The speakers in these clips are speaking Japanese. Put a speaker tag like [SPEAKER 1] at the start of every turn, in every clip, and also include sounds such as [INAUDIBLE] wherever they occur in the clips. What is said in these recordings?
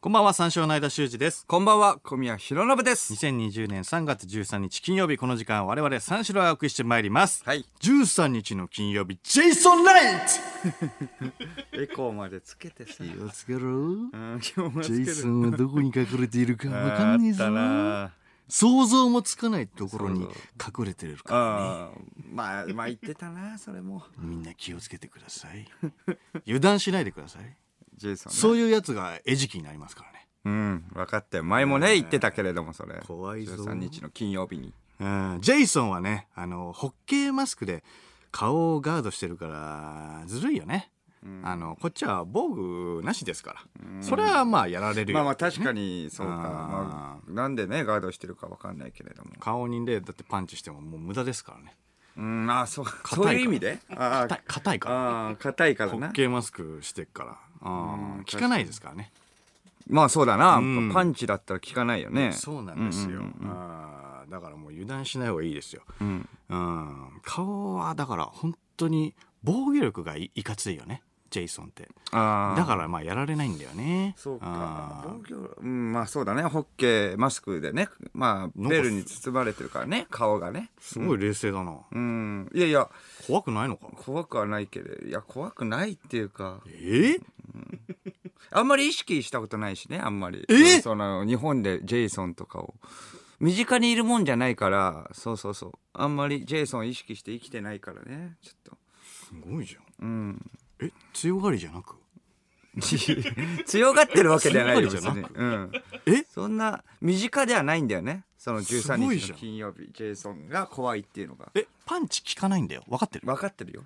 [SPEAKER 1] こんばんは、三照の間修二です。
[SPEAKER 2] こんばんは、小宮弘信です。
[SPEAKER 1] 2020年3月13日金曜日、この時間、我々三四郎がお送りしてまいります。
[SPEAKER 2] はい。
[SPEAKER 1] 13日の金曜日、ジェイソン・ライ
[SPEAKER 2] エコーまでつけてさ。
[SPEAKER 1] トつけろ
[SPEAKER 2] うん、今日もつ
[SPEAKER 1] ジ
[SPEAKER 2] ける
[SPEAKER 1] ェイソンはどこに隠れている [LAUGHS] かわ
[SPEAKER 2] あ
[SPEAKER 1] かんねえ
[SPEAKER 2] ーあった
[SPEAKER 1] ぞ。
[SPEAKER 2] な
[SPEAKER 1] 想像もつかないところに
[SPEAKER 2] そう
[SPEAKER 1] 隠れてるから。
[SPEAKER 2] あーまあ、まあ言ってたな、それも。
[SPEAKER 1] みんな気をつけてくださ [LAUGHS] い。油断しないでください。
[SPEAKER 2] ジェイソン、ね。
[SPEAKER 1] そういうやつが餌食になりますからね。
[SPEAKER 2] うん、分かって前もね、言ってたけれども、それ。
[SPEAKER 1] 怖いぞ
[SPEAKER 2] 13日の金曜日に。
[SPEAKER 1] うん、ジェイソンはね、あの、ホッケーマスクで顔をガードしてるから、ずるいよね。あの、こっちは防具なしですから。それはまあやられるよ。
[SPEAKER 2] まあまあ確かにそうか、
[SPEAKER 1] あー
[SPEAKER 2] まあ、なんでねガードしてるかわかんないけれども
[SPEAKER 1] 顔にね、だってパンチしてももう無駄ですからね。
[SPEAKER 2] うんあーそう
[SPEAKER 1] い
[SPEAKER 2] そういう意味であ
[SPEAKER 1] 硬い
[SPEAKER 2] ー
[SPEAKER 1] 硬いから。
[SPEAKER 2] あー硬いから
[SPEAKER 1] ホッ
[SPEAKER 2] な
[SPEAKER 1] ケーマスクしてっから。あー効かないですからね。
[SPEAKER 2] まあそうだな、
[SPEAKER 1] ん
[SPEAKER 2] パンチだったら効かないよね
[SPEAKER 1] そうなんですよ。
[SPEAKER 2] うんうんうん
[SPEAKER 1] あーだからもう油断しない方がいいですよ。
[SPEAKER 2] うん
[SPEAKER 1] うん、顔はだから本当に防御力がいいかついよねジェイソンって
[SPEAKER 2] あー
[SPEAKER 1] だからまあやられないんだよね
[SPEAKER 2] そうか
[SPEAKER 1] あー
[SPEAKER 2] 防御うんまあそうだねホッケーマスクでねまあ
[SPEAKER 1] なんか
[SPEAKER 2] ベールに包まれてるからね顔がね
[SPEAKER 1] すごい冷静だな、
[SPEAKER 2] うんいやいや
[SPEAKER 1] 怖くないのか
[SPEAKER 2] 怖くはないけどいや怖くないっていうか
[SPEAKER 1] えー、
[SPEAKER 2] あんまり意識したことないしねあんまり
[SPEAKER 1] え
[SPEAKER 2] その日本でジェイソンとかを身近にいるもんじゃないからそうそうそうあんまりジェイソン意識して生きてないからねちょっと
[SPEAKER 1] すごいじゃん
[SPEAKER 2] うん
[SPEAKER 1] え強がりじゃなく
[SPEAKER 2] 強がってるわけではないよ
[SPEAKER 1] 強がりじゃなく
[SPEAKER 2] 別にうん
[SPEAKER 1] え
[SPEAKER 2] そんな身近ではないんだよねその
[SPEAKER 1] すごいじ
[SPEAKER 2] 13日
[SPEAKER 1] ゃん
[SPEAKER 2] の金曜日ジェイソンが怖いっていうのが
[SPEAKER 1] えパンチ効かないんだよ分かってる
[SPEAKER 2] 分かってるよ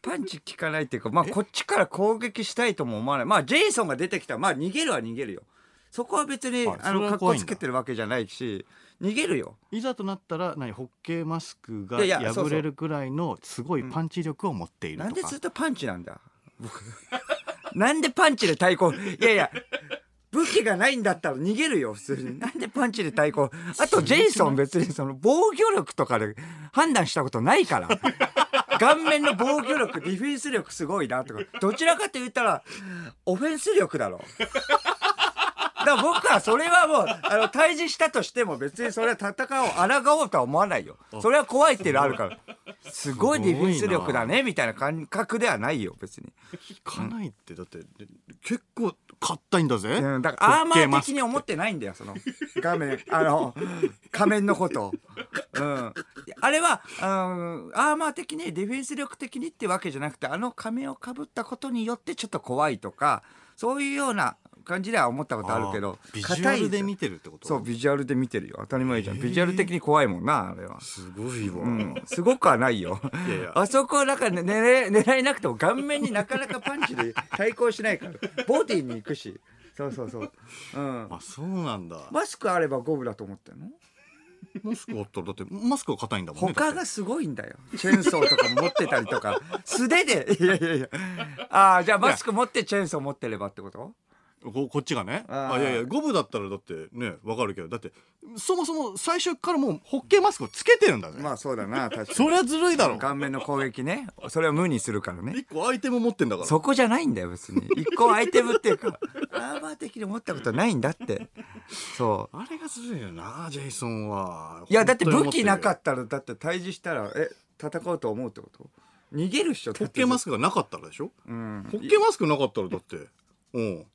[SPEAKER 2] パンチ効かないっていうかまあこっちから攻撃したいとも思わないまあジェイソンが出てきたらまあ逃げるは逃げるよそこは別に
[SPEAKER 1] はい
[SPEAKER 2] あ
[SPEAKER 1] それ
[SPEAKER 2] の
[SPEAKER 1] は
[SPEAKER 2] 格
[SPEAKER 1] 怖
[SPEAKER 2] 好
[SPEAKER 1] いんだ
[SPEAKER 2] つけてるわけじゃないし逃げるよ
[SPEAKER 1] いざとなったら何ホッケーマスクが
[SPEAKER 2] いやいやそうそう
[SPEAKER 1] 破れるくらいのすごいパンチ力を持っていると
[SPEAKER 2] な
[SPEAKER 1] か
[SPEAKER 2] んでずっとパンチなんだ僕なんでパンチで対抗いやいや武器がないんだったら逃げるよ普通になんでパンチで対抗あとジェイソン別にその防御力とかで判断したことないから顔面の防御力ディフェンス力すごいなとかどちらかと言ったらオフェンス力だろだから僕はそれはもうあの対峙したとしても別にそれは戦おう抗おうとは思わないよそれは怖いっていうのあるからすごいディフェンス力だねみたいな感覚ではないよ別に、
[SPEAKER 1] 効かないってだってで結構硬いんだぜ、
[SPEAKER 2] うん、だからアーマ
[SPEAKER 1] ホッケーマ
[SPEAKER 2] ー
[SPEAKER 1] スク
[SPEAKER 2] 的に思ってないんだよその画面あの [LAUGHS] 仮面のことを、うん、あれはうんアーマー的にディフェンス力的にってわけじゃなくてあの仮面をかぶったことによってちょっと怖いとかそういうような感じでは思ったことあるけど
[SPEAKER 1] あービジュアルで見
[SPEAKER 2] て
[SPEAKER 1] てるってこと
[SPEAKER 2] そうビジュアルで見てるよ当たり前じゃんビジュアル的に怖いもんなあれは。
[SPEAKER 1] すごいわ、
[SPEAKER 2] うん、すごくはないよ。
[SPEAKER 1] いやいや
[SPEAKER 2] あそこなんかね狙え狙えなくても顔面になかなかパンチで対抗しないからボディに行くしそうそうそう、うん、
[SPEAKER 1] あそうなんだ
[SPEAKER 2] マスクあれば五分だと思ってんの
[SPEAKER 1] マスクあったらだってマスクが硬いんだもんね。
[SPEAKER 2] 他
[SPEAKER 1] だ
[SPEAKER 2] が
[SPEAKER 1] って
[SPEAKER 2] すごいんだよチェーンソーとか持ってたりとか素手でいやいやいやああじゃあマスク持ってチェーンソー持ってればってこと
[SPEAKER 1] ここっちがね。
[SPEAKER 2] あ
[SPEAKER 1] あ
[SPEAKER 2] ー
[SPEAKER 1] いやいや五分だったらだってねわかるけどだってそもそも最初からもうホッケーマスクをつけてるんだぜ。
[SPEAKER 2] まあそうだな確か
[SPEAKER 1] そ
[SPEAKER 2] に
[SPEAKER 1] りゃずるいだろ。
[SPEAKER 2] 顔面の攻撃ねそれは無にするからね
[SPEAKER 1] 一個アイテム持ってんだから。
[SPEAKER 2] そこじゃないんだよ別に一個アイテムっていうかアーバー的に持ったことないんだってそう
[SPEAKER 1] あれがずるいよなジェイソンは。
[SPEAKER 2] いやだって武器なか
[SPEAKER 1] った。
[SPEAKER 2] ったらだって対峙したらえ戦おうと思うってこと逃げるっしょだ
[SPEAKER 1] ホ
[SPEAKER 2] っ
[SPEAKER 1] ッ
[SPEAKER 2] て
[SPEAKER 1] ケーマスクがなかったらでしょ。
[SPEAKER 2] うん
[SPEAKER 1] ホッケーマスクなかったらだって。うん。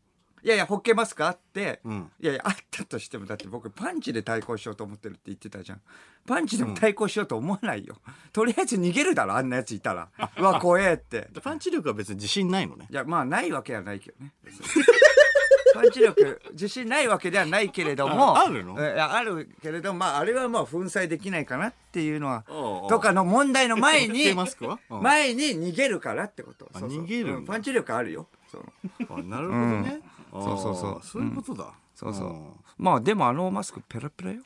[SPEAKER 2] いやいやホッケーマスクあって、
[SPEAKER 1] うん
[SPEAKER 2] いやいやあったとしてもだって僕パンチで対抗しようと思ってるって言ってたじゃんパンチでも対抗しようと思わないよ、とりあえず逃げるだろあんなやついたらうわ怖えって
[SPEAKER 1] パンチ力は別に自信ないのね。
[SPEAKER 2] いやまあないわけはないけどねパンチ力自信ないわけではないけれども
[SPEAKER 1] ああるの
[SPEAKER 2] えいやあるけれどもまああれはまあ粉砕できないかなっていうのは
[SPEAKER 1] おうおう
[SPEAKER 2] とかの問題の前
[SPEAKER 1] ホ
[SPEAKER 2] に
[SPEAKER 1] [LAUGHS] ッケーマスク
[SPEAKER 2] [LAUGHS]
[SPEAKER 1] は。うん
[SPEAKER 2] 前に逃げるからってこと
[SPEAKER 1] あ逃げるんだ
[SPEAKER 2] うんパンチ力あるよその
[SPEAKER 1] あなるほどね。あー
[SPEAKER 2] そうそうそう
[SPEAKER 1] そういうことだ。
[SPEAKER 2] そうそ
[SPEAKER 1] ん
[SPEAKER 2] う [LAUGHS] まあでもあのマスクペラペラよ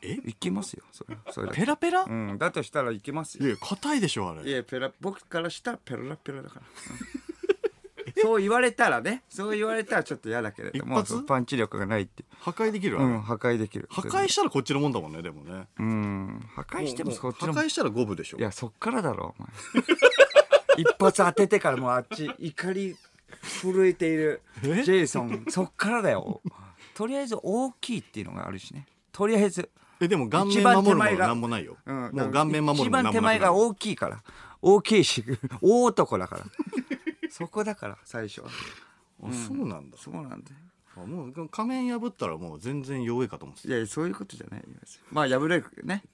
[SPEAKER 1] え
[SPEAKER 2] いきますよそれそれだけ
[SPEAKER 1] ペラペラ。
[SPEAKER 2] うんだとしたらいきます
[SPEAKER 1] い
[SPEAKER 2] よ
[SPEAKER 1] や硬いでしょあれ。
[SPEAKER 2] いやペラ僕からしたらペラペラだ [LAUGHS] からうんそう言われたらねそう言われたらちょっと嫌だけれど
[SPEAKER 1] 一
[SPEAKER 2] も
[SPEAKER 1] 発
[SPEAKER 2] そうパンチ力がないって
[SPEAKER 1] 破壊できる、あ
[SPEAKER 2] う
[SPEAKER 1] れ
[SPEAKER 2] ん破壊できる
[SPEAKER 1] 破壊したらこっちのもんだもんねでもね
[SPEAKER 2] うん破壊してもそっち
[SPEAKER 1] も
[SPEAKER 2] の
[SPEAKER 1] う破壊したら五分でしょ
[SPEAKER 2] [LAUGHS] いやそっからだろお前一発当ててからもうあっち怒り震えているジ
[SPEAKER 1] え
[SPEAKER 2] ェイソンそっからだよとりあえず大きいっていうのがあるしねとりあえず、
[SPEAKER 1] えでも顔面
[SPEAKER 2] 一番
[SPEAKER 1] 守
[SPEAKER 2] 手
[SPEAKER 1] るも
[SPEAKER 2] 前
[SPEAKER 1] の
[SPEAKER 2] が
[SPEAKER 1] なんもないよ、
[SPEAKER 2] うん
[SPEAKER 1] もう顔面守る
[SPEAKER 2] 一
[SPEAKER 1] もの
[SPEAKER 2] 番手前が
[SPEAKER 1] お
[SPEAKER 2] 大きいから大きいし大男だからそこだから最初は
[SPEAKER 1] そうなんだ
[SPEAKER 2] そうなんだよ
[SPEAKER 1] あもう仮面破ったらもう全然弱いかと思ってた
[SPEAKER 2] いやいやそういうことじゃないよまあ破れるね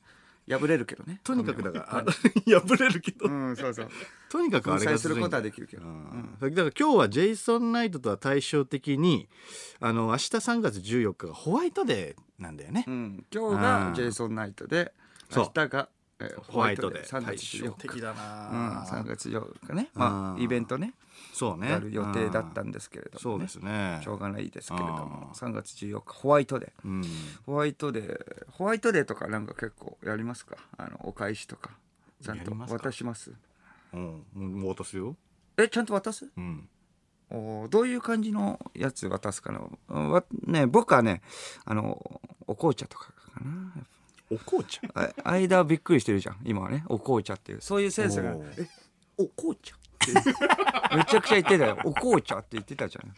[SPEAKER 2] 破れるけどね
[SPEAKER 1] とにかくだからあ破れるけど、
[SPEAKER 2] うんそうそう
[SPEAKER 1] とにかく
[SPEAKER 2] 粉
[SPEAKER 1] あれが
[SPEAKER 2] 砕す
[SPEAKER 1] ず
[SPEAKER 2] る
[SPEAKER 1] るい
[SPEAKER 2] こ
[SPEAKER 1] ん
[SPEAKER 2] と
[SPEAKER 1] だ
[SPEAKER 2] はできるけど、
[SPEAKER 1] うんだから今日はジェイソン・ナイトとは対照的にあの明日3月14日がホワイトデーなんだよね、
[SPEAKER 2] うん、今日がジェイソン・ナイトで
[SPEAKER 1] そ
[SPEAKER 2] 明
[SPEAKER 1] う
[SPEAKER 2] 日が、えー
[SPEAKER 1] ホワイトデー
[SPEAKER 2] 3月14日、
[SPEAKER 1] だ
[SPEAKER 2] うん、
[SPEAKER 1] な
[SPEAKER 2] 3月4日ね、ま
[SPEAKER 1] う
[SPEAKER 2] あ、
[SPEAKER 1] ん
[SPEAKER 2] イベントね
[SPEAKER 1] そうね
[SPEAKER 2] やる予定だった
[SPEAKER 1] うん
[SPEAKER 2] んですけれども、ね
[SPEAKER 1] そうですね
[SPEAKER 2] しょうがないですけれど
[SPEAKER 1] うん
[SPEAKER 2] も3月14日ホワイトデー
[SPEAKER 1] うん
[SPEAKER 2] ホワイトデーホワイトデーとかなんか結構やりますかあのお返しとかちゃん
[SPEAKER 1] や
[SPEAKER 2] と
[SPEAKER 1] りますか
[SPEAKER 2] 渡します
[SPEAKER 1] うんもう渡すよ、
[SPEAKER 2] えちゃんと渡す
[SPEAKER 1] うん、
[SPEAKER 2] おーどういう感じのやつ渡すかなうんわね僕はねあのお紅茶とかかな
[SPEAKER 1] お紅茶
[SPEAKER 2] あ間はびっくりしてるじゃん今はねお紅茶っていうそういうセンスが
[SPEAKER 1] おー
[SPEAKER 2] えお紅茶って [LAUGHS] めちゃくちゃ言ってたよお紅茶って言ってたじゃん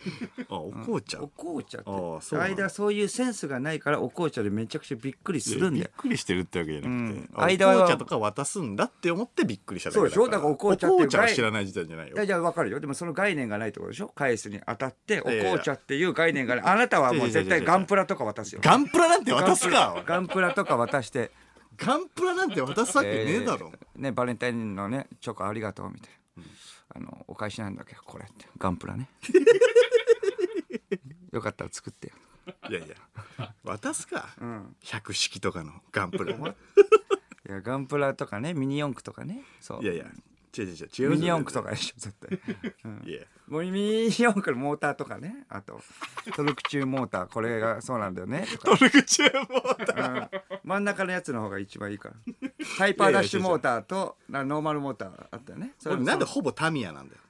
[SPEAKER 1] あお紅茶
[SPEAKER 2] お紅茶っ
[SPEAKER 1] あー
[SPEAKER 2] て
[SPEAKER 1] そうなんだ
[SPEAKER 2] 間はそういうセンスがないからお紅茶でめちゃくちゃびっくりするん
[SPEAKER 1] び
[SPEAKER 2] だ
[SPEAKER 1] っ
[SPEAKER 2] よ
[SPEAKER 1] くりしてるってわけじゃなくて、
[SPEAKER 2] うん
[SPEAKER 1] あお
[SPEAKER 2] 間は
[SPEAKER 1] 紅茶とか渡すんだって思ってびっくりしただけだから
[SPEAKER 2] そうでしょだからお紅茶って
[SPEAKER 1] お紅茶を知らない時点じゃないよ
[SPEAKER 2] いやじゃあ分かるよでもその概念がないってことでしょ返すにあたってお
[SPEAKER 1] やいや
[SPEAKER 2] 紅茶っていう概念がないあなたはもう絶
[SPEAKER 1] 違う違う違う
[SPEAKER 2] 対
[SPEAKER 1] 違う
[SPEAKER 2] ガンプラとか渡すよ
[SPEAKER 1] ガンプラなんて渡す
[SPEAKER 2] ガン
[SPEAKER 1] か
[SPEAKER 2] プラガンプラとか渡して
[SPEAKER 1] ガンプラなんて渡すわけねえだろ、
[SPEAKER 2] えーねバレンタインのねチョコありがとうみたいな、あのお返しなんだけどこれってガン
[SPEAKER 1] [LAUGHS]
[SPEAKER 2] プラねよかったら作ってよ
[SPEAKER 1] いやいや渡すか、
[SPEAKER 2] ん
[SPEAKER 1] 百式とかのガンプラ
[SPEAKER 2] いやガンプラとかねミニ四駆とかねそう
[SPEAKER 1] いやいや違う違う違う
[SPEAKER 2] ミニ四駆と
[SPEAKER 1] か
[SPEAKER 2] かでしょ絶
[SPEAKER 1] [LAUGHS]
[SPEAKER 2] 対
[SPEAKER 1] いや
[SPEAKER 2] もうミニ四駆のモーターとかねあとトルクチューモーターこれがそうなんだよねとか
[SPEAKER 1] トルクチューモーター
[SPEAKER 2] うん真ん中のやつの方が一番いいからハイパーダッシュモーターとなノーマルモーターあったよねそれ
[SPEAKER 1] [LAUGHS] 俺なんで
[SPEAKER 2] そ
[SPEAKER 1] ほぼタミヤなんだよ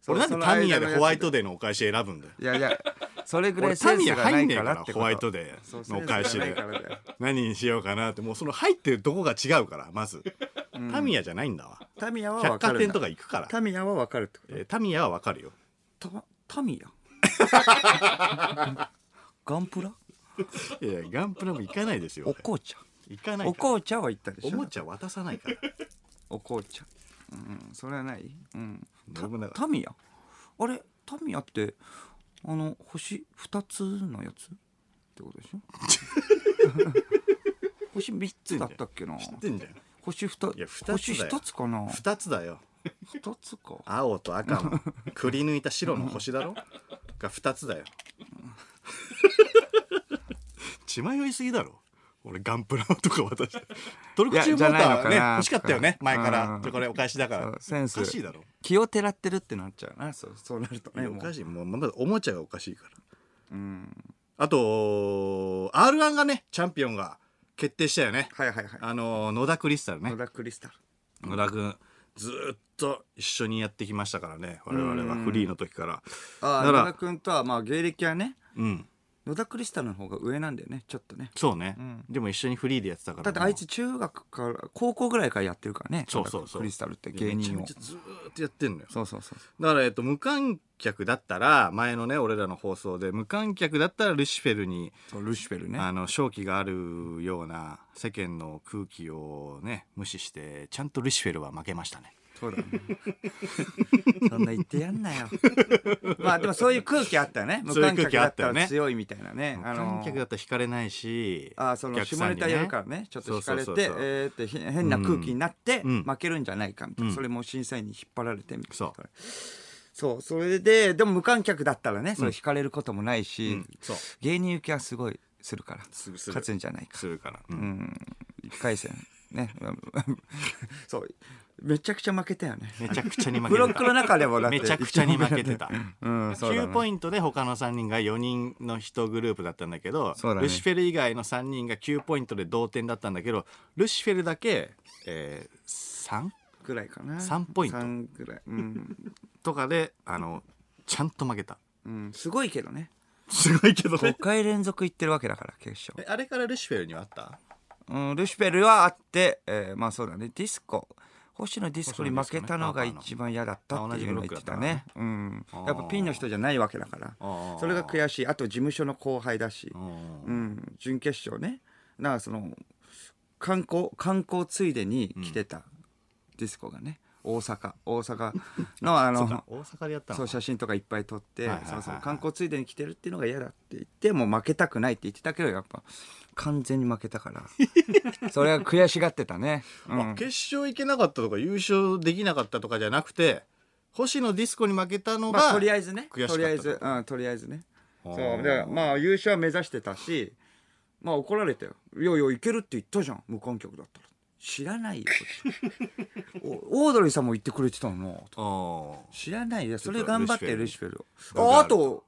[SPEAKER 2] そ
[SPEAKER 1] 俺なんでタミヤで
[SPEAKER 2] その間のやつ
[SPEAKER 1] ホワイトデーのお返し選ぶんだよ
[SPEAKER 2] いやいやそれぐ
[SPEAKER 1] [LAUGHS]
[SPEAKER 2] ら
[SPEAKER 1] 俺
[SPEAKER 2] いセ
[SPEAKER 1] タ
[SPEAKER 2] ン
[SPEAKER 1] ミ
[SPEAKER 2] ス
[SPEAKER 1] ヤ
[SPEAKER 2] がな
[SPEAKER 1] 入ん
[SPEAKER 2] い
[SPEAKER 1] ねえ
[SPEAKER 2] か
[SPEAKER 1] からら
[SPEAKER 2] ってこと
[SPEAKER 1] ホワイトデ
[SPEAKER 2] そう
[SPEAKER 1] ーのお返し
[SPEAKER 2] センス
[SPEAKER 1] で
[SPEAKER 2] がないからだよ
[SPEAKER 1] 何にしようかなってもうその入ってるとこが違うからまず、タミヤじゃないんだわ
[SPEAKER 2] タミヤは分
[SPEAKER 1] 百
[SPEAKER 2] か
[SPEAKER 1] 貨
[SPEAKER 2] るん
[SPEAKER 1] 店
[SPEAKER 2] だ
[SPEAKER 1] とか行くから、
[SPEAKER 2] タミヤは分かるってこ
[SPEAKER 1] えータミヤはわかるよ
[SPEAKER 2] とタタミヤ [LAUGHS] ガンプラ
[SPEAKER 1] いやいやガンプラも行かないですよ
[SPEAKER 2] お
[SPEAKER 1] 俺
[SPEAKER 2] 紅茶
[SPEAKER 1] 行かない
[SPEAKER 2] お
[SPEAKER 1] から
[SPEAKER 2] 紅茶は言ったでし
[SPEAKER 1] おも
[SPEAKER 2] ょ
[SPEAKER 1] ちゃ渡さないから
[SPEAKER 2] お紅茶うんそれはないうんた
[SPEAKER 1] 信長
[SPEAKER 2] タミヤあれタミヤってあの星二つのやつってこと
[SPEAKER 1] [LAUGHS]
[SPEAKER 2] でしょ星三つだったっけ
[SPEAKER 1] [LAUGHS]
[SPEAKER 2] な
[SPEAKER 1] 知ってんじゃん
[SPEAKER 2] 星二
[SPEAKER 1] いや二つだよ
[SPEAKER 2] 星一つかな
[SPEAKER 1] 二つだよ
[SPEAKER 2] 二つか
[SPEAKER 1] 青と赤のくり抜いた白の星だろが二つだよ血迷いすぎだろ俺ガンプラとか渡してトルクチューモーターはね
[SPEAKER 2] いやじゃないのかな
[SPEAKER 1] 欲しかったよね前か
[SPEAKER 2] うん
[SPEAKER 1] らでこれお返しだか
[SPEAKER 2] そう
[SPEAKER 1] ら
[SPEAKER 2] セン
[SPEAKER 1] お
[SPEAKER 2] ス
[SPEAKER 1] かしいだろ
[SPEAKER 2] 気をてらってるってなっちゃうなそうそうなると
[SPEAKER 1] い
[SPEAKER 2] ね
[SPEAKER 1] やお
[SPEAKER 2] も
[SPEAKER 1] か
[SPEAKER 2] う
[SPEAKER 1] しいもうまだおもちゃがおかしいから
[SPEAKER 2] うん
[SPEAKER 1] あと r 1がねチャンピオンが決定したよね
[SPEAKER 2] はいはいはい
[SPEAKER 1] あの野田クリスタルね
[SPEAKER 2] 野田クリスタル
[SPEAKER 1] 野田君ずーっと一緒にやってきましたからね我々はフリーの時から
[SPEAKER 2] ああ
[SPEAKER 1] だから
[SPEAKER 2] 野田君とはまあ芸歴はね
[SPEAKER 1] うん
[SPEAKER 2] 野田クリスタルの方が上なんだよねちょっとね
[SPEAKER 1] そうね、
[SPEAKER 2] ん
[SPEAKER 1] でも一緒にフリーでやってたから
[SPEAKER 2] だってあいつ中学から高校ぐらいからやってるからね
[SPEAKER 1] そうそうそう
[SPEAKER 2] 野田クリスタルって
[SPEAKER 1] 芸
[SPEAKER 2] 芸
[SPEAKER 1] 人
[SPEAKER 2] 人
[SPEAKER 1] を
[SPEAKER 2] を
[SPEAKER 1] めちゃめちゃずーっとやってんのよ
[SPEAKER 2] そうそうそう
[SPEAKER 1] だから、えっと、無観客だったら前のね俺らの放送で無観客だったらルシフェルに、
[SPEAKER 2] そうルシフェルね
[SPEAKER 1] あの勝機があるような世間の空気をね無視してちゃんとルシフェルは負けましたね
[SPEAKER 2] そう [LAUGHS] だねそんな言ってやんなよ [LAUGHS] まあでもそういう空気あったよね無
[SPEAKER 1] そういう
[SPEAKER 2] 観
[SPEAKER 1] 空
[SPEAKER 2] 客
[SPEAKER 1] 気あ
[SPEAKER 2] だ
[SPEAKER 1] っ
[SPEAKER 2] った
[SPEAKER 1] よ
[SPEAKER 2] た
[SPEAKER 1] ね
[SPEAKER 2] ら強いみたいなね
[SPEAKER 1] 無
[SPEAKER 2] あの
[SPEAKER 1] 観客だったら引かれないし
[SPEAKER 2] あーその
[SPEAKER 1] お客
[SPEAKER 2] 下
[SPEAKER 1] さん
[SPEAKER 2] ネ
[SPEAKER 1] に
[SPEAKER 2] タやるからねちょっと引かれて
[SPEAKER 1] そうそうそうそう
[SPEAKER 2] えーってへ変な空気になって
[SPEAKER 1] うん
[SPEAKER 2] 負けるんじゃないかみたいな、
[SPEAKER 1] うん
[SPEAKER 2] それも審査員に引っ張られてみたいな
[SPEAKER 1] そう
[SPEAKER 2] そうそれででも無観客だったらねそれ引かれることもないし、
[SPEAKER 1] うんそう
[SPEAKER 2] 芸人受けはすごいするから
[SPEAKER 1] するする
[SPEAKER 2] 勝つんじゃないか
[SPEAKER 1] するから、うん
[SPEAKER 2] うん1回戦ね [LAUGHS] そうめちゃくちゃ負けたよね
[SPEAKER 1] めちゃくちゃに負け
[SPEAKER 2] [LAUGHS] ブ
[SPEAKER 1] て
[SPEAKER 2] ロックの中でもだ
[SPEAKER 1] た
[SPEAKER 2] って
[SPEAKER 1] めちゃくちゃに負けてた
[SPEAKER 2] うんそうだ
[SPEAKER 1] 9
[SPEAKER 2] ね
[SPEAKER 1] ポイントで他の3人が4人の1グループだったんだけど
[SPEAKER 2] そうだね
[SPEAKER 1] ルシフェル以外の3人が9ポイントで同点だったんだけどルシフェルだけ、え 3?
[SPEAKER 2] ぐらいかな
[SPEAKER 1] 三ポイント
[SPEAKER 2] 三ぐらいうん、
[SPEAKER 1] とかであのちゃんと負けた
[SPEAKER 2] うん、すごいけどね
[SPEAKER 1] すごいけど
[SPEAKER 2] 5回連続行ってるわけだから決勝
[SPEAKER 1] あれからルシフェルにはあった
[SPEAKER 2] うん、ルシフェルはあって、えーまあそうだねディスコ星野ディスコに負けたのが一番嫌だったっていうのを言ってたね。うん。
[SPEAKER 1] あー
[SPEAKER 2] やっぱピンの人じゃないわけだから。
[SPEAKER 1] あー
[SPEAKER 2] それが悔しい。あと事務所の後輩だし
[SPEAKER 1] う。ん
[SPEAKER 2] うん。準決勝ね。なんかその、観光、観光ついでに来てたディスコがね。大阪、大阪のあ
[SPEAKER 1] そうか
[SPEAKER 2] の、
[SPEAKER 1] 大阪でやったの
[SPEAKER 2] そう
[SPEAKER 1] か
[SPEAKER 2] 写真とかいっぱい撮って、
[SPEAKER 1] はいはいはいはい
[SPEAKER 2] そもそも観光ついでに来てるっていうのが嫌だって言ってもう負けたくないって言ってたけどやっぱ完全に負け
[SPEAKER 1] [LAUGHS]
[SPEAKER 2] たからそれは悔しがってたね、うん
[SPEAKER 1] あ決勝行けなかったとか優勝できなかったとかじゃなくて星野ディスコに負けたのが、
[SPEAKER 2] まあとりあえずね
[SPEAKER 1] 悔しかった
[SPEAKER 2] とりあえず、うん、とりあえずね
[SPEAKER 1] あー
[SPEAKER 2] そうだからまあ優勝は目指してたしまあ怒られたよ「いやいやいけるって言ったじゃん無観客だったら」知らないよ
[SPEAKER 1] [LAUGHS]
[SPEAKER 2] こっちおオードリーさんも言ってくれてたのな
[SPEAKER 1] あー
[SPEAKER 2] 知らないよそ
[SPEAKER 1] ち
[SPEAKER 2] れ
[SPEAKER 1] ょっと
[SPEAKER 2] 頑張ってルシフェル
[SPEAKER 1] ル
[SPEAKER 2] あ
[SPEAKER 1] があ
[SPEAKER 2] あ
[SPEAKER 1] る
[SPEAKER 2] と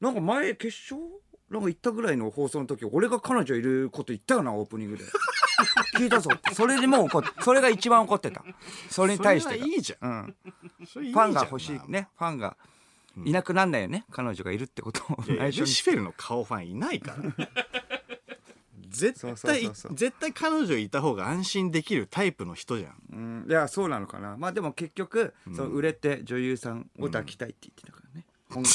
[SPEAKER 2] なんか前決勝なんか行ったぐらいの放送の時俺が彼女いること言ったよなオープニン
[SPEAKER 1] [LAUGHS]
[SPEAKER 2] グで聞いたぞってそれでもう怒ってそれが一番怒ってたそれに対し
[SPEAKER 1] そ
[SPEAKER 2] てが
[SPEAKER 1] れはいいじゃん
[SPEAKER 2] うん、
[SPEAKER 1] それいいじ
[SPEAKER 2] フ
[SPEAKER 1] ゃ
[SPEAKER 2] ァ
[SPEAKER 1] ん
[SPEAKER 2] ンが欲しいねファンがいなくなんないよね彼女がいるってことを
[SPEAKER 1] いやいや
[SPEAKER 2] [LAUGHS] 内緒
[SPEAKER 1] ル
[SPEAKER 2] に
[SPEAKER 1] シフェルの顔ファンいないから [LAUGHS] 絶
[SPEAKER 2] そう
[SPEAKER 1] 対
[SPEAKER 2] そうそうそう
[SPEAKER 1] 絶対彼女いた方が安心できるタイプの人じゃん
[SPEAKER 2] うんいやそうなのかなまあでも結局、その売れて女優さんを抱きたいって言ってたからね、本当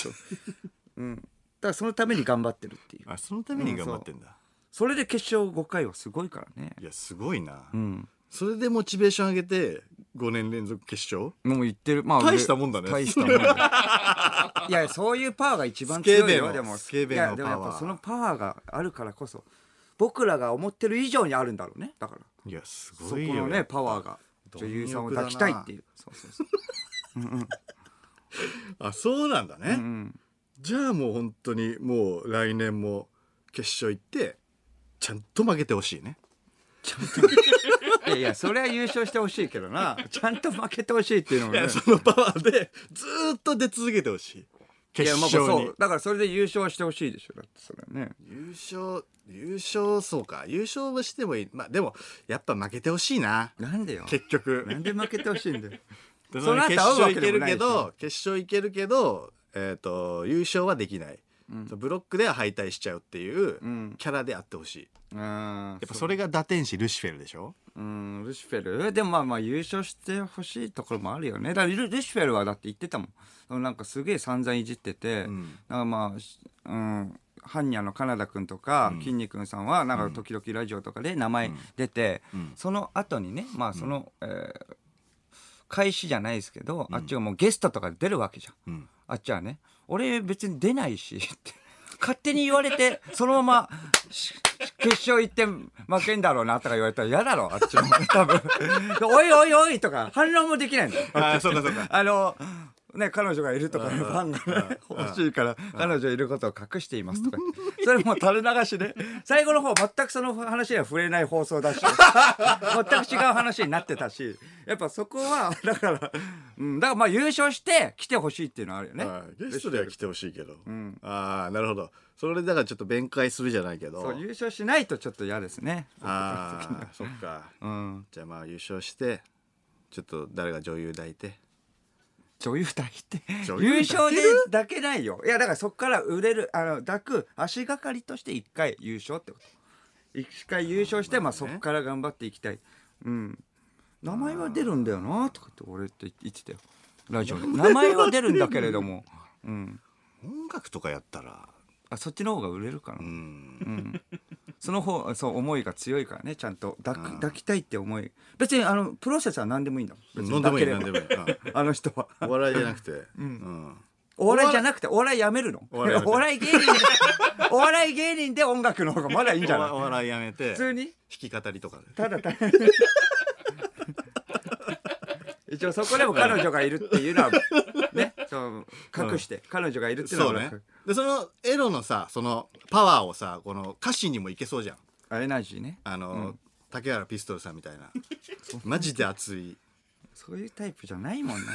[SPEAKER 2] うんだからそのために頑張ってるっていう
[SPEAKER 1] あそのために頑張ってんだ、
[SPEAKER 2] それで決勝5回はすごいからね
[SPEAKER 1] いやすごいな、
[SPEAKER 2] うん
[SPEAKER 1] それでモチベーション上げて5年連続決勝
[SPEAKER 2] もう言ってるまあ
[SPEAKER 1] 大したもんだね
[SPEAKER 2] 大したもんだ [LAUGHS] いやそういうパワーが一番強い
[SPEAKER 1] スケベ
[SPEAKER 2] よ
[SPEAKER 1] の
[SPEAKER 2] でも
[SPEAKER 1] スケベ
[SPEAKER 2] い
[SPEAKER 1] の
[SPEAKER 2] やでもや
[SPEAKER 1] パ
[SPEAKER 2] っ
[SPEAKER 1] ワ
[SPEAKER 2] ぱ
[SPEAKER 1] ー
[SPEAKER 2] そのパワーがあるからこそ僕らが思ってる以上にあるんだろうねだから
[SPEAKER 1] いやす
[SPEAKER 2] そこ
[SPEAKER 1] ごいよ
[SPEAKER 2] のねパワーが
[SPEAKER 1] 貪欲だ
[SPEAKER 2] 女
[SPEAKER 1] な
[SPEAKER 2] 優さんを抱きたいっていうそうそうそう
[SPEAKER 1] あそうなんだね、
[SPEAKER 2] うん
[SPEAKER 1] じゃあもう本当にもう来年も決勝行ってちゃんと負けてほしいね
[SPEAKER 2] [LAUGHS] いやいやそれは優勝してほしいけどなちゃんと負けてほしいっていうのも
[SPEAKER 1] い
[SPEAKER 2] ね
[SPEAKER 1] やそのパワーでずーっと出続けてほしい決
[SPEAKER 2] いやまあ
[SPEAKER 1] 勝に
[SPEAKER 2] そうだからそれで優勝はしてほしいでしょだってそれはね
[SPEAKER 1] 優勝優勝そうか優勝はしてもいいまあでもやっぱ負けてほしいな
[SPEAKER 2] なんでよ
[SPEAKER 1] 結局
[SPEAKER 2] なんで負けてほしいんだよ
[SPEAKER 1] で
[SPEAKER 2] その後
[SPEAKER 1] 決
[SPEAKER 2] 会うわ
[SPEAKER 1] 勝
[SPEAKER 2] け
[SPEAKER 1] 行
[SPEAKER 2] で
[SPEAKER 1] ける
[SPEAKER 2] もないし
[SPEAKER 1] けど決勝行けるけどえっ、と優勝はできない、そのブロックでは敗退しちゃうっていう
[SPEAKER 2] うん
[SPEAKER 1] キャラであってほしい、
[SPEAKER 2] や
[SPEAKER 1] やっぱそれが打天使ルシフェルでしょ
[SPEAKER 2] うん、ルシフェルでもまあまあ優勝してほしいところもあるよね。だからルルシフェルはだって言ってたもん。そのなんかすげえ散々いじってて、
[SPEAKER 1] ん
[SPEAKER 2] なんかまあし、うん、ハンニャのカナダくんとか、きんに君さんはなんか時々ラジオとかで名前出て、その後にね、まあその、えー開始じゃないですけど、あっちはもうゲストとかで出るわけじゃん。
[SPEAKER 1] うん
[SPEAKER 2] あっちはね、俺別に出ない
[SPEAKER 1] [LAUGHS]
[SPEAKER 2] し、って勝手に言われて、そのまま、し決勝行って負けんだろうなとか言われたら嫌だろう、あっちも。
[SPEAKER 1] [LAUGHS]
[SPEAKER 2] 多分。おいおいおいとか、反論もできないんだよ。
[SPEAKER 1] ああそうかそうか
[SPEAKER 2] あの、ね、彼女がいるとかね、ファンがね、欲しいから、彼女いることを隠していますとか言って、それもう垂れ流し
[SPEAKER 1] [LAUGHS]
[SPEAKER 2] で、最後の方全くその話には触れない放送だし、全く違う話になってたし、やっぱそこは、 [LAUGHS] だから、うん、だからまあ優勝して来てほしいっていうのはあるよね。
[SPEAKER 1] はいゲストでは来てほしいけど、ああなるほどそれでだからちょっと弁解するじゃないけど
[SPEAKER 2] そう優勝しないとちょっと嫌ですね。
[SPEAKER 1] ああそっか
[SPEAKER 2] うん、
[SPEAKER 1] じゃあまあ優勝してちょっと誰が女優抱いて
[SPEAKER 2] 女優抱いて
[SPEAKER 1] 女優
[SPEAKER 2] 優勝で抱けないよいやだからそこから売れるあの抱く足がかりとして一回優勝ってこと一回優勝してまあそこから頑張っていきたい、うん、名前は出るんだよなとかって俺って言ってたよラジオで名前は出るんだけれども、うん、
[SPEAKER 1] 音楽とかやったら
[SPEAKER 2] あそっちの方が売れるかな、
[SPEAKER 1] うん
[SPEAKER 2] その方そう思いが強いからねちゃんと抱く抱きたいって思い別にあのプロセスは何でもいいんだもん
[SPEAKER 1] 飲
[SPEAKER 2] 別に
[SPEAKER 1] んでも
[SPEAKER 2] 抱
[SPEAKER 1] いい
[SPEAKER 2] ければ
[SPEAKER 1] 飲んでもいい、うん
[SPEAKER 2] あの人は
[SPEAKER 1] お笑いじゃなくて、 [LAUGHS] うん
[SPEAKER 2] お笑いじゃなくてお笑いやめるのお
[SPEAKER 1] お笑いやめて
[SPEAKER 2] 笑い芸人でお笑い芸人で音楽の方がまだいいんじゃない
[SPEAKER 1] おお笑いやめて
[SPEAKER 2] 普通に
[SPEAKER 1] 弾き語りとかで
[SPEAKER 2] ただた [LAUGHS] だ一応そこでも彼女がいるっていうのはねそう隠して、彼女がいるっていうの
[SPEAKER 1] そ
[SPEAKER 2] は
[SPEAKER 1] う
[SPEAKER 2] 俺
[SPEAKER 1] ね
[SPEAKER 2] は
[SPEAKER 1] でそのエロのさそのパワーをさこの歌詞にもいけそうじゃん
[SPEAKER 2] あエナジーね
[SPEAKER 1] あの、竹原ピストルさんみた [LAUGHS] いなマジで熱い
[SPEAKER 2] そういうタイプじゃないもん [LAUGHS] な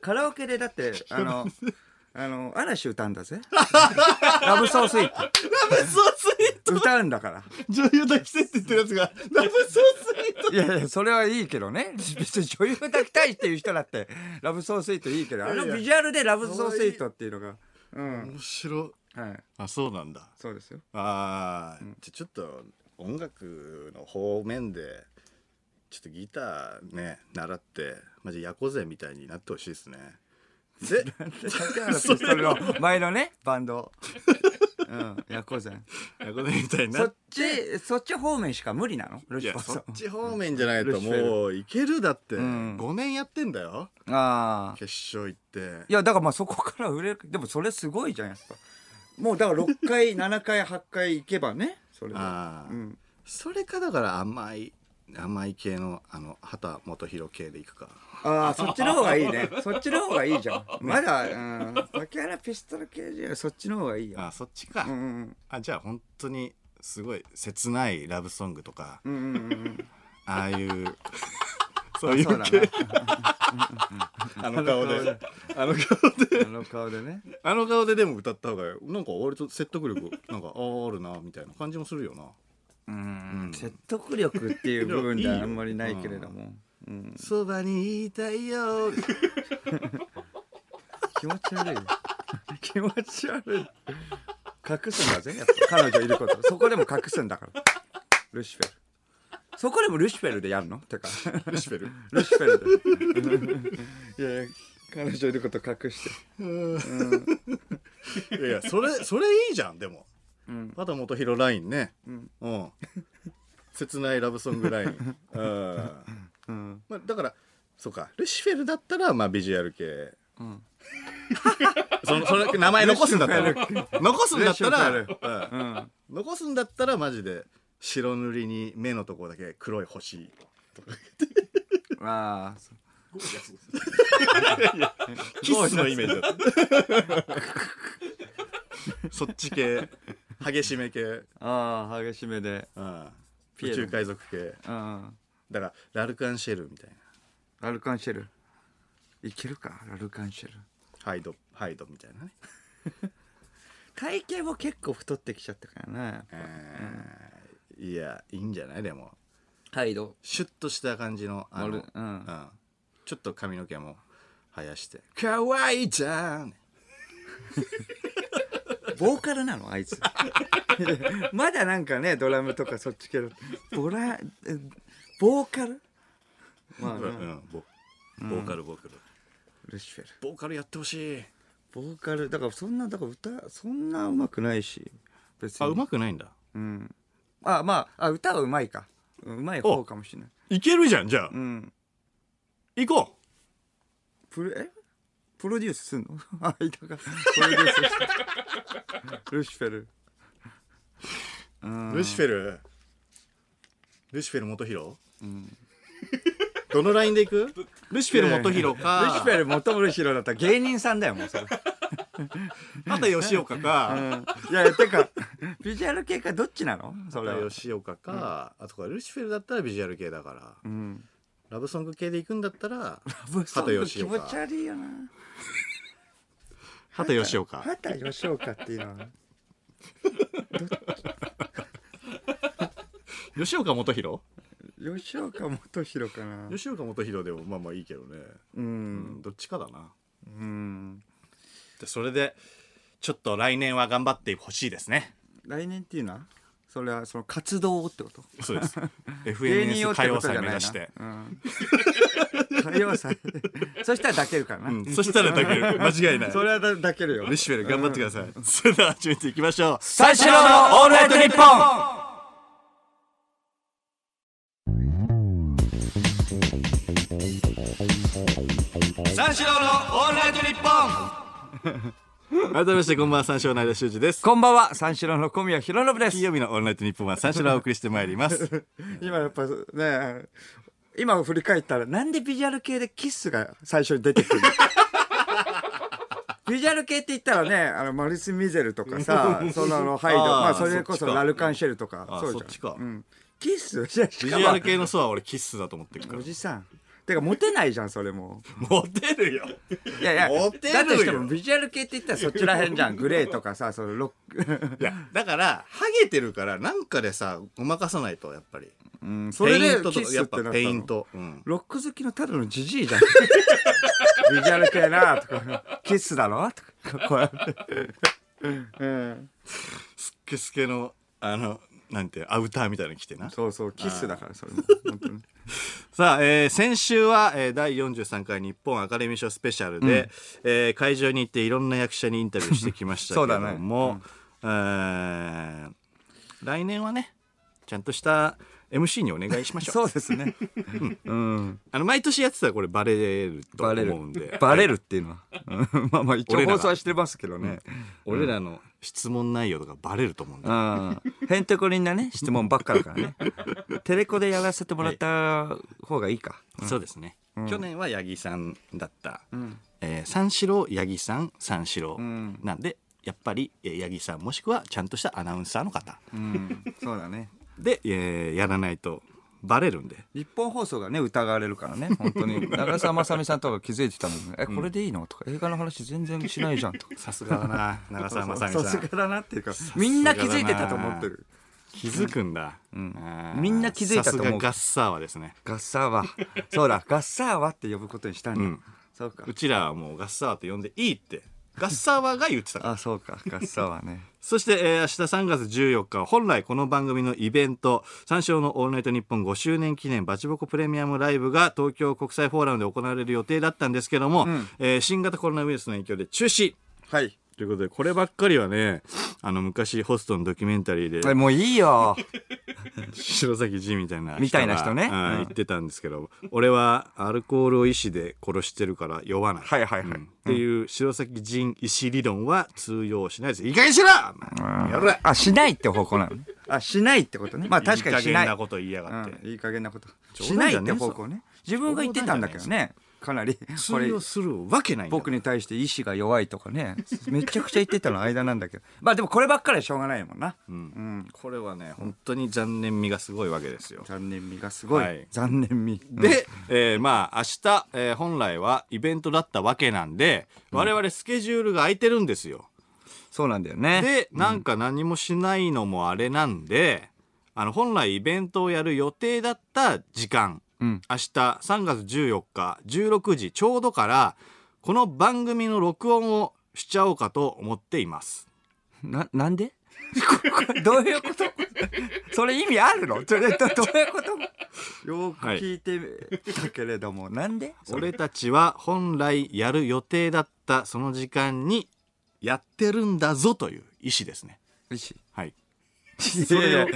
[SPEAKER 2] カラオケでだってあのあの嵐歌うんだ [LAUGHS] ぜラブソースイー
[SPEAKER 1] 嘘つい
[SPEAKER 2] ト歌うんだから
[SPEAKER 1] 女優抱きてって言ってるやつ [LAUGHS] がラブソースイート
[SPEAKER 2] いやいや、それはいいけどね。別に女優抱きたいっていう人だって、ラブソースイートいいけど、あのビジュアルでラブソースイートっていうのが、うん。
[SPEAKER 1] 面白い
[SPEAKER 2] はい。
[SPEAKER 1] あそうなんだ
[SPEAKER 2] そうですよ。
[SPEAKER 1] あー、じゃあちょっと音楽の方面でちょっとギターね習ってマジヤコゼみたいになってほしいですねで
[SPEAKER 2] 竹原ピストルの前のねバンドうんヤコゼン
[SPEAKER 1] [LAUGHS] ヤコゼみたいにな
[SPEAKER 2] そ
[SPEAKER 1] っ
[SPEAKER 2] っちそっち方面しか無理なのル
[SPEAKER 1] い
[SPEAKER 2] シ
[SPEAKER 1] や
[SPEAKER 2] ファー
[SPEAKER 1] そ
[SPEAKER 2] さ
[SPEAKER 1] っち方面じゃないと
[SPEAKER 2] ルシフェル
[SPEAKER 1] もういけるだって、
[SPEAKER 2] ん
[SPEAKER 1] 5年やってんだよ
[SPEAKER 2] んああ
[SPEAKER 1] 決勝行って
[SPEAKER 2] いやだからまあそこから売れるでもそれすごいじゃんやっぱもうだから6回7回8回行けばねそれは
[SPEAKER 1] ああ、
[SPEAKER 2] うん
[SPEAKER 1] それかだから甘い甘い系のあの畑元博系でいくか
[SPEAKER 2] ああそっちの方がいいねそっちの方がいいじゃんまだうん竹原ピストル系じゃそっちの方がいいよ
[SPEAKER 1] あそっちか、
[SPEAKER 2] うんうん
[SPEAKER 1] あじゃあ本当にすごい切ないラブソングとか
[SPEAKER 2] うんうんう
[SPEAKER 1] [LAUGHS]
[SPEAKER 2] んうん
[SPEAKER 1] ああいうそういう
[SPEAKER 2] そうだ
[SPEAKER 1] 系 [LAUGHS] あの顔であの顔で
[SPEAKER 2] なあの顔でね
[SPEAKER 1] あの顔ででも歌った方がなんか割と説得力なんかあーあるなみたいな感じもするよな
[SPEAKER 2] うん説得力っていう部分ではあんまりないけれどもうん
[SPEAKER 1] そばにいたいよ
[SPEAKER 2] 気持ち悪い [LAUGHS] 気持ち悪い隠すんだぜやっぱ彼女いることそこでも隠すんだからルシフェルそこでもルシフェルでやるのてか
[SPEAKER 1] ルシフェル
[SPEAKER 2] ルシフェルで [LAUGHS] いやいや彼女いること隠して
[SPEAKER 1] いやいやそれそれいいじゃんでも、
[SPEAKER 2] うん
[SPEAKER 1] 畑元博ラインねうんん、切ないラブソングラインうん、
[SPEAKER 2] うん
[SPEAKER 1] まあ、だからそうかルシフェルだったらまあビジュアル系
[SPEAKER 2] うん
[SPEAKER 1] そのそれ名前残すんだったら
[SPEAKER 2] ルシフ
[SPEAKER 1] 残すんだったら、
[SPEAKER 2] ルシ
[SPEAKER 1] うん
[SPEAKER 2] うん
[SPEAKER 1] 残すんだったらマジで白塗りに目のところだけ黒い星
[SPEAKER 2] まあ
[SPEAKER 1] キスのイメージだった [LAUGHS] そっち系激しめ系、うん、
[SPEAKER 2] ああ激しめでピ
[SPEAKER 1] 宇
[SPEAKER 2] エロ
[SPEAKER 1] 宙海賊系
[SPEAKER 2] うん
[SPEAKER 1] だからラルカンシェルみたいな
[SPEAKER 2] ラルカンシェルいけるかラルカンシェル
[SPEAKER 1] ハイドハイドみたいなね、
[SPEAKER 2] 体型も結構太ってきちゃったからね
[SPEAKER 1] えーいやいいんじゃないでも
[SPEAKER 2] 態度
[SPEAKER 1] シュッとした感じのあの、
[SPEAKER 2] 丸うん
[SPEAKER 1] うんちょっと髪の毛も生やして「かわいいじゃん!
[SPEAKER 2] ボーカルなのあいつ [LAUGHS] まだなんかねドラムとかそっち系だボラえボーカルまあ、
[SPEAKER 1] うん」
[SPEAKER 2] ね
[SPEAKER 1] ボボーカルボーカル、
[SPEAKER 2] ルシフェル
[SPEAKER 1] ボーカルやってほしい
[SPEAKER 2] ボーカルだからそんなだから歌そんなうまくないし別に
[SPEAKER 1] あうまくないんだ
[SPEAKER 2] うんあまああ歌はうまいかうまい方かもしれない
[SPEAKER 1] いけるじゃんじゃあ、
[SPEAKER 2] うん
[SPEAKER 1] 行こ
[SPEAKER 2] プロえプロデュースすんの [LAUGHS] 間がプロデュースしてルシフェル
[SPEAKER 1] う、ルシフェルルシフェル元弘、どのラインでいくルシフェ [LAUGHS] ル元弘か
[SPEAKER 2] ルシフェル元村弘だったら芸人さんだよもうそれ
[SPEAKER 1] 畑吉岡か、
[SPEAKER 2] いやいやてかビジュアル系かどっちなのそれは
[SPEAKER 1] 畑吉岡か、あとかルシフェルだったらビジュアル系だから、
[SPEAKER 2] うん
[SPEAKER 1] ラブソング系で行くんだったら
[SPEAKER 2] 畑
[SPEAKER 1] 畑
[SPEAKER 2] 吉
[SPEAKER 1] 吉
[SPEAKER 2] 岡
[SPEAKER 1] 岡
[SPEAKER 2] 気持ち悪いよな
[SPEAKER 1] 畑吉岡
[SPEAKER 2] 畑吉岡っていうのは
[SPEAKER 1] 吉岡元弘
[SPEAKER 2] 吉岡元弘かな
[SPEAKER 1] 吉岡元弘でもまあまあいいけどね、
[SPEAKER 2] う
[SPEAKER 1] うんん、どっちかだな
[SPEAKER 2] うん
[SPEAKER 1] でそれでちょっと来年は頑張ってほしいですね
[SPEAKER 2] 来年っていうのはそれはその活動をってこと
[SPEAKER 1] そう
[SPEAKER 2] [LAUGHS]
[SPEAKER 1] です
[SPEAKER 2] を
[SPEAKER 1] FNS
[SPEAKER 2] って
[SPEAKER 1] 歌
[SPEAKER 2] こ
[SPEAKER 1] 謡
[SPEAKER 2] とじ
[SPEAKER 1] 祭
[SPEAKER 2] ゃ
[SPEAKER 1] 目
[SPEAKER 2] ない
[SPEAKER 1] 指して、
[SPEAKER 2] なうん歌謡祭そしたら抱けるからな、
[SPEAKER 1] うん、そしたらだける間違いない
[SPEAKER 2] それは抱けるよ
[SPEAKER 1] ルシフェル頑張ってください、それでは始めていきましょう
[SPEAKER 2] 三四郎のオールナイトニッポン
[SPEAKER 1] 三四郎のオールナイトニッポン改めましてこんばんは三四郎の間修二です
[SPEAKER 2] こんばんは三四郎の小宮弘信です
[SPEAKER 1] 金曜日のオールナイトニッポンは三四郎をお送りしてまいります
[SPEAKER 2] [LAUGHS] 今やっぱね今振り返ったらなんでビジュアル系でキスが最初に出てくるの [LAUGHS] ビジュアル系って言ったらねあのマルス・ミゼルとかさそのあのハイド
[SPEAKER 1] あー
[SPEAKER 2] まあ、それこ
[SPEAKER 1] そ
[SPEAKER 2] そ
[SPEAKER 1] っちか
[SPEAKER 2] ラルカンシェルとか
[SPEAKER 1] あー
[SPEAKER 2] そうじゃん
[SPEAKER 1] そっちか
[SPEAKER 2] うん、キスじゃし
[SPEAKER 1] ビジ
[SPEAKER 2] か
[SPEAKER 1] ュア
[SPEAKER 2] も
[SPEAKER 1] ル系の層は俺キッスだと思ってるから
[SPEAKER 2] おじさんてかモテないじゃんそれも
[SPEAKER 1] モテるよ
[SPEAKER 2] いやいや
[SPEAKER 1] モテるよ
[SPEAKER 2] だとしてもビジュアル系って言ったらそっちらへんじゃんグレーとかさそのロック
[SPEAKER 1] いやだからハゲてるからなんかでさごまかさないとやっぱり
[SPEAKER 2] うんそ
[SPEAKER 1] ペ
[SPEAKER 2] れ
[SPEAKER 1] イ
[SPEAKER 2] で
[SPEAKER 1] ントと
[SPEAKER 2] キ
[SPEAKER 1] か
[SPEAKER 2] ス
[SPEAKER 1] や
[SPEAKER 2] っ
[SPEAKER 1] って
[SPEAKER 2] な
[SPEAKER 1] ぱ
[SPEAKER 2] った
[SPEAKER 1] ペイン
[SPEAKER 2] の
[SPEAKER 1] ト、うん、
[SPEAKER 2] ロック好きのただのジジイ [LAUGHS] じゃん。ビジュアル系なとか、キスだろとか、こうやって。うん、
[SPEAKER 1] スケスケのあのなんてアウターみたいなの着てな
[SPEAKER 2] そうそうキスだからそれも本当に
[SPEAKER 1] さあ、えー先週は、えー、第43回日本アカデミー賞スペシャルで、えー会場に行っていろんな役者にインタビューしてきましたけれど
[SPEAKER 2] [LAUGHS] そうだね
[SPEAKER 1] も、えー来年はねちゃんとした MC にお願いしましょう
[SPEAKER 2] [LAUGHS] [LAUGHS] そうですね。うん。
[SPEAKER 1] あの毎年やってたらこれバレると
[SPEAKER 2] バ
[SPEAKER 1] 思
[SPEAKER 2] レる
[SPEAKER 1] うんで。
[SPEAKER 2] バレるっていうのは。うんまあまあ一応
[SPEAKER 1] 俺らが
[SPEAKER 2] 放送はしてますけどね。
[SPEAKER 1] 俺らの質問内容とかバレると思うんで
[SPEAKER 2] うん。へんてこりんなね、質問ばっかだから [LAUGHS] ね。テレコでやらせてもらった方がいいか。
[SPEAKER 1] そうですね、去年は八木さんだった、
[SPEAKER 2] ん
[SPEAKER 1] えー三四郎八木さん三四郎、
[SPEAKER 2] ん
[SPEAKER 1] なんでやっぱりえー八木さんもしくはちゃんとしたアナウンサーの方
[SPEAKER 2] うん。そうだね。
[SPEAKER 1] で、えーやらないとバレるんで
[SPEAKER 2] 日本放送がね疑われる [LAUGHS] からね本当に長澤まさみさんとか気づいてたもんね「えこれでいいの?」とか「映画の話全然しないじゃん」と [LAUGHS] か
[SPEAKER 1] さすがだな [LAUGHS] 長澤まさみさん
[SPEAKER 2] だなっていうか
[SPEAKER 1] がだな
[SPEAKER 2] みんな気づいてたと思ってる
[SPEAKER 1] 気づくんだ、あー
[SPEAKER 2] みんな気づいたと思う
[SPEAKER 1] さすがガッサーはですね
[SPEAKER 2] ガッサーはそうだガッサーはって呼ぶことにしたんだ、
[SPEAKER 1] うん
[SPEAKER 2] そうか
[SPEAKER 1] うちらはもうガッサーと呼んでいいってガッサーはが言ってたから
[SPEAKER 2] あそうかガッサーはね
[SPEAKER 1] そして、えー明日3月14日は本来この番組のイベント「三四郎のオールナイトニッポン」5周年記念バチボコプレミアムライブが東京国際フォーラムで行われる予定だったんですけども、
[SPEAKER 2] ん
[SPEAKER 1] えー新型コロナウイルスの影響で中止
[SPEAKER 2] [LAUGHS] はい
[SPEAKER 1] ということでこればっかりはねあの昔ホストのドキュメンタリーで
[SPEAKER 2] えもういいよ
[SPEAKER 1] 白崎仁みたいな人が
[SPEAKER 2] みたいな人ね
[SPEAKER 1] うん
[SPEAKER 2] うん
[SPEAKER 1] 言ってたんですけど俺はアルコールを医師で殺してるから酔わない、
[SPEAKER 2] はいはいはい
[SPEAKER 1] うんっていう白崎仁医師理論は通用しないですいい加減にしろやれ
[SPEAKER 2] あしないって方向なのねあしないってことねまあ確かにし
[SPEAKER 1] いい加減
[SPEAKER 2] ない
[SPEAKER 1] なこと言いやがって、
[SPEAKER 2] うんいい加減なことし
[SPEAKER 1] 冗
[SPEAKER 2] な
[SPEAKER 1] 談
[SPEAKER 2] い
[SPEAKER 1] じ
[SPEAKER 2] っ
[SPEAKER 1] ゃね
[SPEAKER 2] て
[SPEAKER 1] えぞ
[SPEAKER 2] 方向ね自分が言ってたんだけどねかなりこ
[SPEAKER 1] 通
[SPEAKER 2] れ
[SPEAKER 1] 用するわけないんだ
[SPEAKER 2] 僕に対して意志が弱いとかねめちゃくちゃ言ってたの間なんだけどまあでもこればっかりはしょうがないもんな、うん
[SPEAKER 1] これはね本当に残念味がすごいわけですよ
[SPEAKER 2] 残念味がすごい、
[SPEAKER 1] はい
[SPEAKER 2] 残念味
[SPEAKER 1] で、えーまあ明日、えー本来はイベントだったわけなんで我々スケジュールが空いてるんですよ、
[SPEAKER 2] そうなんだよね
[SPEAKER 1] でなんか何もしないのもあれなんであの本来イベントをやる予定だった時間
[SPEAKER 2] うん
[SPEAKER 1] 明日3月14日16時ちょうどからこの番組の録音をしちゃおうかと思っています
[SPEAKER 2] ななんでこれ [LAUGHS] どういうことそれ意味あるのそれどどういうことよく
[SPEAKER 1] はい
[SPEAKER 2] 聞いてたけれども、なんでそれ
[SPEAKER 1] 俺たちは本来やる予定だったその時間にやってるんだぞという意思ですね。
[SPEAKER 2] 意志
[SPEAKER 1] はい。
[SPEAKER 2] それを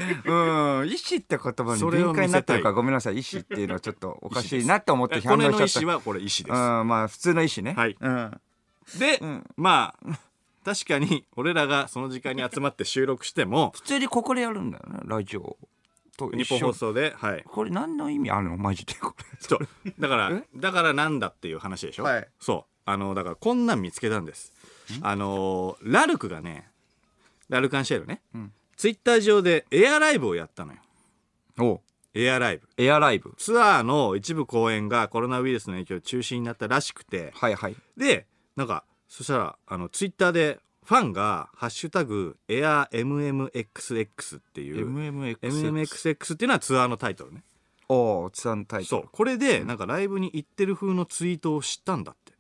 [SPEAKER 2] うん意志って言葉に
[SPEAKER 1] それを
[SPEAKER 2] 敏
[SPEAKER 1] 見せたい
[SPEAKER 2] 感になってるからごめんなさい意志っていうのはちょっとおかしいなって
[SPEAKER 1] [LAUGHS]
[SPEAKER 2] 思って
[SPEAKER 1] これの意
[SPEAKER 2] しちゃっ
[SPEAKER 1] 思はこれ意思
[SPEAKER 2] た
[SPEAKER 1] で
[SPEAKER 2] うんまあ普通の意志ね
[SPEAKER 1] はい
[SPEAKER 2] うん
[SPEAKER 1] す。で、
[SPEAKER 2] ん
[SPEAKER 1] まあ確かに俺らがその時間に集まって収録しても
[SPEAKER 2] 普通にここでやるんだよねラジオと一
[SPEAKER 1] 日
[SPEAKER 2] 緒
[SPEAKER 1] 本放送で、はい。
[SPEAKER 2] これ何の意味あるのマジでこ
[SPEAKER 1] そうだから
[SPEAKER 2] え
[SPEAKER 1] だからなんだっていう話でしょ。
[SPEAKER 2] はい
[SPEAKER 1] そうあのだからこんなん見つけたんです。あのラルクがねラルカンシェルね、
[SPEAKER 2] ん
[SPEAKER 1] ツイッター上でエアライブをやったのよ。
[SPEAKER 2] れお
[SPEAKER 1] エアライブ。
[SPEAKER 2] エアライブ
[SPEAKER 1] ツアーの一部公演がコロナウイルスの影響で中止になったらしくて
[SPEAKER 2] はいはい
[SPEAKER 1] でなんかそしたらあのツイッターでファンが「ハッシュタグエア MMXX」っていう
[SPEAKER 2] MMX
[SPEAKER 1] MMXX っていうのはツアーのタイトルね
[SPEAKER 2] おおツアーのタイト
[SPEAKER 1] そ
[SPEAKER 2] ル
[SPEAKER 1] うこれでなんかライブに行ってる風のツイートを知ったんだって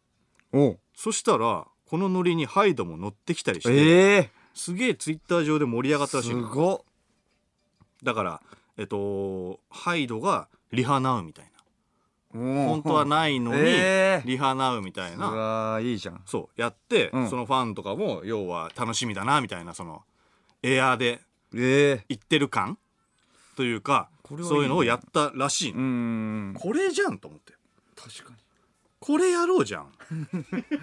[SPEAKER 2] おう
[SPEAKER 1] そしたらこのノリにハイドも乗ってきたりして、
[SPEAKER 2] ええ
[SPEAKER 1] すげえツイッター上で盛り上がったらしい
[SPEAKER 2] す
[SPEAKER 1] の
[SPEAKER 2] ごっ
[SPEAKER 1] だからえっとハイドがリハナウみたいな
[SPEAKER 2] 本
[SPEAKER 1] 本当はないのに、
[SPEAKER 2] ええ
[SPEAKER 1] リハナウみたいうな
[SPEAKER 2] わーいいじゃん
[SPEAKER 1] そうやって、
[SPEAKER 2] うん
[SPEAKER 1] そのファンとかも要は楽しみだなみたいなそのエアーで
[SPEAKER 2] ええ
[SPEAKER 1] 行ってる感というか
[SPEAKER 2] これはいいね
[SPEAKER 1] そういうのをやったらしいの、
[SPEAKER 2] うん
[SPEAKER 1] これじゃんと思って
[SPEAKER 2] 確か
[SPEAKER 1] これやろうじゃん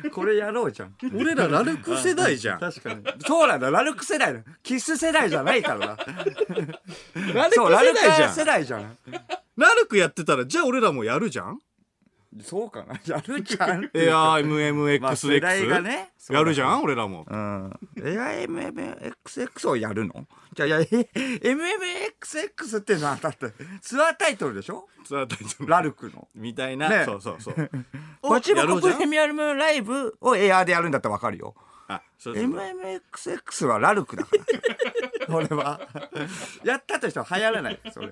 [SPEAKER 2] にこれやろうじゃん
[SPEAKER 1] 俺らラルク世代じゃん
[SPEAKER 2] [LAUGHS] 確かにそうなんだラルク世代だキス世代じゃない [LAUGHS] からな
[SPEAKER 1] ラルク
[SPEAKER 2] そ
[SPEAKER 1] 世
[SPEAKER 2] うラルク
[SPEAKER 1] 代じ
[SPEAKER 2] 世
[SPEAKER 1] ゃん
[SPEAKER 2] 代じゃん
[SPEAKER 1] ラルクやってたらじゃあ俺らもやるじゃん
[SPEAKER 2] そうかなやるじゃん
[SPEAKER 1] エア
[SPEAKER 2] まあ世
[SPEAKER 1] MMXX、
[SPEAKER 2] 代がね
[SPEAKER 1] やるじゃ
[SPEAKER 2] ん
[SPEAKER 1] ん俺らも
[SPEAKER 2] うん。AIMMXX をやるのじゃあ、いや、え MMXX ってのはだって、ツアータイトルでしょ
[SPEAKER 1] ツアータイトル
[SPEAKER 2] ラルクの。
[SPEAKER 1] みたいな、
[SPEAKER 2] ね
[SPEAKER 1] [LAUGHS] そうそうそう
[SPEAKER 2] バチボ
[SPEAKER 1] やろ
[SPEAKER 2] コ
[SPEAKER 1] うじゃん
[SPEAKER 2] プレミアムライブをエアーでやるんだったらわかるよ。
[SPEAKER 1] あそうそう
[SPEAKER 2] MMXX はラルクだから。俺は。やったとしては流行らない。それ。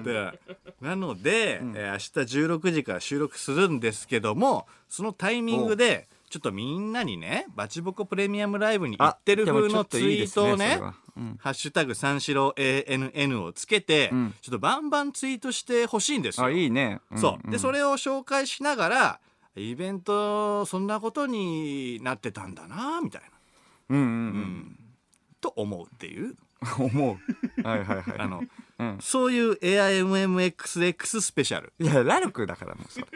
[SPEAKER 1] でなので、えー明日16時から収録するんですけどもそのタイミングでちょっとみんなにねバチボコプレミアムライブに行ってる風のツイートをね
[SPEAKER 2] あでもちょっといいですねそれはうん
[SPEAKER 1] ハッシュタグ三四郎 ANN をつけて、
[SPEAKER 2] ん
[SPEAKER 1] ちょっとバンバンツイートしてほしいんですよ。
[SPEAKER 2] あ、いいね。ん
[SPEAKER 1] そうでそれを紹介しながらイベントそんなことになってたんだなみたいな
[SPEAKER 2] うんうん
[SPEAKER 1] と思うっていう
[SPEAKER 2] うん。思う。はいはいはい。
[SPEAKER 1] あの、
[SPEAKER 2] うん
[SPEAKER 1] そういう AIMMXX スペシャル
[SPEAKER 2] いや、ラルクだからもうそれ。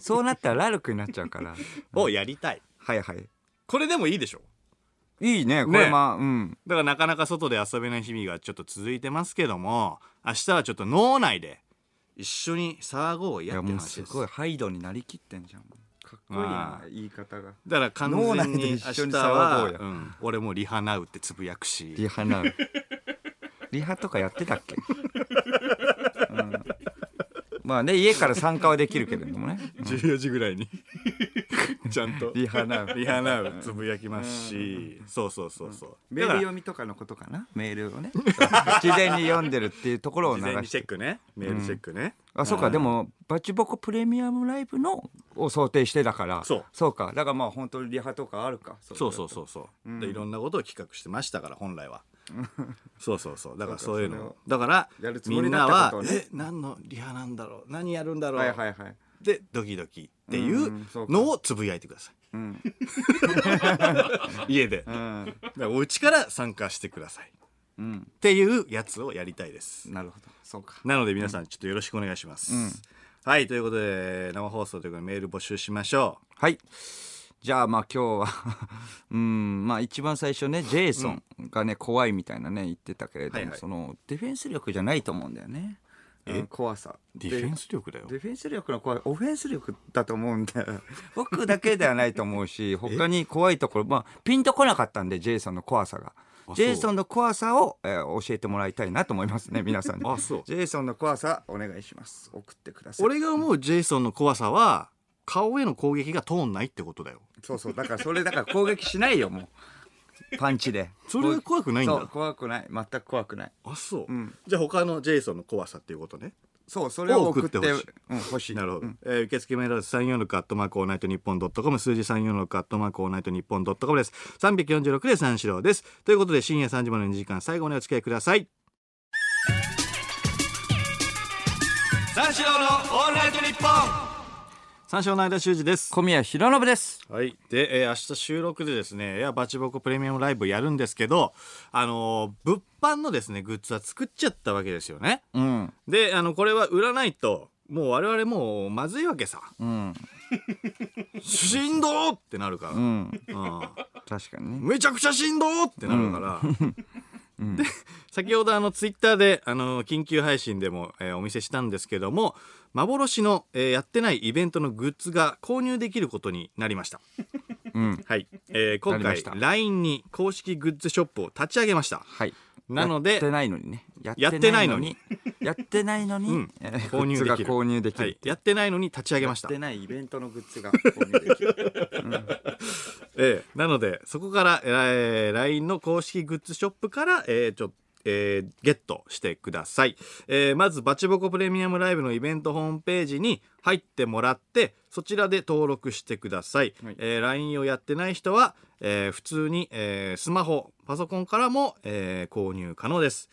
[SPEAKER 2] そうなったらラルクになっちゃうから。
[SPEAKER 1] をやりたい。
[SPEAKER 2] はいはい。
[SPEAKER 1] これでもいいでしょ
[SPEAKER 2] いいね。こ
[SPEAKER 1] ね
[SPEAKER 2] れまあ、うん。
[SPEAKER 1] だからなかなか外で遊べない日々がちょっと続いてますけども明日はちょっと脳内で一緒に騒ごう
[SPEAKER 2] い
[SPEAKER 1] や
[SPEAKER 2] や
[SPEAKER 1] って
[SPEAKER 2] もう
[SPEAKER 1] 話
[SPEAKER 2] す
[SPEAKER 1] です
[SPEAKER 2] ごいハイドになりきってんじゃん。かっこいい
[SPEAKER 1] ま
[SPEAKER 2] な
[SPEAKER 1] あ、
[SPEAKER 2] 言い方が。
[SPEAKER 1] だから完
[SPEAKER 2] 脳
[SPEAKER 1] 全
[SPEAKER 2] 内で
[SPEAKER 1] に明
[SPEAKER 2] 一緒に
[SPEAKER 1] 日
[SPEAKER 2] 騒
[SPEAKER 1] は
[SPEAKER 2] ごうや
[SPEAKER 1] うん俺もリハナウってつぶやくし
[SPEAKER 2] リハなる。 [LAUGHS] リハとかやってたっけ、うんまあね、家から参加はできるけれどもね。
[SPEAKER 1] 14時ぐらいに [LAUGHS] ちゃんと
[SPEAKER 2] リハなる。
[SPEAKER 1] リハナウつぶやきますしそうそうそうそう
[SPEAKER 2] メ
[SPEAKER 1] だ
[SPEAKER 2] ール
[SPEAKER 1] から
[SPEAKER 2] 読みとかのことかなメールをね。 [LAUGHS] 事前に読んでるっていうところを
[SPEAKER 1] 事
[SPEAKER 2] 流
[SPEAKER 1] 前に
[SPEAKER 2] し
[SPEAKER 1] チェ
[SPEAKER 2] て
[SPEAKER 1] ッ。クねメールチェックね
[SPEAKER 2] あ、そう
[SPEAKER 1] う
[SPEAKER 2] か、
[SPEAKER 1] ん
[SPEAKER 2] でも、バチボコプレミアムライブのを想定してだから。
[SPEAKER 1] そう
[SPEAKER 2] か。だからまあ本当にリハとかあるか。そ
[SPEAKER 1] そうそうそうそう、でいろんなことを企画してましたから本来
[SPEAKER 2] [LAUGHS]
[SPEAKER 1] はそうそうそうだからそういうのだから
[SPEAKER 2] やるつ
[SPEAKER 1] み
[SPEAKER 2] もり
[SPEAKER 1] ん
[SPEAKER 2] だ
[SPEAKER 1] な
[SPEAKER 2] った
[SPEAKER 1] は
[SPEAKER 2] ことを、ね
[SPEAKER 1] え何のリハなんだろう何やるんだろう、
[SPEAKER 2] はいはいはい。
[SPEAKER 1] でドキドキってい
[SPEAKER 2] ん
[SPEAKER 1] う
[SPEAKER 2] そうか
[SPEAKER 1] のをつぶやいてください、
[SPEAKER 2] ん [LAUGHS]
[SPEAKER 1] 家でだ
[SPEAKER 2] う
[SPEAKER 1] か
[SPEAKER 2] ん。
[SPEAKER 1] らお家から参加してくださいっ
[SPEAKER 2] うん。
[SPEAKER 1] ていうやつをやりたいです
[SPEAKER 2] なるほど。そうか。
[SPEAKER 1] なので皆さんちょっとよろしくお願いします、
[SPEAKER 2] うん
[SPEAKER 1] はいということで生放送ということでメール募集しましょ
[SPEAKER 2] はい。じゃあまあ今日は [LAUGHS] うんまあ一番最初ねジェイソンがね、怖いみたいなね言ってたけれども、
[SPEAKER 1] はいはい
[SPEAKER 2] そのディフェンス力じゃないと思うんだよね。
[SPEAKER 1] え
[SPEAKER 2] うん怖さ
[SPEAKER 1] うディフェン
[SPEAKER 2] ス
[SPEAKER 1] ス力だよ
[SPEAKER 2] ディフェンス力の怖いオフェンス力だと思うんだよ [LAUGHS] 僕だけではないと思うし他に怖いところまあピンとこなかったんでジェイソンの怖さが
[SPEAKER 1] そう
[SPEAKER 2] ジェイソンの怖さを、えー教えてもらいたいなと思いますね皆さんに
[SPEAKER 1] あそう
[SPEAKER 2] ジェイソンの怖さお願いします送ってください
[SPEAKER 1] 俺が思うジェイソンの怖さは顔への攻撃が通んないってことだよ
[SPEAKER 2] そうそうだからそれだから攻撃しないよもうパンチで
[SPEAKER 1] それが怖くないん
[SPEAKER 2] そ
[SPEAKER 1] だ
[SPEAKER 2] う怖くない全く怖くない
[SPEAKER 1] あそう、
[SPEAKER 2] うん
[SPEAKER 1] じゃあ他のジェイソンの怖さっていうことね
[SPEAKER 2] そうそれを
[SPEAKER 1] を
[SPEAKER 2] 送
[SPEAKER 1] 送っ
[SPEAKER 2] っ
[SPEAKER 1] てて
[SPEAKER 2] ほし
[SPEAKER 1] ほし
[SPEAKER 2] い
[SPEAKER 1] い
[SPEAKER 2] うん、欲しい
[SPEAKER 1] なるほど、
[SPEAKER 2] うん
[SPEAKER 1] えー受付メールは346アットマークオールナイトニッポンドットコム数字346アットマークオールナイトニッポンドットコムです346で三四郎ですということで深夜3時までの2時間最後までお付き合いください三四郎のオールナイトニッポン三四郎の間修二です
[SPEAKER 2] 小宮浩信です
[SPEAKER 1] はい、で、えー明日収録でですね「いやバチボコプレミアムライブ」やるんですけど、あのー物販のですねグッズは作っちゃったわけですよね。
[SPEAKER 2] うん
[SPEAKER 1] であのこれは売らないともう我々もうまずいわけさ
[SPEAKER 2] うん
[SPEAKER 1] しんどーってなるか
[SPEAKER 2] う
[SPEAKER 1] ら、
[SPEAKER 2] ん
[SPEAKER 1] うん
[SPEAKER 2] 確かにね
[SPEAKER 1] めちゃくちゃしんどーってなるから。で先ほどあのツイッターであの緊急配信でも、えーお見せしたんですけども幻の、えーやってないイベントのグッズが購入できることになりました。
[SPEAKER 2] うん
[SPEAKER 1] はい、えー今
[SPEAKER 2] なりま
[SPEAKER 1] 回
[SPEAKER 2] した
[SPEAKER 1] LINE に公式グッズショップを立ち上げました
[SPEAKER 2] はい
[SPEAKER 1] なの
[SPEAKER 2] やって
[SPEAKER 1] で、
[SPEAKER 2] ないのにねや
[SPEAKER 1] やってないのに
[SPEAKER 2] やってないのに、
[SPEAKER 1] うん
[SPEAKER 2] えー
[SPEAKER 1] 購入できる
[SPEAKER 2] グッズが購入できる、
[SPEAKER 1] はい、やってないのに立ち上げました
[SPEAKER 2] やってないイベントのグッズが購入できる
[SPEAKER 1] ええなのでそこから、えー、LINE の公式グッズショップから、えーちょえーゲットしてください、えーまずバチボコプレミアムライブのイベントホームページに入ってもらってそちらで登録してください、
[SPEAKER 2] はい
[SPEAKER 1] えー LINE をやってない人は、えー普通に、えースマホパソコンからも、えー購入可能です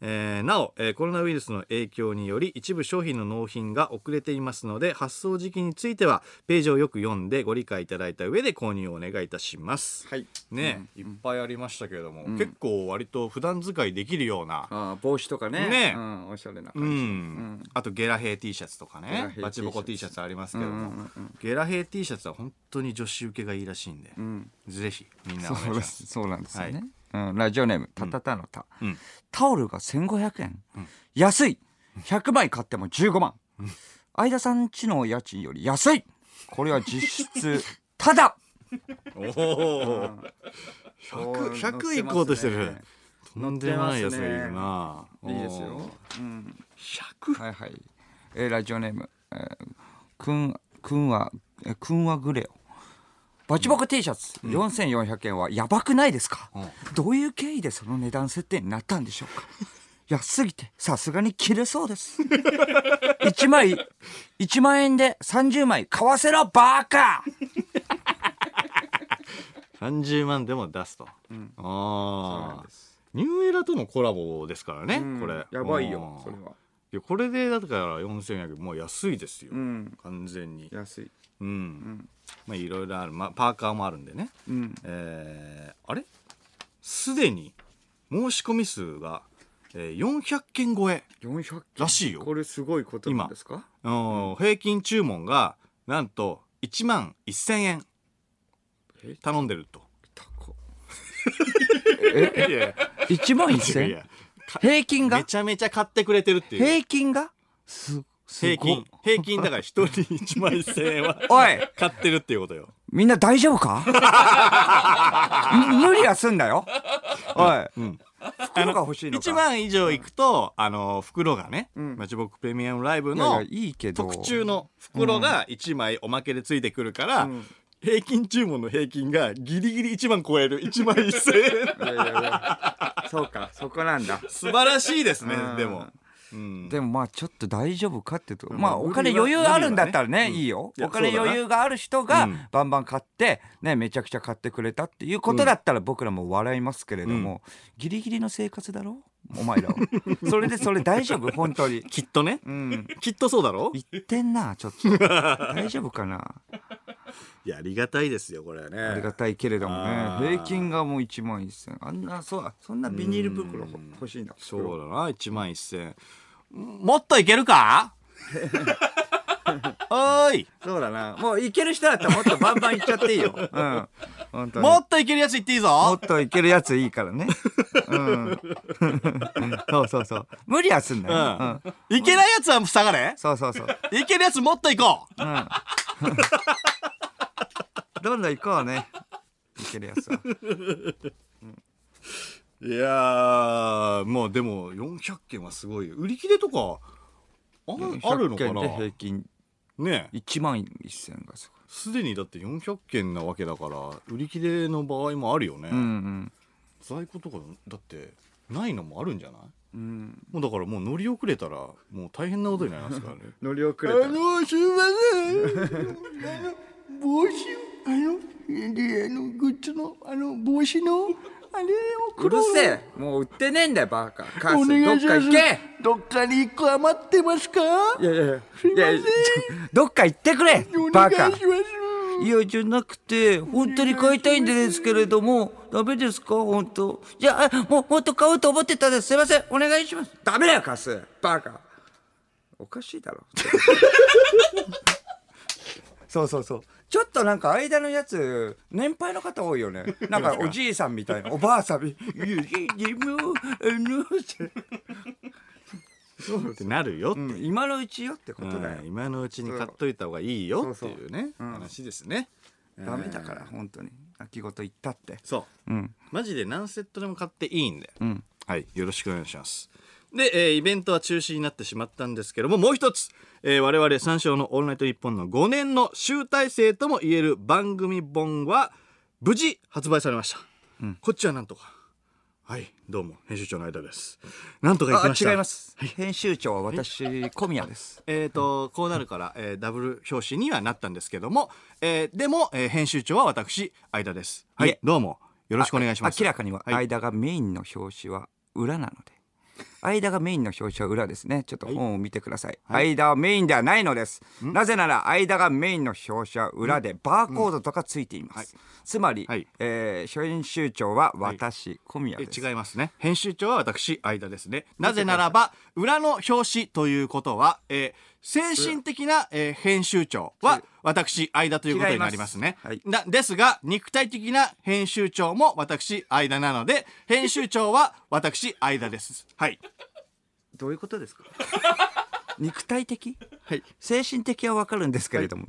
[SPEAKER 1] えーなお、えーコロナウイルスの影響により一部商品の納品が遅れていますので発送時期についてはページをよく読んでご理解いただいた上で購入をお願いいたします。 [LAUGHS]
[SPEAKER 2] はい
[SPEAKER 1] ね、いっぱいありましたけれども、結構割と普段使いできるような、
[SPEAKER 2] あー帽子とかね
[SPEAKER 1] ね
[SPEAKER 2] うん、おしゃれな
[SPEAKER 1] うん
[SPEAKER 2] 感じ、
[SPEAKER 1] あとゲラヘイ T シャツとか
[SPEAKER 2] ゲラヘイ
[SPEAKER 1] ね
[SPEAKER 2] T
[SPEAKER 1] バチボコ T シャツありますけども、ゲラヘイ T シャツは本当に女子受けがいいらしいんで、
[SPEAKER 2] ん
[SPEAKER 1] ぜひみんなお願いし
[SPEAKER 2] そう
[SPEAKER 1] ま。
[SPEAKER 2] ですす。そうなんですよね。うん、ラジオネーム、たたたのた。
[SPEAKER 1] うん
[SPEAKER 2] タオルが1500円。安い !100 枚買っても15万。相田さん家の家賃より安いこれは実質、ただ
[SPEAKER 1] おお、100 100いこうとしてる。とんでもないやつがいるな。
[SPEAKER 2] いいですよ。うん。はいはい。えーラジオネーム、えーくん、くんは、えーくんはグレオ。バチバカ T シャツ4400円はやばくないですか、
[SPEAKER 1] うん
[SPEAKER 2] どういう経緯でその値段設定になったんでしょうか [LAUGHS] 安すぎてさすがに切れそうです [LAUGHS] 1枚1万円で30枚買わせろバカ
[SPEAKER 1] 30万でも出すと、
[SPEAKER 2] そうな
[SPEAKER 1] あ
[SPEAKER 2] ん
[SPEAKER 1] あ
[SPEAKER 2] です
[SPEAKER 1] ニューエラとのコラボですからね、
[SPEAKER 2] うん
[SPEAKER 1] これ
[SPEAKER 2] やばい
[SPEAKER 1] うん
[SPEAKER 2] よそれはい
[SPEAKER 1] やこれでだから4400円もう安いですよ、
[SPEAKER 2] うん
[SPEAKER 1] 完全に
[SPEAKER 2] 安い
[SPEAKER 1] うん、まあいろいろある、まあ、パーカーもあるんでね
[SPEAKER 2] うん
[SPEAKER 1] えーあれすでに申し込み数が、えー400件超え
[SPEAKER 2] 400
[SPEAKER 1] らしいよ
[SPEAKER 2] これすごいことなんですか
[SPEAKER 1] うん平均注文がなんと1万1000円
[SPEAKER 2] え
[SPEAKER 1] 頼んでると
[SPEAKER 2] 高
[SPEAKER 1] いやいや
[SPEAKER 2] 1万
[SPEAKER 1] い
[SPEAKER 2] 1000
[SPEAKER 1] や
[SPEAKER 2] 平均
[SPEAKER 1] め
[SPEAKER 2] が
[SPEAKER 1] ちゃめちゃ買ってくれてるっていう
[SPEAKER 2] 平均がすすごい
[SPEAKER 1] 平均平均だから1人1万1000円は
[SPEAKER 2] おい
[SPEAKER 1] 買ってるっていうことよ
[SPEAKER 2] みんな大丈夫か [LAUGHS] ん無理はすんなよおい、
[SPEAKER 1] ん
[SPEAKER 2] 袋が欲しいのか
[SPEAKER 1] 1万以上いくと、あの袋がね、
[SPEAKER 2] うん
[SPEAKER 1] マッチボックプレミアムライブ
[SPEAKER 2] いやい
[SPEAKER 1] の
[SPEAKER 2] やいいけど
[SPEAKER 1] 特注の袋が1枚おまけでついてくるから、
[SPEAKER 2] うん
[SPEAKER 1] 平均注文の平均がギリギリ1万超える1万1000円
[SPEAKER 2] [LAUGHS] いやいやいやそうかそこなんだ
[SPEAKER 1] 素晴らしいですね
[SPEAKER 2] うん
[SPEAKER 1] でも、うん、
[SPEAKER 2] でもまあちょっと大丈夫かってと、
[SPEAKER 1] ん
[SPEAKER 2] まあお金余裕あるんだったら
[SPEAKER 1] 無理
[SPEAKER 2] ね
[SPEAKER 1] はね
[SPEAKER 2] いいよ
[SPEAKER 1] うんいや
[SPEAKER 2] お金
[SPEAKER 1] そうだな
[SPEAKER 2] 余裕がある人
[SPEAKER 1] う
[SPEAKER 2] が
[SPEAKER 1] ん
[SPEAKER 2] バンバン買ってねめちゃくちゃ買ってくれたっていうことだったら僕らも笑いますけれども、ギリギリの生活だろお前らはそれでそれ大丈夫本当に
[SPEAKER 1] きっとね
[SPEAKER 2] うん
[SPEAKER 1] [LAUGHS] きっとそうだろ
[SPEAKER 2] 言ってんなちょっ [LAUGHS] と大丈夫かない
[SPEAKER 1] やありがたいですよこれはね
[SPEAKER 2] ありがたいけれどもね
[SPEAKER 1] あー
[SPEAKER 2] 平均がもう1万1000あんなそうそんなビニール袋ほ欲しいな
[SPEAKER 1] そうだな1万1000もっといける [LAUGHS] かおーい
[SPEAKER 2] そうだなもういける人だったらもっとバンバンいっちゃっていいようん本当に
[SPEAKER 1] もっといけるやつ言っていい
[SPEAKER 2] も
[SPEAKER 1] ぞ
[SPEAKER 2] っといけるやついいからねうん [LAUGHS] そうそうそう無理はすんな
[SPEAKER 1] う
[SPEAKER 2] よ、
[SPEAKER 1] ん
[SPEAKER 2] うん、
[SPEAKER 1] いけないやつは下がれ
[SPEAKER 2] そうそうそう
[SPEAKER 1] いけるやつもっといこう
[SPEAKER 2] うん、どんどん行こうねいけるやつはい
[SPEAKER 1] やーもうでも400件はすごいよ売り切れとかああるのか
[SPEAKER 2] 100件で平
[SPEAKER 1] な
[SPEAKER 2] 均
[SPEAKER 1] ねえ
[SPEAKER 2] 1万1000がす
[SPEAKER 1] すでにだって400件なわけだから売り切れの場合もあるよね、
[SPEAKER 2] ごいうん
[SPEAKER 1] 在庫とかだってないのもあるんじゃない
[SPEAKER 2] うんうん
[SPEAKER 1] もうだからもう乗り遅れたらもう大変なことになりますからね
[SPEAKER 2] 乗り遅
[SPEAKER 1] あ
[SPEAKER 2] れた
[SPEAKER 1] のすいませんあの帽子あのであのグッズのあの帽子のあれを
[SPEAKER 2] う
[SPEAKER 1] く
[SPEAKER 2] るせえもう売ってねえんだよバカカ
[SPEAKER 1] お
[SPEAKER 2] ース
[SPEAKER 1] 願
[SPEAKER 2] ど
[SPEAKER 1] いし
[SPEAKER 2] っか
[SPEAKER 1] ます
[SPEAKER 2] 行け
[SPEAKER 1] どっかに一個余ってますか
[SPEAKER 2] いやいやいや
[SPEAKER 1] いません
[SPEAKER 2] いやどっか行ってくれ
[SPEAKER 1] お願
[SPEAKER 2] バ
[SPEAKER 1] いしま
[SPEAKER 2] カ
[SPEAKER 1] す
[SPEAKER 2] いやじゃなくて本当に買いたいんですけれどもダメですか本当じゃああもう本当買おうと思ってたんですすいませんお願いしますダメだよカスバカおかしいだろ [LAUGHS] そうそうそうちょっとなんか間のやつ年配の方多いよねなんかおじいさんみたい [LAUGHS] なおばあさんみたいな「いやでもあの」って
[SPEAKER 1] ってなるよって、
[SPEAKER 2] うん今のうちよってこ
[SPEAKER 1] う
[SPEAKER 2] とだよ
[SPEAKER 1] ん、今のうちに買っといた方がいいよっていうね
[SPEAKER 2] そうそううん
[SPEAKER 1] 話ですね、
[SPEAKER 2] ダメだから本当に泣き言言ったって
[SPEAKER 1] そう
[SPEAKER 2] うん
[SPEAKER 1] マジで何セットでも買っていいんで、
[SPEAKER 2] うん
[SPEAKER 1] はいよろしくお願いしますで、えーイベントは中止になってしまったんですけどももう一つ、えー我々三章の「オールナイトニッポン」の5年の集大成ともいえる番組本は無事発売されました、こっちはなんとかはいどうも編集長の間ですなんとか行き
[SPEAKER 2] あ
[SPEAKER 1] ました
[SPEAKER 2] 違います編集長は私小宮です
[SPEAKER 1] えー、とこうなるから、えーダブル表紙にはなったんですけども、えーでも、えー編集長は私相田ですはいい
[SPEAKER 2] え
[SPEAKER 1] どうもよろしくお願いします
[SPEAKER 2] 明らかには
[SPEAKER 1] はい
[SPEAKER 2] 間がメインの表紙は裏なので間がメインの表紙は裏ですねちょっと本を見てください、間はメインではないのですなぜなら間がメインの表紙は裏でバーコードとかついています、つまり、
[SPEAKER 1] はい
[SPEAKER 2] えー編集長は私、小宮
[SPEAKER 1] え
[SPEAKER 2] です
[SPEAKER 1] 違いますね編集長は私相田ですねなぜならば裏の表紙ということは、えー精神的な、えー編集長は私相田ということになりますね
[SPEAKER 2] 違い
[SPEAKER 1] なですが肉体的な編集長も私相田なので編集長は私相田です
[SPEAKER 2] [LAUGHS]
[SPEAKER 1] はい
[SPEAKER 2] どういうことですか [LAUGHS] 肉体的
[SPEAKER 1] はい
[SPEAKER 2] 精神的はわかるんですけれども、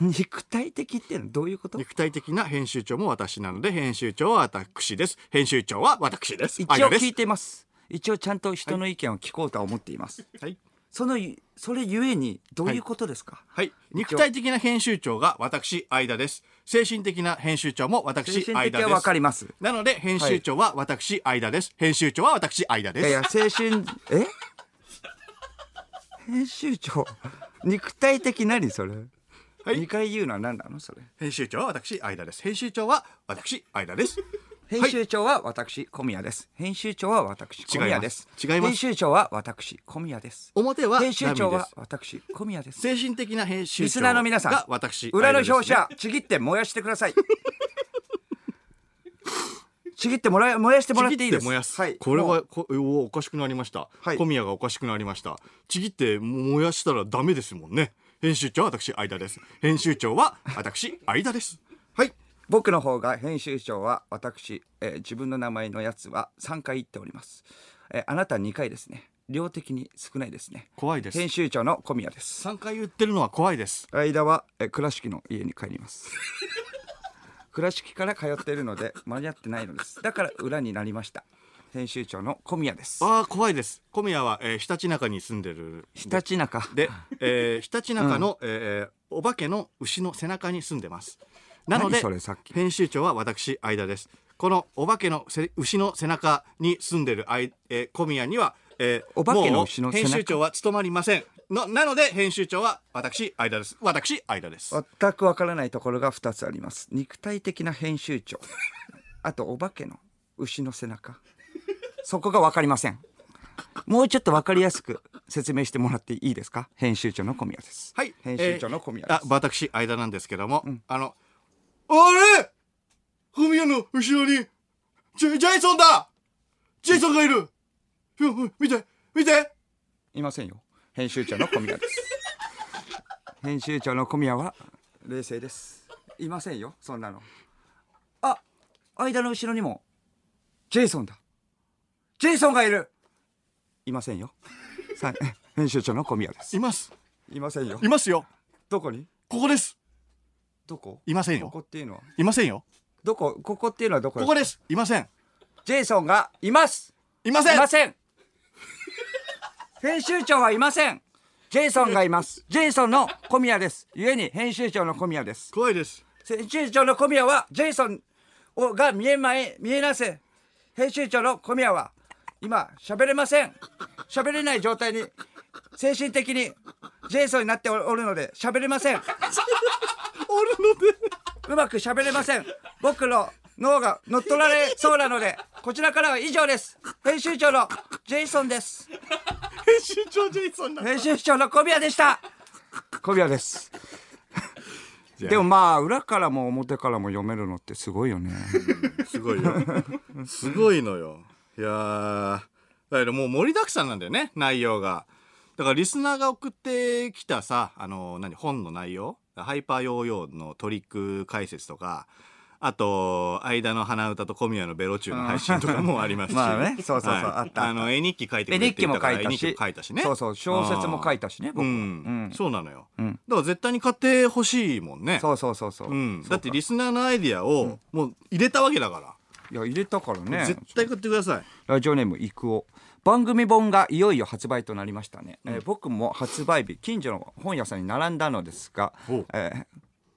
[SPEAKER 2] 肉体的ってのはどういうこと
[SPEAKER 1] 肉体的な編集長も私なので編集長は私です編集長は私です
[SPEAKER 2] 一
[SPEAKER 1] あ
[SPEAKER 2] 応
[SPEAKER 1] やです
[SPEAKER 2] 聞いています一応ちゃんと人の意見を聞こうとは思っています、
[SPEAKER 1] はい、
[SPEAKER 2] そのそれゆえにどういうことですか、
[SPEAKER 1] はい、肉体的な編集長が私相田です精神的な編集長も私
[SPEAKER 2] 精神
[SPEAKER 1] 間
[SPEAKER 2] 的は
[SPEAKER 1] で
[SPEAKER 2] わ
[SPEAKER 1] す
[SPEAKER 2] かります。
[SPEAKER 1] なので編集長は私間です、編集長は私間で
[SPEAKER 2] い
[SPEAKER 1] す
[SPEAKER 2] やいや、精神、え編集長、肉体的何それ、
[SPEAKER 1] はい
[SPEAKER 2] 二回言うのは何なのそれ。
[SPEAKER 1] 編集長は私間です編集長は私間
[SPEAKER 2] [LAUGHS]
[SPEAKER 1] です
[SPEAKER 2] 編集長は私、小宮です。編集長は私、小宮です。
[SPEAKER 1] 違います違います
[SPEAKER 2] 編集長は私、小宮です。
[SPEAKER 1] 表は
[SPEAKER 2] 編集長
[SPEAKER 1] ダミーで
[SPEAKER 2] は
[SPEAKER 1] す
[SPEAKER 2] 私、小宮です。
[SPEAKER 1] 精神的な編集長
[SPEAKER 2] リスナーの皆さん
[SPEAKER 1] が私
[SPEAKER 2] 裏の
[SPEAKER 1] 間ですね
[SPEAKER 2] 表紙はちぎって燃やしてください。 [LAUGHS] ちぎってもらえ燃やしてもらっ
[SPEAKER 1] ちぎ
[SPEAKER 2] ていい
[SPEAKER 1] って
[SPEAKER 2] です。
[SPEAKER 1] 燃やす、
[SPEAKER 2] はい、
[SPEAKER 1] これ
[SPEAKER 2] も
[SPEAKER 1] は
[SPEAKER 2] う
[SPEAKER 1] こおおかしくなりました、
[SPEAKER 2] はい
[SPEAKER 1] 小宮がおかしくなりましたちぎって燃やしたらダメですもんね編集長は私間です編集長は私間
[SPEAKER 2] [LAUGHS]
[SPEAKER 1] ですはい
[SPEAKER 2] 僕の方が編集長は私、えー自分の名前のやつは3回言っております。えーあなた2回ですね。量的に少ないですね。
[SPEAKER 1] 怖いです
[SPEAKER 2] 編集長の小宮です。
[SPEAKER 1] 3回言ってるのは怖いです
[SPEAKER 2] 間は、えー倉敷の家に帰ります。 [LAUGHS] 倉敷から通っているので間に合ってないのです。だから裏になりました。編集長の小宮です。
[SPEAKER 1] ああ怖いです小宮は、えー、ひたちなかに住んでる
[SPEAKER 2] ひたちなか。
[SPEAKER 1] で、えー、ひたちなかの、えーお化けの牛の背中に住んでますなので
[SPEAKER 2] 何それさっき
[SPEAKER 1] 編集長は私間ですこのお化けのせ牛の背中に住んでるあい、えー小宮には、えー
[SPEAKER 2] お化けの牛の
[SPEAKER 1] もう
[SPEAKER 2] 背中
[SPEAKER 1] 編集長は務まりませんのなので編集長は私間です私間です
[SPEAKER 2] 全くわからないところが2つあります肉体的な編集
[SPEAKER 1] [LAUGHS]
[SPEAKER 2] 長あとお化けの牛の背中そこがわかりませんもうちょっとわかりやすく説明してもらっていいですか編集長の小宮です
[SPEAKER 1] はい
[SPEAKER 2] 編集長の小宮
[SPEAKER 1] え
[SPEAKER 2] で
[SPEAKER 1] ーあ
[SPEAKER 2] す、
[SPEAKER 1] 私間なんですけども、あのあれ小宮の後ろにジェジェイソンだジェイソンがいるうんうん見て見て
[SPEAKER 2] いませんよ編集長の小
[SPEAKER 1] [LAUGHS]
[SPEAKER 2] 宮です編集長の小宮は冷静ですいませんよそんなのあ間の後ろにもジェイソンだジェイソンがいるいませんよさ編集長の小宮です
[SPEAKER 1] います
[SPEAKER 2] いませんよ
[SPEAKER 1] いますよ
[SPEAKER 2] どこに
[SPEAKER 1] ここです
[SPEAKER 2] どこ
[SPEAKER 1] いません
[SPEAKER 2] ここ
[SPEAKER 1] よ
[SPEAKER 2] っていうのはい
[SPEAKER 1] ませんよ
[SPEAKER 2] どこここっていうのはどこ
[SPEAKER 1] ここですいません
[SPEAKER 2] ジェイソンがいます
[SPEAKER 1] いません
[SPEAKER 2] いません編集長はいませんジェイソンがいますジェイソンの小宮です故に編集長の小宮です
[SPEAKER 1] 怖いです
[SPEAKER 2] 編集長の小宮はジェイソンをが見えまえ見えなせ編集長の小宮は今喋れません喋れない状態に精神的にジェイソンになっておるので喋れません
[SPEAKER 1] おるので
[SPEAKER 2] うまく喋れません僕の脳が乗っ取られそうなのでこちらからは以上です編集長のジェイソンです
[SPEAKER 1] 編集長ジェイソンだ
[SPEAKER 2] 編集長の小宮でした小宮ですでもまあ裏からも表からも読めるのってすごいよね
[SPEAKER 1] すごい
[SPEAKER 2] [LAUGHS]
[SPEAKER 1] よすごいのよいやーだからもう盛りだくさんなんだよね内容がだからリスナーが送ってきたさあの何本の内容ハイパーヨーヨーのトリック解説とかあと間の鼻歌と小宮のベロチューの配信とかもありますし
[SPEAKER 2] [LAUGHS] まあねそうそうそう
[SPEAKER 1] はい
[SPEAKER 2] あったあった
[SPEAKER 1] あの絵日記書いて
[SPEAKER 2] で
[SPEAKER 1] くれ
[SPEAKER 2] 日
[SPEAKER 1] って
[SPEAKER 2] 記
[SPEAKER 1] 言っ
[SPEAKER 2] も
[SPEAKER 1] たか
[SPEAKER 2] 書
[SPEAKER 1] ら
[SPEAKER 2] いたし
[SPEAKER 1] 絵日記も書いたしね
[SPEAKER 2] そうそう小説も書いたしね僕
[SPEAKER 1] う
[SPEAKER 2] は、
[SPEAKER 1] ん
[SPEAKER 2] うん
[SPEAKER 1] そうなのよ、だ
[SPEAKER 2] ん
[SPEAKER 1] から絶対に買ってほしいもんね
[SPEAKER 2] そうそうそうそう、
[SPEAKER 1] うん、
[SPEAKER 2] そう
[SPEAKER 1] だってリスナーのアイディアをもう入れたわけだから、
[SPEAKER 2] いや入れたからね
[SPEAKER 1] 絶対買ってください
[SPEAKER 2] ラジオネームいくお番組本がいよいよ発売となりましたね、えー僕も発売日近所の本屋さんに並んだのですが
[SPEAKER 1] ほう、
[SPEAKER 2] えー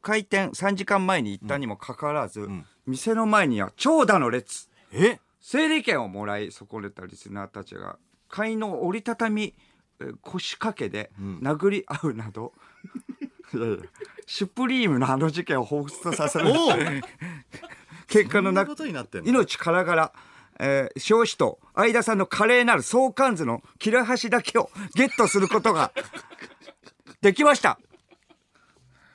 [SPEAKER 2] 開店3時間前に行ったにもかかわらず、店の前には長蛇の列
[SPEAKER 1] え
[SPEAKER 2] 整理券をもらい損ねたリスナーたちが買いの折りたたみえー腰掛けで殴り合うなど、いやいやシュプリームのあの事件を彷彿とさせる
[SPEAKER 1] おう
[SPEAKER 2] [LAUGHS] 結果
[SPEAKER 1] そ
[SPEAKER 2] の
[SPEAKER 1] んな
[SPEAKER 2] な
[SPEAKER 1] ことになってんの
[SPEAKER 2] 命からがら、えー、少子と相田さんの華麗なる相関図の切れ端だけをゲットすること [LAUGHS] ができました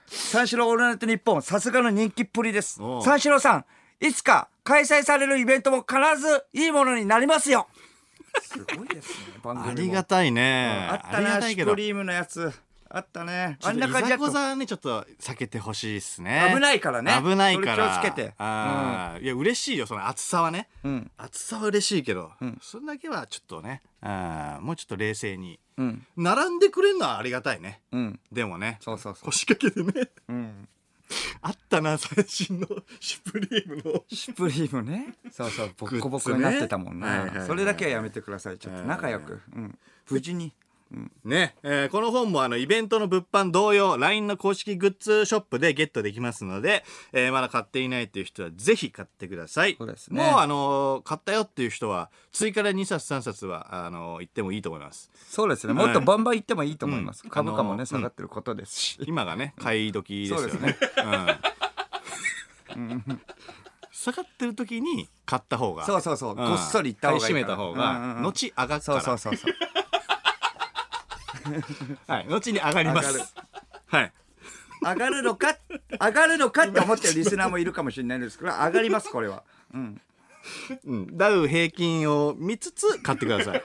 [SPEAKER 2] 三四郎オールナイトニッポンさすがの人気っぷりです
[SPEAKER 1] おう
[SPEAKER 2] 三四郎さんいつか開催されるイベントも必ずいいものになりますよすごいです [LAUGHS] ね番
[SPEAKER 1] ありがたいね
[SPEAKER 2] あった
[SPEAKER 1] りが
[SPEAKER 2] な
[SPEAKER 1] た
[SPEAKER 2] シ
[SPEAKER 1] い
[SPEAKER 2] ュ
[SPEAKER 1] け
[SPEAKER 2] プ
[SPEAKER 1] ど
[SPEAKER 2] リームのやつあったね
[SPEAKER 1] あ
[SPEAKER 2] あ
[SPEAKER 1] ん
[SPEAKER 2] ん
[SPEAKER 1] な
[SPEAKER 2] な
[SPEAKER 1] 感
[SPEAKER 2] 感
[SPEAKER 1] じ
[SPEAKER 2] じ
[SPEAKER 1] だといざ
[SPEAKER 2] だ
[SPEAKER 1] ことざはねちょっと避けてほしいですね
[SPEAKER 2] 危ないからね
[SPEAKER 1] 危ないから
[SPEAKER 2] それ気をつけて
[SPEAKER 1] あーいや嬉しいよその暑さはね、
[SPEAKER 2] ん
[SPEAKER 1] 暑さは嬉しいけど、それだけはちょっとねあーもうちょっと冷静に、
[SPEAKER 2] うん
[SPEAKER 1] 並んでくれるのはありがたいね
[SPEAKER 2] うん
[SPEAKER 1] でもね
[SPEAKER 2] そうそうそう
[SPEAKER 1] 腰掛けてね
[SPEAKER 2] うん
[SPEAKER 1] [LAUGHS] あったな最新のシュプリームの
[SPEAKER 2] シュプリーム
[SPEAKER 1] [LAUGHS]
[SPEAKER 2] ね。そうそう、ボッコボ
[SPEAKER 1] グッズ
[SPEAKER 2] コ
[SPEAKER 1] ね
[SPEAKER 2] になってたもんね
[SPEAKER 1] はいはいはい。
[SPEAKER 2] それだけはやめてください。ちょっと仲良く。うん無事に。
[SPEAKER 1] ね、えーこの本もあのイベントの物販同様 LINE の公式グッズショップでゲットできますので、えーまだ買っていないっていう人はぜひ買ってください
[SPEAKER 2] そうですね
[SPEAKER 1] もうあのー買ったよっていう人は追加で2冊3冊はあのー言ってもいいと思います
[SPEAKER 2] そうですねもっとバンバン行ってもいいと思います、
[SPEAKER 1] うん
[SPEAKER 2] 株価も
[SPEAKER 1] あの
[SPEAKER 2] ね下がってることですし、
[SPEAKER 1] 今が
[SPEAKER 2] [LAUGHS]
[SPEAKER 1] ね買い時ですよね
[SPEAKER 2] そうですね
[SPEAKER 1] うん下がってる時に買った方が
[SPEAKER 2] そうそうそう、
[SPEAKER 1] ん
[SPEAKER 2] ごっそり行った方がい
[SPEAKER 1] 買
[SPEAKER 2] い
[SPEAKER 1] い占めた方が、
[SPEAKER 2] うんうんうん
[SPEAKER 1] 後上がっ
[SPEAKER 2] そう
[SPEAKER 1] か
[SPEAKER 2] そう
[SPEAKER 1] ら
[SPEAKER 2] そうそう
[SPEAKER 1] はい後に上がりま
[SPEAKER 2] 上がる
[SPEAKER 1] す [LAUGHS] はい
[SPEAKER 2] 上がるのか上がるのかって思ってるリスナーもいるかもしれないですけど上がりますこれは、うん、
[SPEAKER 1] うん、ダウ平均を見つつ買ってくだ
[SPEAKER 2] [LAUGHS]
[SPEAKER 1] さい。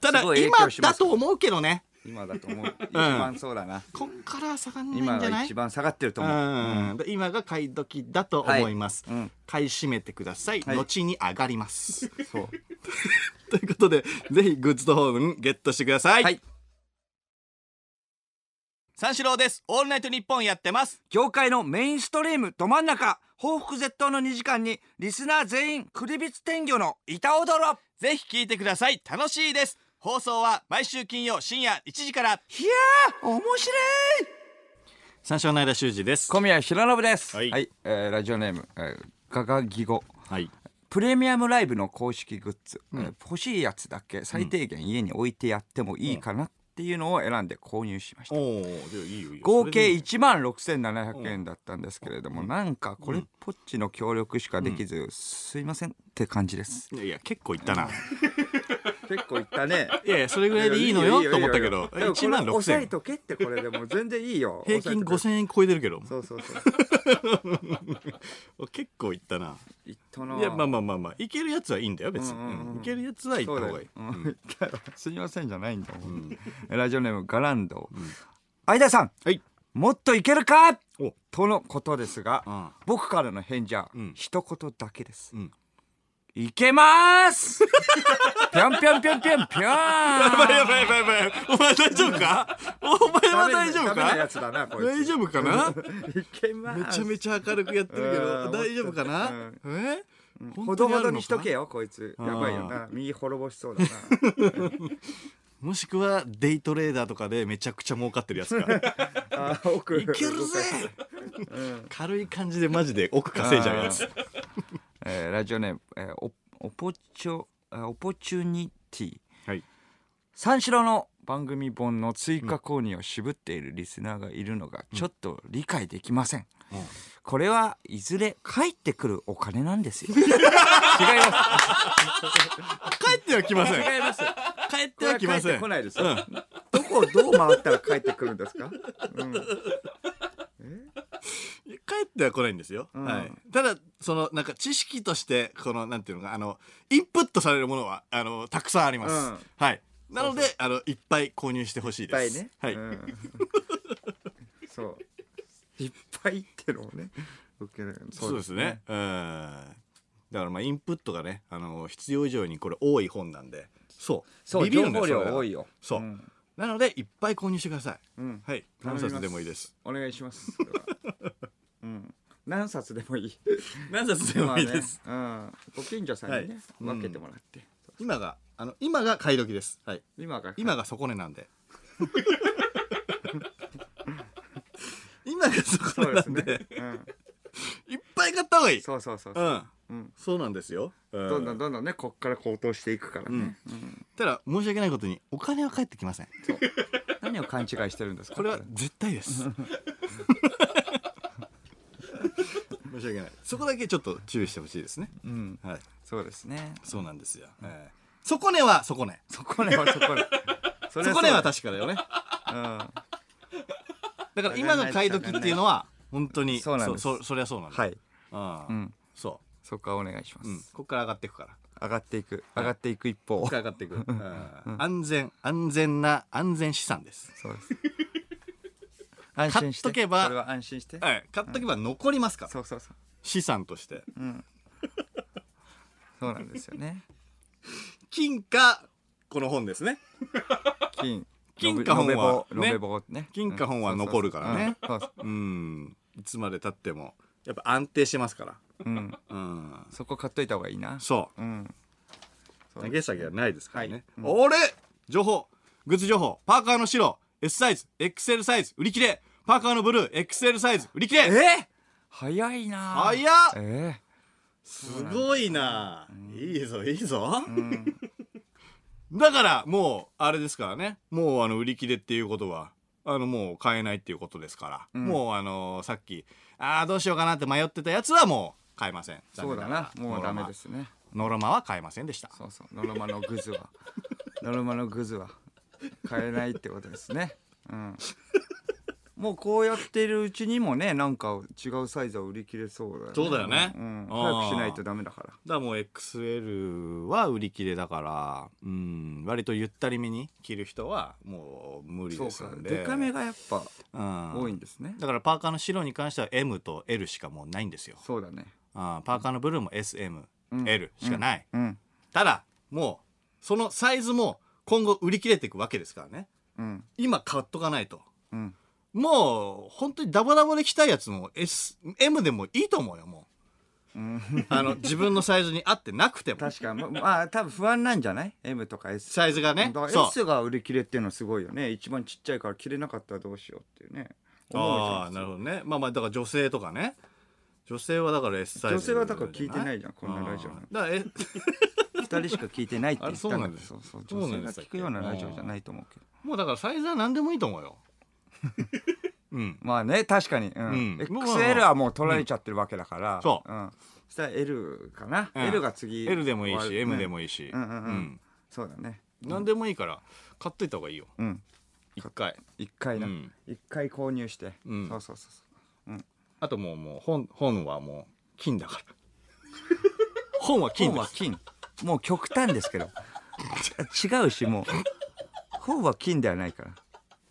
[SPEAKER 1] ただ
[SPEAKER 2] すごい影
[SPEAKER 1] 今
[SPEAKER 2] 響しま
[SPEAKER 1] だ
[SPEAKER 2] す
[SPEAKER 1] と思うけどね。
[SPEAKER 2] 今だと思う一番そうだな、
[SPEAKER 1] こっから下がんない
[SPEAKER 2] 今
[SPEAKER 1] んじゃ
[SPEAKER 2] が
[SPEAKER 1] ない
[SPEAKER 2] 一？番下がってると思う、
[SPEAKER 1] うん、今が買い時だと思います、
[SPEAKER 2] はいうん
[SPEAKER 1] 買い占めてください、
[SPEAKER 2] はい
[SPEAKER 1] 後に上がります [LAUGHS]
[SPEAKER 2] そう
[SPEAKER 1] ということでぜひグッズとホームゲットしてください、
[SPEAKER 2] はい
[SPEAKER 1] 三四郎ですオールナイトニッポンやってます
[SPEAKER 2] 業界のメインストリームど真ん中報復絶倒の2時間にリスナー全員クリビツ天魚の板踊ろ
[SPEAKER 1] ぜひ聞いてください楽しいです放送は毎週金曜深夜1時から
[SPEAKER 2] いやー面白い
[SPEAKER 1] 三四郎の間修二です
[SPEAKER 2] 小宮弘信です
[SPEAKER 1] はい
[SPEAKER 2] えーラジオネーム、えーガガギゴ
[SPEAKER 1] はい
[SPEAKER 2] プレミアムライブの公式グッズ、えー欲しいやつだけ最低限家に置いてやってもいいかなっていうのを選んで購入しました、
[SPEAKER 1] おおいいよいいよ
[SPEAKER 2] 合計1万6700円だったんですけれども、なんかこれっぽっちの協力しかできず、すいませんって感じです
[SPEAKER 1] いやいや結構いったな
[SPEAKER 2] 結構いったね
[SPEAKER 1] いやいやそれぐらいでいいのよと思ったけど1万6000
[SPEAKER 2] 抑えとけってこれでもう全然いいよ
[SPEAKER 1] 平均5000
[SPEAKER 2] 抑
[SPEAKER 1] 円超えてるけど
[SPEAKER 2] えとけそうそうそう
[SPEAKER 1] 結構いったない
[SPEAKER 2] ったない
[SPEAKER 1] やまあまあまあまあいけるやつはいいんだよ別に、
[SPEAKER 2] うんうんうん
[SPEAKER 1] うんいけるやつはいった
[SPEAKER 2] そう
[SPEAKER 1] 方
[SPEAKER 2] だ
[SPEAKER 1] が
[SPEAKER 2] よ
[SPEAKER 1] いい、
[SPEAKER 2] うん言ったよすみませんじゃないんだもん、ラジオネームガランド、相田さん
[SPEAKER 1] はい
[SPEAKER 2] もっといけるか
[SPEAKER 1] お
[SPEAKER 2] とのことですが、
[SPEAKER 1] うん
[SPEAKER 2] 僕からの返事は
[SPEAKER 1] うん
[SPEAKER 2] 一言だけです、
[SPEAKER 1] うん
[SPEAKER 2] いけます [LAUGHS] ぴょんぴょんぴょんぴょんぴょん
[SPEAKER 1] やばいやばいやばいやばいお前大丈夫かお前は大丈夫か
[SPEAKER 2] だなこ
[SPEAKER 1] 大丈夫かなめ
[SPEAKER 2] 夫いけます
[SPEAKER 1] ちゃめちゃ明るくやってるけ
[SPEAKER 2] う
[SPEAKER 1] ど
[SPEAKER 2] ん
[SPEAKER 1] 大丈夫かな、え
[SPEAKER 2] ほ
[SPEAKER 1] 本当
[SPEAKER 2] ど
[SPEAKER 1] にあ
[SPEAKER 2] ほ
[SPEAKER 1] る
[SPEAKER 2] ど
[SPEAKER 1] の
[SPEAKER 2] にしと
[SPEAKER 1] か
[SPEAKER 2] けよこいつ
[SPEAKER 1] あー
[SPEAKER 2] やばいよな身滅ぼしそうだな
[SPEAKER 1] もしくはデイトレーダーとかでめちゃくちゃ儲かってるやつか
[SPEAKER 2] あー奥
[SPEAKER 1] いけるぜ、軽い感じでマジで奥稼いじゃうやつ
[SPEAKER 2] えーラジオネーム、えーオオポチョあオポチュニティ
[SPEAKER 1] はい
[SPEAKER 2] 三四郎の番組本の追加購入を渋っているリスナーがいるのがちょっと理解できません、
[SPEAKER 1] うん
[SPEAKER 2] これはいずれ返ってくるお金なんです
[SPEAKER 1] [LAUGHS]
[SPEAKER 2] よ違いま
[SPEAKER 1] 帰ってはきますせん
[SPEAKER 2] 違います
[SPEAKER 1] 帰っ
[SPEAKER 2] こ
[SPEAKER 1] て
[SPEAKER 2] れ
[SPEAKER 1] は
[SPEAKER 2] は
[SPEAKER 1] き
[SPEAKER 2] 返
[SPEAKER 1] ま
[SPEAKER 2] っ
[SPEAKER 1] せ
[SPEAKER 2] て
[SPEAKER 1] ん
[SPEAKER 2] こないですよ、どこをどう回ったら返ってくるんですか、うん
[SPEAKER 1] 帰っては来ないんですよ、
[SPEAKER 2] うん
[SPEAKER 1] はい、ただそのなんか知識としてこのなんていうのかあのインプットされるものはあのたくさんあります、
[SPEAKER 2] うん
[SPEAKER 1] はいなのであのいっぱい購入してほしい
[SPEAKER 2] いっぱ
[SPEAKER 1] で
[SPEAKER 2] い
[SPEAKER 1] す
[SPEAKER 2] ね、
[SPEAKER 1] はい、
[SPEAKER 2] うん、そういっぱいってのをね受ける
[SPEAKER 1] そうですねうんだからまあインプットがねあの必要以上にこれ多い本なんでそう
[SPEAKER 2] そう
[SPEAKER 1] ビビるんだ
[SPEAKER 2] 情
[SPEAKER 1] そ
[SPEAKER 2] 報量
[SPEAKER 1] れは
[SPEAKER 2] 多いよ
[SPEAKER 1] そう、
[SPEAKER 2] うん
[SPEAKER 1] なのでいっぱい購入してください、
[SPEAKER 2] うん
[SPEAKER 1] はい
[SPEAKER 2] 頼み
[SPEAKER 1] 何
[SPEAKER 2] ます
[SPEAKER 1] 冊でもいいです
[SPEAKER 2] お願いし [LAUGHS] ますそれはうん何冊でもいい
[SPEAKER 1] 何冊でもいいです、
[SPEAKER 2] まあね [LAUGHS] うん、ご近所さんにね、
[SPEAKER 1] はい
[SPEAKER 2] 分けてもらって、
[SPEAKER 1] 今があの今が買い時ですはい
[SPEAKER 2] 今が
[SPEAKER 1] 今が底値なん
[SPEAKER 2] [LAUGHS]
[SPEAKER 1] で今が底
[SPEAKER 2] そ
[SPEAKER 1] 値
[SPEAKER 2] うで
[SPEAKER 1] な
[SPEAKER 2] す
[SPEAKER 1] ん
[SPEAKER 2] ね
[SPEAKER 1] で
[SPEAKER 2] うん、
[SPEAKER 1] いっぱい買った方がいい
[SPEAKER 2] そうそうそう
[SPEAKER 1] う
[SPEAKER 2] そう、
[SPEAKER 1] ん
[SPEAKER 2] うん
[SPEAKER 1] そうなんですよ、うん
[SPEAKER 2] どんどんどんどんねこっから高騰していくからね、うん
[SPEAKER 1] ただ申し訳ないことにお金は返ってきません
[SPEAKER 2] 何を勘違いしてるんですか
[SPEAKER 1] これは絶対です
[SPEAKER 2] [LAUGHS]
[SPEAKER 1] 申し訳ないそこだけちょっと注意してほしいですね
[SPEAKER 2] うん
[SPEAKER 1] はい
[SPEAKER 2] そうですね
[SPEAKER 1] そうなんですよ、えー、底値は底値
[SPEAKER 2] そこ [LAUGHS] ねはそこねそ
[SPEAKER 1] 底値は確かだよね
[SPEAKER 2] かに、
[SPEAKER 1] だから今が買い時っていうのは本当に
[SPEAKER 2] そうなんです
[SPEAKER 1] そそそりゃそうなん
[SPEAKER 2] うん、
[SPEAKER 1] だ、、
[SPEAKER 2] はいい
[SPEAKER 1] ああ、
[SPEAKER 2] うん
[SPEAKER 1] そ
[SPEAKER 2] そこはお願いしま
[SPEAKER 1] う、
[SPEAKER 2] す、
[SPEAKER 1] うん、こっから上がっていくから
[SPEAKER 2] 上がっていく上がっていく一方
[SPEAKER 1] 上がってい
[SPEAKER 2] [LAUGHS]
[SPEAKER 1] く、安全安全な安全資産です
[SPEAKER 2] そうです [LAUGHS] 安心して
[SPEAKER 1] 買っとけば
[SPEAKER 2] それは安心して、
[SPEAKER 1] はい買っとけば残りますから、
[SPEAKER 2] そうそうそう
[SPEAKER 1] 資産として [LAUGHS]
[SPEAKER 2] そうなんですよね
[SPEAKER 1] 金かこの本ですね
[SPEAKER 2] 金
[SPEAKER 1] 金貨本は
[SPEAKER 2] ロベボね
[SPEAKER 1] 金貨本は残るからね
[SPEAKER 2] うんそうそう
[SPEAKER 1] うんいつまで経ってもやっぱ安定してますから
[SPEAKER 2] うんうん
[SPEAKER 1] うん
[SPEAKER 2] そこ買っといた方がいいな
[SPEAKER 1] そ
[SPEAKER 2] うん
[SPEAKER 1] う投げ下げはないですからね、
[SPEAKER 2] はい
[SPEAKER 1] あれ情報グッズ情報、パーカーの白、S サイズ、XL サイズ、売り切れ。パーカーのブルー、XL サイズ、売り切れ。
[SPEAKER 2] え早いな
[SPEAKER 1] 早
[SPEAKER 2] っ
[SPEAKER 1] っ
[SPEAKER 2] え
[SPEAKER 1] すごいな。いいぞ、いいぞ。だから、もう、あれですからね。もう、あの、売り切れっていうことは、あの、もう買えないっていうことですから。もう、あの、さっき、ああ、どうしようかなって迷ってたやつはもう、買えません。。
[SPEAKER 2] ーそうだなもうダメですすね
[SPEAKER 1] ノロマは買えませんでした。
[SPEAKER 2] そうそうノルマのグズは [LAUGHS] ノルマのグズは買えないってことですねうんもうこうやってるうちにもねなんか違うサイズは売り切れそうだよね
[SPEAKER 1] そうだよね
[SPEAKER 2] うん、
[SPEAKER 1] あー
[SPEAKER 2] 早くしないとダメだから
[SPEAKER 1] だからもう XL は売り切れだから、うん、割とゆったりめに着る人はもう無理
[SPEAKER 2] そう
[SPEAKER 1] です
[SPEAKER 2] か
[SPEAKER 1] んで
[SPEAKER 2] デカめがやっぱ
[SPEAKER 1] うん、
[SPEAKER 2] 多いんですね
[SPEAKER 1] だからパーカーの白に関しては M と L しかもうないんですよ、
[SPEAKER 2] そうだね
[SPEAKER 1] あーパーカーのブルーも SML しかない、
[SPEAKER 2] うん
[SPEAKER 1] ただもうそのサイズも今後売り切れていくわけですからね
[SPEAKER 2] うん
[SPEAKER 1] 今買っとかないと
[SPEAKER 2] うん
[SPEAKER 1] もう本当にダボダボで着たいやつも S M でもいいと思うよも
[SPEAKER 2] う
[SPEAKER 1] うんあの自分のサイズに合ってなくても
[SPEAKER 2] 確かま [LAUGHS] まあ多分不安なんじゃない M とか S
[SPEAKER 1] サイズがね
[SPEAKER 2] だから
[SPEAKER 1] そう
[SPEAKER 2] S が売り切れっていうのすごいよね一番ちっちゃいから切れなかったらどうしようっていうね
[SPEAKER 1] ああ
[SPEAKER 2] 思う
[SPEAKER 1] ー
[SPEAKER 2] じ
[SPEAKER 1] な
[SPEAKER 2] ゃ
[SPEAKER 1] る
[SPEAKER 2] ん
[SPEAKER 1] ほどねまあまあだから女性とかね女性はだから S サイズ
[SPEAKER 2] 女性はだから聞いてないじゃんこんなラジオ
[SPEAKER 1] あーだからえ
[SPEAKER 2] 二人しか聞いてないって言ったんだけど
[SPEAKER 1] あ
[SPEAKER 2] そうそう
[SPEAKER 1] そうなん
[SPEAKER 2] 女性
[SPEAKER 1] で
[SPEAKER 2] が
[SPEAKER 1] す
[SPEAKER 2] 聞くようなラジオじゃないと思うけど
[SPEAKER 1] もうだからサイズは何でもいいと思う
[SPEAKER 2] [LAUGHS]
[SPEAKER 1] ようん
[SPEAKER 2] まあね確かに、うん
[SPEAKER 1] うん
[SPEAKER 2] XL はもう取られちゃってるわけだから、、
[SPEAKER 1] んそう
[SPEAKER 2] ん、そしたら L かな、
[SPEAKER 1] うん
[SPEAKER 2] L が次
[SPEAKER 1] L でもいいし、
[SPEAKER 2] ね
[SPEAKER 1] M でもいいし、
[SPEAKER 2] うんうんうん、そうだね
[SPEAKER 1] うん何でもいいから買っといた方がいいよ
[SPEAKER 2] うん
[SPEAKER 1] 一回
[SPEAKER 2] 一回な、
[SPEAKER 1] うん
[SPEAKER 2] 一回購入して、
[SPEAKER 1] うん
[SPEAKER 2] そうそうそうそう
[SPEAKER 1] あともうもう本本はもう金
[SPEAKER 2] [LAUGHS]
[SPEAKER 1] だから本は金
[SPEAKER 2] 本
[SPEAKER 1] で
[SPEAKER 2] は
[SPEAKER 1] す
[SPEAKER 2] 金もう極端で
[SPEAKER 1] [LAUGHS]
[SPEAKER 2] すけど違うしもう本は金ではないから、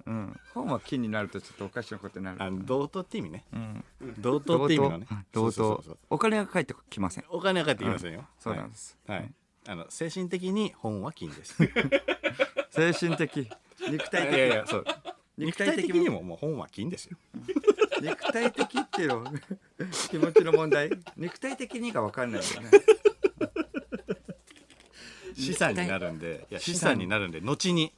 [SPEAKER 2] うん、本は金になるとちょっとおかしなことになる
[SPEAKER 1] あの同等って意味ね、
[SPEAKER 2] ん
[SPEAKER 1] 同等って意味のね
[SPEAKER 2] 同
[SPEAKER 1] そうそう
[SPEAKER 2] 等
[SPEAKER 1] そうそう
[SPEAKER 2] お金が返ってきません
[SPEAKER 1] お金は返ってきませんよ、
[SPEAKER 2] そうなんです
[SPEAKER 1] はい、はいあの精神的に本は金
[SPEAKER 2] [LAUGHS]
[SPEAKER 1] です
[SPEAKER 2] 精神的肉体的
[SPEAKER 1] いやいやそう肉
[SPEAKER 2] 肉
[SPEAKER 1] 体
[SPEAKER 2] 体
[SPEAKER 1] 的
[SPEAKER 2] 的
[SPEAKER 1] に
[SPEAKER 2] に
[SPEAKER 1] ももう本は金ですよ
[SPEAKER 2] 肉体的っていうの [LAUGHS] 気持ちの問題肉体的にが分かんないよね
[SPEAKER 1] 資産になるんでいや
[SPEAKER 2] 資
[SPEAKER 1] 資
[SPEAKER 2] 産
[SPEAKER 1] 産になるんで後に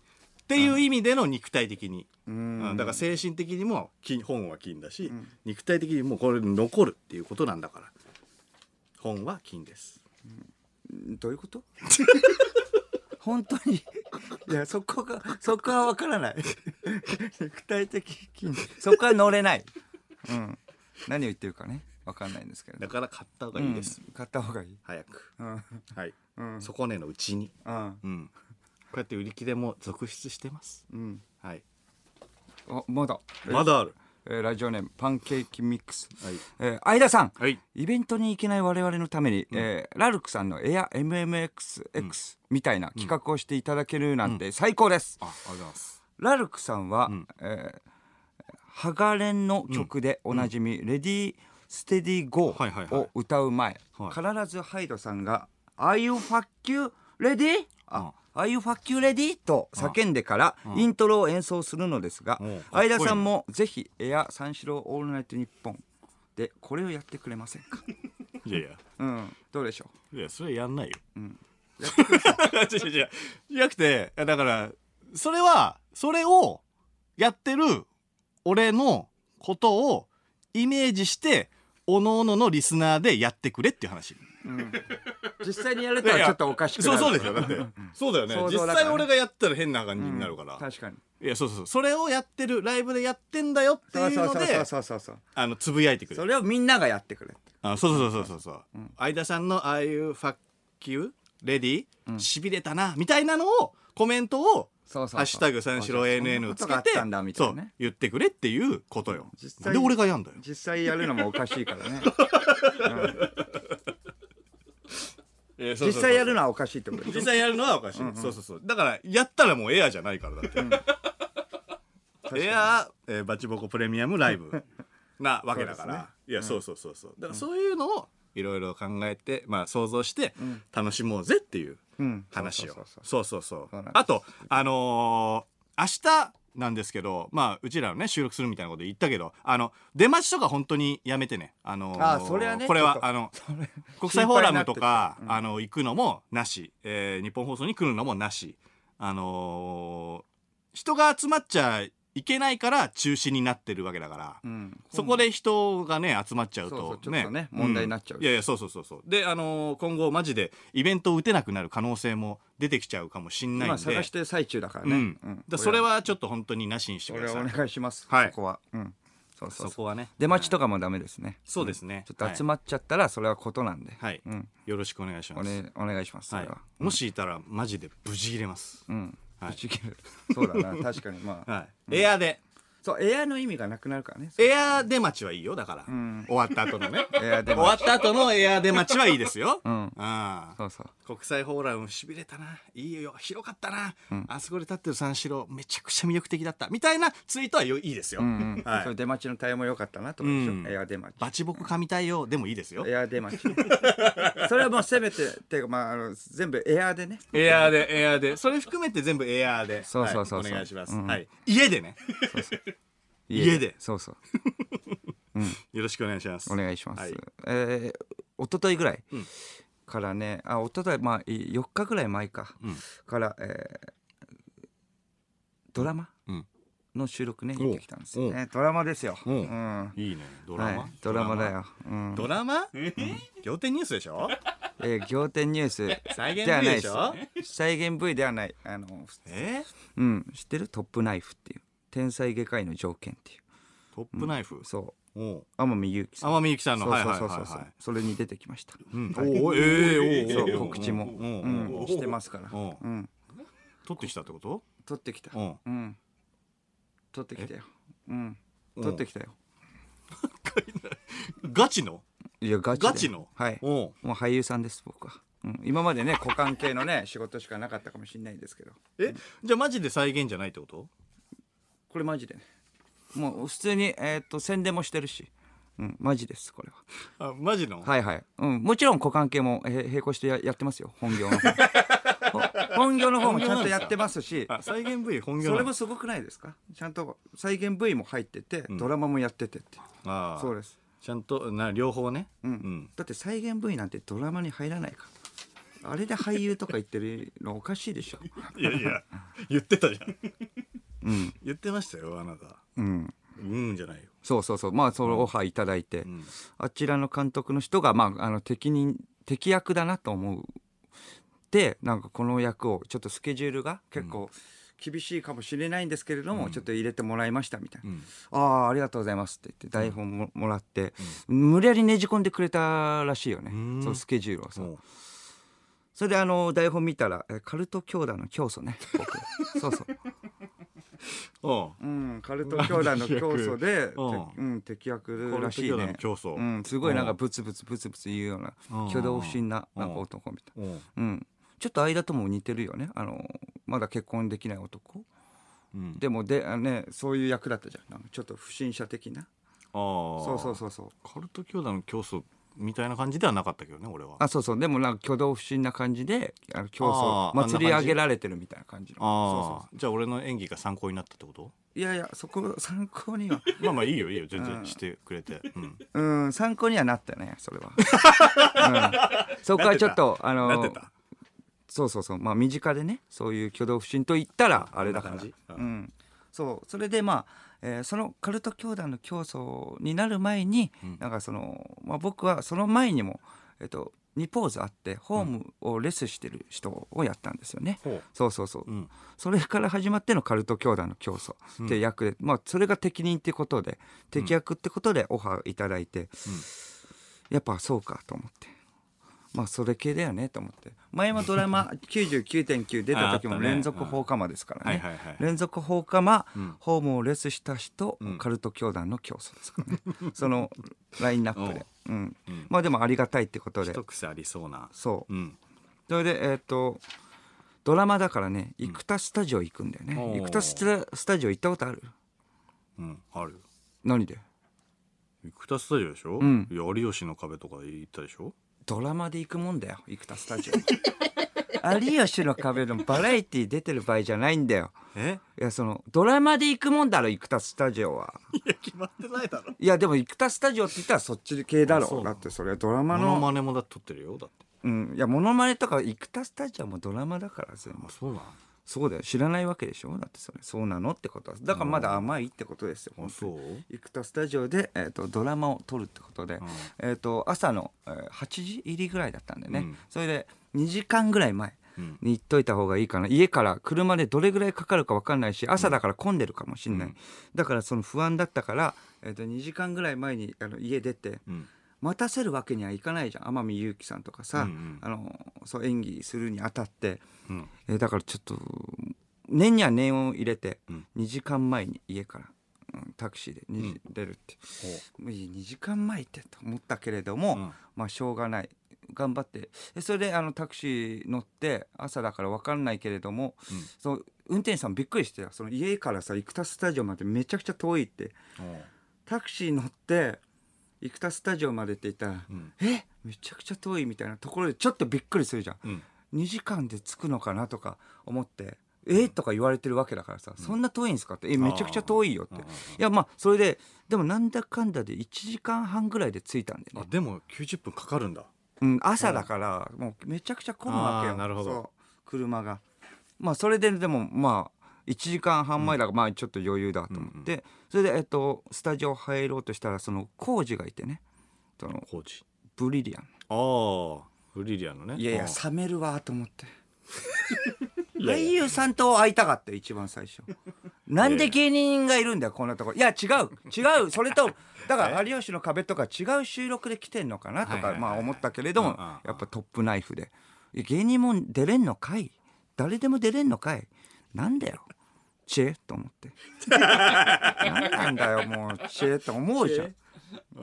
[SPEAKER 1] っていう意味での肉体的に、
[SPEAKER 2] う
[SPEAKER 1] うん
[SPEAKER 2] ん
[SPEAKER 1] だから精神的にも金本は金だし、肉体的にもこれ残るっていうことなんだから本は金です
[SPEAKER 2] どういうこと [LAUGHS] 本当にいやそこがそこは分からない肉体的筋そこは乗れない、うん、何を言ってるかね分かんないんですけど
[SPEAKER 1] だから買った方がいいです、
[SPEAKER 2] うん買った方がいい
[SPEAKER 1] 早く
[SPEAKER 2] うん
[SPEAKER 1] はい、
[SPEAKER 2] うん
[SPEAKER 1] 底根のうちに、
[SPEAKER 2] うん
[SPEAKER 1] うん、こうやって売り切れも続出してます
[SPEAKER 2] うん
[SPEAKER 1] はい
[SPEAKER 2] おまだ
[SPEAKER 1] まだある
[SPEAKER 2] えーラジオネームパンケーキミックス、
[SPEAKER 1] はい
[SPEAKER 2] えー相田さん、
[SPEAKER 1] はい
[SPEAKER 2] イベントに行けない我々のために、えーラルクさんのエア MMXX みたいな企画をしていただけるなんて最高です、
[SPEAKER 1] あありがとうございます
[SPEAKER 2] ラルクさんは、えーハガレンの曲でおなじみ、レディーステディゴ
[SPEAKER 1] はいはい
[SPEAKER 2] ー
[SPEAKER 1] はい
[SPEAKER 2] を歌う前、必ずハイドさんが「Are you fuck you ready?」あ「Are you fuck you ready?」と叫んでからイントロを演奏するのですが、
[SPEAKER 1] うんかっこいいね
[SPEAKER 2] 相田さんもぜひ「エア三四郎オールナイトニッポン」でこれをやってくれません
[SPEAKER 1] [LAUGHS]
[SPEAKER 2] か、
[SPEAKER 1] いやいや
[SPEAKER 2] うん、どうでしょ
[SPEAKER 1] いやそれやんないよ
[SPEAKER 2] う、うん、
[SPEAKER 1] [LAUGHS] 違う違う違う。じゃなくて、だから、それは、それをやってる俺のことをイメージして、おのののリスナーでやってくれっていう話。
[SPEAKER 2] 実際にやるとはちょっとおかしくな
[SPEAKER 1] そうそうで
[SPEAKER 2] る
[SPEAKER 1] すよ。だって。そうだよね。
[SPEAKER 2] 想
[SPEAKER 1] 実
[SPEAKER 2] 像だからね
[SPEAKER 1] 際俺がやったら変な感じになるから。
[SPEAKER 2] 確かに
[SPEAKER 1] いや、そうそうそう。それをやってる、ライブでやってんだよっていうので、
[SPEAKER 2] そうそうそう
[SPEAKER 1] あの、つぶやいてくれ
[SPEAKER 2] そ。れをみんながやってくれ
[SPEAKER 1] あそうそうそうそうそう、う相田さんのああいうファッキューレディーしびれたなみたいなのをコメントを「
[SPEAKER 2] そうそうそう
[SPEAKER 1] ハッシュタグ三四郎
[SPEAKER 2] あじゃあ
[SPEAKER 1] ANN」つ
[SPEAKER 2] そんなことがあ
[SPEAKER 1] け
[SPEAKER 2] ってたんだみたいなね
[SPEAKER 1] そう言ってくれっていうことよ
[SPEAKER 2] 実
[SPEAKER 1] な
[SPEAKER 2] 際
[SPEAKER 1] んで俺がやんだよ
[SPEAKER 2] 実際やるのもおかし
[SPEAKER 1] [LAUGHS]
[SPEAKER 2] いからね実際やるのはおかしいってことでしょ
[SPEAKER 1] 実際やるのはおかしい、そうそうそうだからやったらもうエアじゃないからだって、エア、えーバチボコプレミアムライブなわけだから、
[SPEAKER 2] そうです
[SPEAKER 1] いや、そうそうそうそうだからそういうのをいろいろ考えてまあ想像して楽しもうぜっていう、
[SPEAKER 2] うん
[SPEAKER 1] 話を
[SPEAKER 2] そうそうそう
[SPEAKER 1] そうそうそう
[SPEAKER 2] そうなんです
[SPEAKER 1] あとあのー明日なんですけどまあうちらのね収録するみたいなこと言ったけどあの出待ちとか本当にやめてねあのー
[SPEAKER 2] あそれはね
[SPEAKER 1] これ
[SPEAKER 2] ちょ
[SPEAKER 1] は
[SPEAKER 2] っと
[SPEAKER 1] あの
[SPEAKER 2] れ
[SPEAKER 1] 国際フォーラムとか、あの行くのもなし、えー日本放送に来るのもなしあのー人が集まっちゃいけないから中止になってるわけだから、
[SPEAKER 2] うん
[SPEAKER 1] そこで人がね集まっちゃうとね
[SPEAKER 2] そうそうちょっとね問題になっちゃうし
[SPEAKER 1] んいやいやそうそうそうそうであのー今後マジでイベントを打てなくなる可能性も出てきちゃうかもしんないん
[SPEAKER 2] 今
[SPEAKER 1] で
[SPEAKER 2] 探してる最中だから
[SPEAKER 1] う
[SPEAKER 2] ね、
[SPEAKER 1] ん
[SPEAKER 2] うん
[SPEAKER 1] だそれはちょっと本当になしにして
[SPEAKER 2] こ
[SPEAKER 1] く
[SPEAKER 2] れ
[SPEAKER 1] だ
[SPEAKER 2] は
[SPEAKER 1] さい
[SPEAKER 2] お願いします、
[SPEAKER 1] はい
[SPEAKER 2] そこはうんそうそう
[SPEAKER 1] そこ
[SPEAKER 2] そう
[SPEAKER 1] はね
[SPEAKER 2] 出待ちとかもダメですね
[SPEAKER 1] そうですね
[SPEAKER 2] ちょっと集まっちゃったらそれはことなんで、
[SPEAKER 1] はい、
[SPEAKER 2] うん
[SPEAKER 1] よろしくお願いしま
[SPEAKER 2] お
[SPEAKER 1] す、
[SPEAKER 2] ね、お願いしますそ
[SPEAKER 1] は
[SPEAKER 2] れ
[SPEAKER 1] い
[SPEAKER 2] は、、
[SPEAKER 1] もしいたらマジで無事入れます、
[SPEAKER 2] うん
[SPEAKER 1] はい
[SPEAKER 2] ぶち切れるそうだな確かにまあ
[SPEAKER 1] [LAUGHS] はい、エアで
[SPEAKER 2] そうエアの意味がなくなるからね
[SPEAKER 1] エア出待ちはいいよだから、
[SPEAKER 2] ん
[SPEAKER 1] 終わった後のね
[SPEAKER 2] [LAUGHS] エア出待ち
[SPEAKER 1] 終わった後のエア出待ちはいいですよ、
[SPEAKER 2] うん
[SPEAKER 1] ああ
[SPEAKER 2] そうそう
[SPEAKER 1] 国際フォーラムしびれたないいよ広かったな、あそこで立ってる三四郎めちゃくちゃ魅力的だったみたいなツイートはいいですよ、
[SPEAKER 2] うんうん
[SPEAKER 1] はい
[SPEAKER 2] それ出待ちの対応も良かったなと思うでしょ、
[SPEAKER 1] うん
[SPEAKER 2] エア出待ち
[SPEAKER 1] バチボコ噛みたいよでもいいですよ
[SPEAKER 2] エア出待ち [LAUGHS] それはもうせめてっていうかまああの全部エアでね
[SPEAKER 1] エアーでエアーでそれ含めて全部エアーで
[SPEAKER 2] そうそうそうそう
[SPEAKER 1] はいお願いします、
[SPEAKER 2] うん
[SPEAKER 1] はい家でね家で
[SPEAKER 2] そうそう
[SPEAKER 1] よろしくお願いします
[SPEAKER 2] お願いします、
[SPEAKER 1] はい
[SPEAKER 2] えー、一昨日ぐらい
[SPEAKER 1] うん
[SPEAKER 2] からね、あ一昨日まあい4日ぐらい前か、
[SPEAKER 1] うん
[SPEAKER 2] から、えードラマ
[SPEAKER 1] うん
[SPEAKER 2] の収録ね
[SPEAKER 1] おう
[SPEAKER 2] 行ってきたんですよねドラマですよ、
[SPEAKER 1] おうんいいねドラマ、
[SPEAKER 2] はい、ドラマだよ、うん
[SPEAKER 1] ドラマ仰天ニュースでしょ
[SPEAKER 2] えー仰天ニュース
[SPEAKER 1] 再現
[SPEAKER 2] では
[SPEAKER 1] V
[SPEAKER 2] ない
[SPEAKER 1] でし
[SPEAKER 2] です
[SPEAKER 1] ょ
[SPEAKER 2] 再現 V ではないあの、
[SPEAKER 1] え
[SPEAKER 2] うん、知ってるトップナイフっていう天才外科医の条件ってい
[SPEAKER 1] トップナイフ
[SPEAKER 2] う、そう
[SPEAKER 1] おう
[SPEAKER 2] 天海祐希さん
[SPEAKER 1] 天海祐希さんのはいはい
[SPEAKER 2] そ
[SPEAKER 1] はい
[SPEAKER 2] うそうそうそう
[SPEAKER 1] は
[SPEAKER 2] それに出てきました、
[SPEAKER 1] いうん
[SPEAKER 2] はい
[SPEAKER 1] おうええおうおうお
[SPEAKER 2] そう
[SPEAKER 1] う
[SPEAKER 2] 告知も、
[SPEAKER 1] お
[SPEAKER 2] う
[SPEAKER 1] うおうお
[SPEAKER 2] ん、
[SPEAKER 1] う
[SPEAKER 2] してますから、
[SPEAKER 1] おう
[SPEAKER 2] うん、
[SPEAKER 1] 取ってきたってこと
[SPEAKER 2] 取ってきた、
[SPEAKER 1] うん
[SPEAKER 2] うん、取ってきたよ、うん、
[SPEAKER 1] うん
[SPEAKER 2] 取ってきたよ、
[SPEAKER 1] ガチの
[SPEAKER 2] いやガチで
[SPEAKER 1] ガチの
[SPEAKER 2] はい
[SPEAKER 1] おう
[SPEAKER 2] もう俳優さんです僕は、うん、今までね股関係のね仕事しかなかったかもしれないですけど
[SPEAKER 1] えじゃあマジで再現じゃないってこと
[SPEAKER 2] これマジでねもう普通に、えー、と宣伝もしてるし、うん、マジですこれは
[SPEAKER 1] あマジの
[SPEAKER 2] はいはい、うん、もちろん股関係もへ並行してややってますよ本業の [LAUGHS] 方ほ本業の方もちゃんとやってますし
[SPEAKER 1] あ再現 V 本業
[SPEAKER 2] そ
[SPEAKER 1] な
[SPEAKER 2] れ
[SPEAKER 1] の
[SPEAKER 2] もすごくないですかちゃんと再現 V も入ってて、ドラマもやっててって
[SPEAKER 1] ああ
[SPEAKER 2] そうです
[SPEAKER 1] ちゃんとな両方ねうんうん
[SPEAKER 2] だって再現 V なんてドラマに入らないからあれで俳優とか言ってるのおかしいでしょ
[SPEAKER 1] いやいや [LAUGHS] 言ってたじゃん
[SPEAKER 2] うん
[SPEAKER 1] 言ってましたよあなた
[SPEAKER 2] うん
[SPEAKER 1] うんじゃないよ
[SPEAKER 2] そうそうそうまあそのオファーいただいて、
[SPEAKER 1] ん
[SPEAKER 2] あちらの監督の人が、まあ、あの適任適役だなと思うでなんかこの役をちょっとスケジュールが結構厳しいかもしれないんですけれども、ちょっと入れてもらいましたみたいな「
[SPEAKER 1] ん
[SPEAKER 2] ああありがとうございます」って言って台本ももらって、無理やりねじ込んでくれたらしいよね、
[SPEAKER 1] うん
[SPEAKER 2] そのスケジュールをさ、
[SPEAKER 1] うん
[SPEAKER 2] それであの台本見たらえカルト教団の教祖ね僕そうそう
[SPEAKER 1] おう
[SPEAKER 2] うん、カルト教団の教祖で、
[SPEAKER 1] [LAUGHS] う
[SPEAKER 2] てうん、敵役らしい
[SPEAKER 1] カルト。教団
[SPEAKER 2] ね
[SPEAKER 1] の教祖
[SPEAKER 2] うん、すごいなんかブツブツブツブツ言うような
[SPEAKER 1] うん
[SPEAKER 2] 挙動不審ななんか男みたい
[SPEAKER 1] おう
[SPEAKER 2] な。うん、ちょっと間とも似てるよね。あのまだ結婚できない男。
[SPEAKER 1] うん
[SPEAKER 2] でもであのねそういう役だったじゃん。なんかちょっと不審者的な。
[SPEAKER 1] ああ
[SPEAKER 2] そうそうそうそう。
[SPEAKER 1] カルト教団の教祖みたいな感じではなかったけどね俺は
[SPEAKER 2] あ、そうそう。でもなんか挙動不審な感じで、あの競
[SPEAKER 1] あ
[SPEAKER 2] 争
[SPEAKER 1] ーあんな感じ
[SPEAKER 2] 祭り上げられてるみたいな感じの。そう
[SPEAKER 1] あ
[SPEAKER 2] そう
[SPEAKER 1] あじゃあ俺の演技が参考になったってこと
[SPEAKER 2] そういやいやそこ参考には。
[SPEAKER 1] まあまあいいよいいよ全
[SPEAKER 2] う
[SPEAKER 1] 然
[SPEAKER 2] ん
[SPEAKER 1] してくれて、うん、
[SPEAKER 2] うん参考にはなったねそ
[SPEAKER 1] [LAUGHS]
[SPEAKER 2] れは、うん、そこはちょっとあ
[SPEAKER 1] なっ
[SPEAKER 2] の
[SPEAKER 1] てた
[SPEAKER 2] そうそうそうまあ身近でねそういう挙動不審と言ったらあれだから
[SPEAKER 1] こんな感
[SPEAKER 2] う
[SPEAKER 1] じ
[SPEAKER 2] んそうそれでまあ、えーそのカルト教団の教祖になる前に、なんかその、まあ、僕はその前にもえっと2ポーズあってホームをレスしてる人をやったんですよね、
[SPEAKER 1] ほう
[SPEAKER 2] そうそうそ
[SPEAKER 1] う
[SPEAKER 2] う、
[SPEAKER 1] ん
[SPEAKER 2] それから始まってのカルト教団の教祖っていう役で、まあそれが適任ってことで適役ってことでオファーいただいて、やっぱそうかと思ってまあそれ系だよねと思って前もド
[SPEAKER 1] [LAUGHS]
[SPEAKER 2] ラマ「99.9」出た時
[SPEAKER 1] ああったね
[SPEAKER 2] も連続放火魔ですから
[SPEAKER 1] は
[SPEAKER 2] ね
[SPEAKER 1] いはいはい
[SPEAKER 2] 連続放火魔、ホームをレスした人、カルト教団の教祖ですからね
[SPEAKER 1] [LAUGHS]
[SPEAKER 2] そのラインナップで、うんまあでもありがたいってことで
[SPEAKER 1] 一癖ありそうな
[SPEAKER 2] そう
[SPEAKER 1] うん
[SPEAKER 2] それでえっ、とドラマだからね生田スタジオ行くんだよ
[SPEAKER 1] お
[SPEAKER 2] ね
[SPEAKER 1] ー
[SPEAKER 2] 生田スタスタジオ行ったことある
[SPEAKER 1] うんある
[SPEAKER 2] 何で、
[SPEAKER 1] 生田スタジオでしょ、うん有吉の壁とか行ったでしょ
[SPEAKER 2] ドラマで行くもんだよ生田スタジオ [LAUGHS] 有吉の壁のバラエティー出てる場合じゃないんだよ
[SPEAKER 1] え
[SPEAKER 2] いやそのドラマで行くもんだろ生田スタジオはい
[SPEAKER 1] や決まってないだろ
[SPEAKER 2] いやでも生田スタジオって言ったらそっち系だ
[SPEAKER 1] あそ
[SPEAKER 2] ろ
[SPEAKER 1] う
[SPEAKER 2] だってそれはドラマ
[SPEAKER 1] モ
[SPEAKER 2] の
[SPEAKER 1] ノマネもだって撮ってるよだって
[SPEAKER 2] うんいやモノマネとか生田スタジオもドラマだから全部
[SPEAKER 1] あそうなの
[SPEAKER 2] そうだよ知らないわけでしょだってそれそうなのってことはだからまだ甘いってことですよ本当に
[SPEAKER 1] う
[SPEAKER 2] 行くとスタジオで、えー、とドラマを撮るってことで、えー、と朝の、えー8時入りぐらいだったんでね、
[SPEAKER 1] うん
[SPEAKER 2] それで2時間ぐらい前
[SPEAKER 1] うん
[SPEAKER 2] に行っといた方がいいかな家から車でどれぐらいかかるか分かんないし朝だから混んでるかもしんない、
[SPEAKER 1] うん
[SPEAKER 2] だからその不安だったから、えー、と2時間ぐらい前にあの家出て
[SPEAKER 1] うん
[SPEAKER 2] 待たせるわけにはいかないじゃん天海祐希さんとかさ、
[SPEAKER 1] うんうん
[SPEAKER 2] あのそう演技するにあたって、
[SPEAKER 1] うん
[SPEAKER 2] えーだからちょっと念には念を入れて、
[SPEAKER 1] うん
[SPEAKER 2] 2時間前に家から、うんタクシーで2時、出るってもういい2時間前ってと思ったけれども、
[SPEAKER 1] うん
[SPEAKER 2] まあしょうがない頑張ってでそれであのタクシー乗って朝だから分かんないけれども、
[SPEAKER 1] うん
[SPEAKER 2] その運転手さんびっくりしてたその家からさ生田スタジオまでめちゃくちゃ遠いってタクシー乗って生田スタジオまでって言ったら
[SPEAKER 1] う、ん
[SPEAKER 2] えめちゃくちゃ遠いみたいなところでちょっとびっくりするじゃん
[SPEAKER 1] うん
[SPEAKER 2] 2時間で着くのかなとか思ってえとか言われてるわけだからさ、そんな遠いんですかってえめちゃくちゃ遠いよって
[SPEAKER 1] あー
[SPEAKER 2] い
[SPEAKER 1] あーあー
[SPEAKER 2] やまあそれででもなんだかんだで1時間半ぐらいで着いたんで
[SPEAKER 1] あ
[SPEAKER 2] ね、
[SPEAKER 1] でも90分かかるんだ
[SPEAKER 2] うん、朝だからもうめちゃくちゃ混むわけ
[SPEAKER 1] あ
[SPEAKER 2] よ
[SPEAKER 1] ーなるほど
[SPEAKER 2] そう車がまあそれででもまあ1時間半前だからまあちょっと余裕だと思って、それでえっとスタジオ入ろうとしたらその工事がいてねその
[SPEAKER 1] コーチ
[SPEAKER 2] ブリリアン
[SPEAKER 1] ああフリリアのね
[SPEAKER 2] いやいや
[SPEAKER 1] うん
[SPEAKER 2] 冷めるわと思って
[SPEAKER 1] [LAUGHS] いやい
[SPEAKER 2] 俳
[SPEAKER 1] や
[SPEAKER 2] 優さんと会いたかったよ一番最初なんで芸人がいるんだよこんなとこいや違う違うそれとだから「有吉の壁」とか違う収録で来てんのかなと
[SPEAKER 1] はいはい
[SPEAKER 2] か
[SPEAKER 1] はい
[SPEAKER 2] まあ思ったけれど
[SPEAKER 1] う
[SPEAKER 2] も
[SPEAKER 1] んうんうん
[SPEAKER 2] やっぱトップナイフでいや芸人も出れんのかい誰でも出れんのかいなんだよ知恵と思って
[SPEAKER 1] [LAUGHS]
[SPEAKER 2] 何なんだよもう知恵と思うじゃん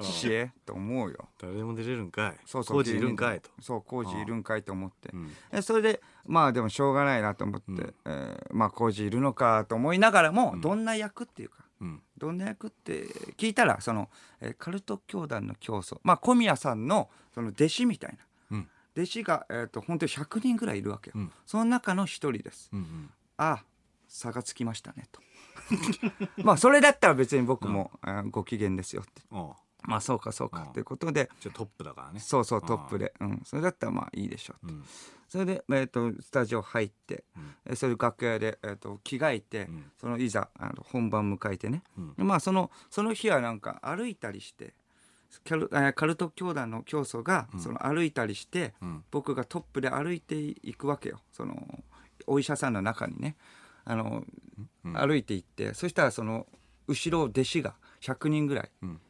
[SPEAKER 2] 知恵と思うよ
[SPEAKER 1] 誰でも出れるんかい
[SPEAKER 2] そうそう
[SPEAKER 1] コーチいるんかいと
[SPEAKER 2] そう工事いるんかいと思って
[SPEAKER 1] う、ん
[SPEAKER 2] えそれでまあでもしょうがないなと思って、
[SPEAKER 1] うん
[SPEAKER 2] えーまあ工事いるのかと思いながらも、どんな役っていうか
[SPEAKER 1] うん
[SPEAKER 2] どんな役って聞いたらその、えーカルト教団の教祖まあ小宮さんのその弟子みたいな
[SPEAKER 1] うん
[SPEAKER 2] 弟子が、えー、と本当に100人ぐらいいるわけよ、
[SPEAKER 1] うん
[SPEAKER 2] その中の一人です、
[SPEAKER 1] うんうん
[SPEAKER 2] ああ差がつきましたねと [LAUGHS] まあそれだったら別に僕も、えーご機嫌ですよって
[SPEAKER 1] ああ
[SPEAKER 2] まあそうかそう
[SPEAKER 1] う
[SPEAKER 2] か
[SPEAKER 1] ん
[SPEAKER 2] ということで、
[SPEAKER 1] ちょっとトップだからね
[SPEAKER 2] そうそうトップで、うん、それだったらまあいいでしょう
[SPEAKER 1] うん
[SPEAKER 2] それで、えー、とスタジオ入って、
[SPEAKER 1] うん
[SPEAKER 2] えーそれ楽屋で、えー、と着替えて、
[SPEAKER 1] うん
[SPEAKER 2] そのいざあの本番迎えてね、
[SPEAKER 1] うん
[SPEAKER 2] まあそのその日はなんか歩いたりしてカル,、えーカルト教団の教祖が、
[SPEAKER 1] うん
[SPEAKER 2] その歩いたりして
[SPEAKER 1] うん
[SPEAKER 2] 僕がトップで歩いていくわけよそのお医者さんの中にねあの、
[SPEAKER 1] うん
[SPEAKER 2] 歩いていってそしたらその後ろを弟子が100人ぐらい
[SPEAKER 1] うん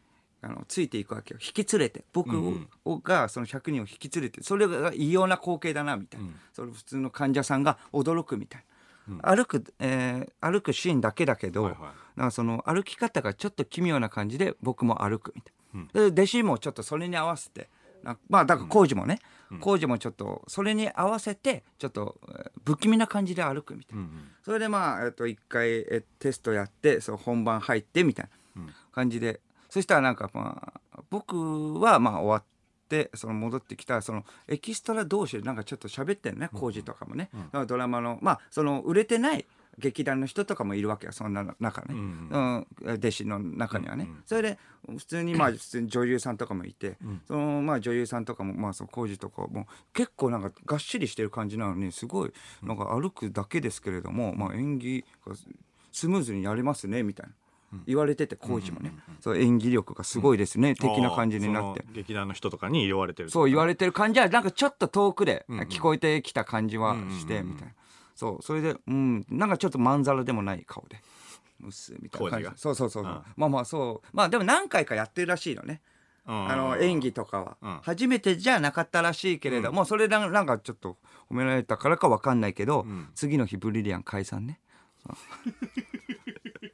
[SPEAKER 2] あのついていくわけよ引き連れて僕を
[SPEAKER 1] うんうん
[SPEAKER 2] をがその100人を引き連れてそれが異様な光景だなみたいな、
[SPEAKER 1] うん
[SPEAKER 2] その普通の患者さんが驚くみたいな、歩く、えー歩くシーンだけだけど、
[SPEAKER 1] はいは
[SPEAKER 2] なんかその歩き方がちょっと奇妙な感じで僕も歩くみたい
[SPEAKER 1] うん
[SPEAKER 2] な、で弟子もちょっとそれに合わせてなんかまあだから工事もね、工事もちょっとそれに合わせてちょっとえー不気味な感じで歩くみたいな。
[SPEAKER 1] うんうん
[SPEAKER 2] それでまあ、えっと、一回えテストやってそう本番入ってみたいな感じで、そしたらなんかまあ僕はまあ終わってその戻ってきたらそのエキストラ同士でなんかちょっと喋ってんのね工事とかもね、だからドラマのまあその売れてない劇団の人とかもいるわけよそんな中ね、
[SPEAKER 1] うん
[SPEAKER 2] うん、弟子の中にはね、
[SPEAKER 1] うんうん
[SPEAKER 2] それで普通にまあ普通に女優さんとかもいて、
[SPEAKER 1] ん
[SPEAKER 2] そのまあ女優さんとかもまあその工事とかも結構なんかがっしりしてる感じなのにすごいなんか歩くだけですけれども、まあ演技がスムーズにやれますねみたいな。言われてて工事もね、そう演技力がすごいですね、的な感じになって
[SPEAKER 1] ああその劇団の人とかに言われてる
[SPEAKER 2] そう言わ
[SPEAKER 1] れ
[SPEAKER 2] れてる感じはなんかちょっと遠くで
[SPEAKER 1] んうん
[SPEAKER 2] 聞こえてきた感じはしてみたいなそうそれでうんなんかちょっとまんざらでもない顔で「うっす」みたいな感じ
[SPEAKER 1] 工事が
[SPEAKER 2] そうそうそうそう
[SPEAKER 1] うん
[SPEAKER 2] まあまあそうまあでも何回かやってるらしいのねあの演技とか
[SPEAKER 1] うん
[SPEAKER 2] は初めてじゃなかったらしいけれどもそれななんかちょっと褒められたからかわかんないけど
[SPEAKER 1] ん
[SPEAKER 2] 次の日ブリリアン解散ねそう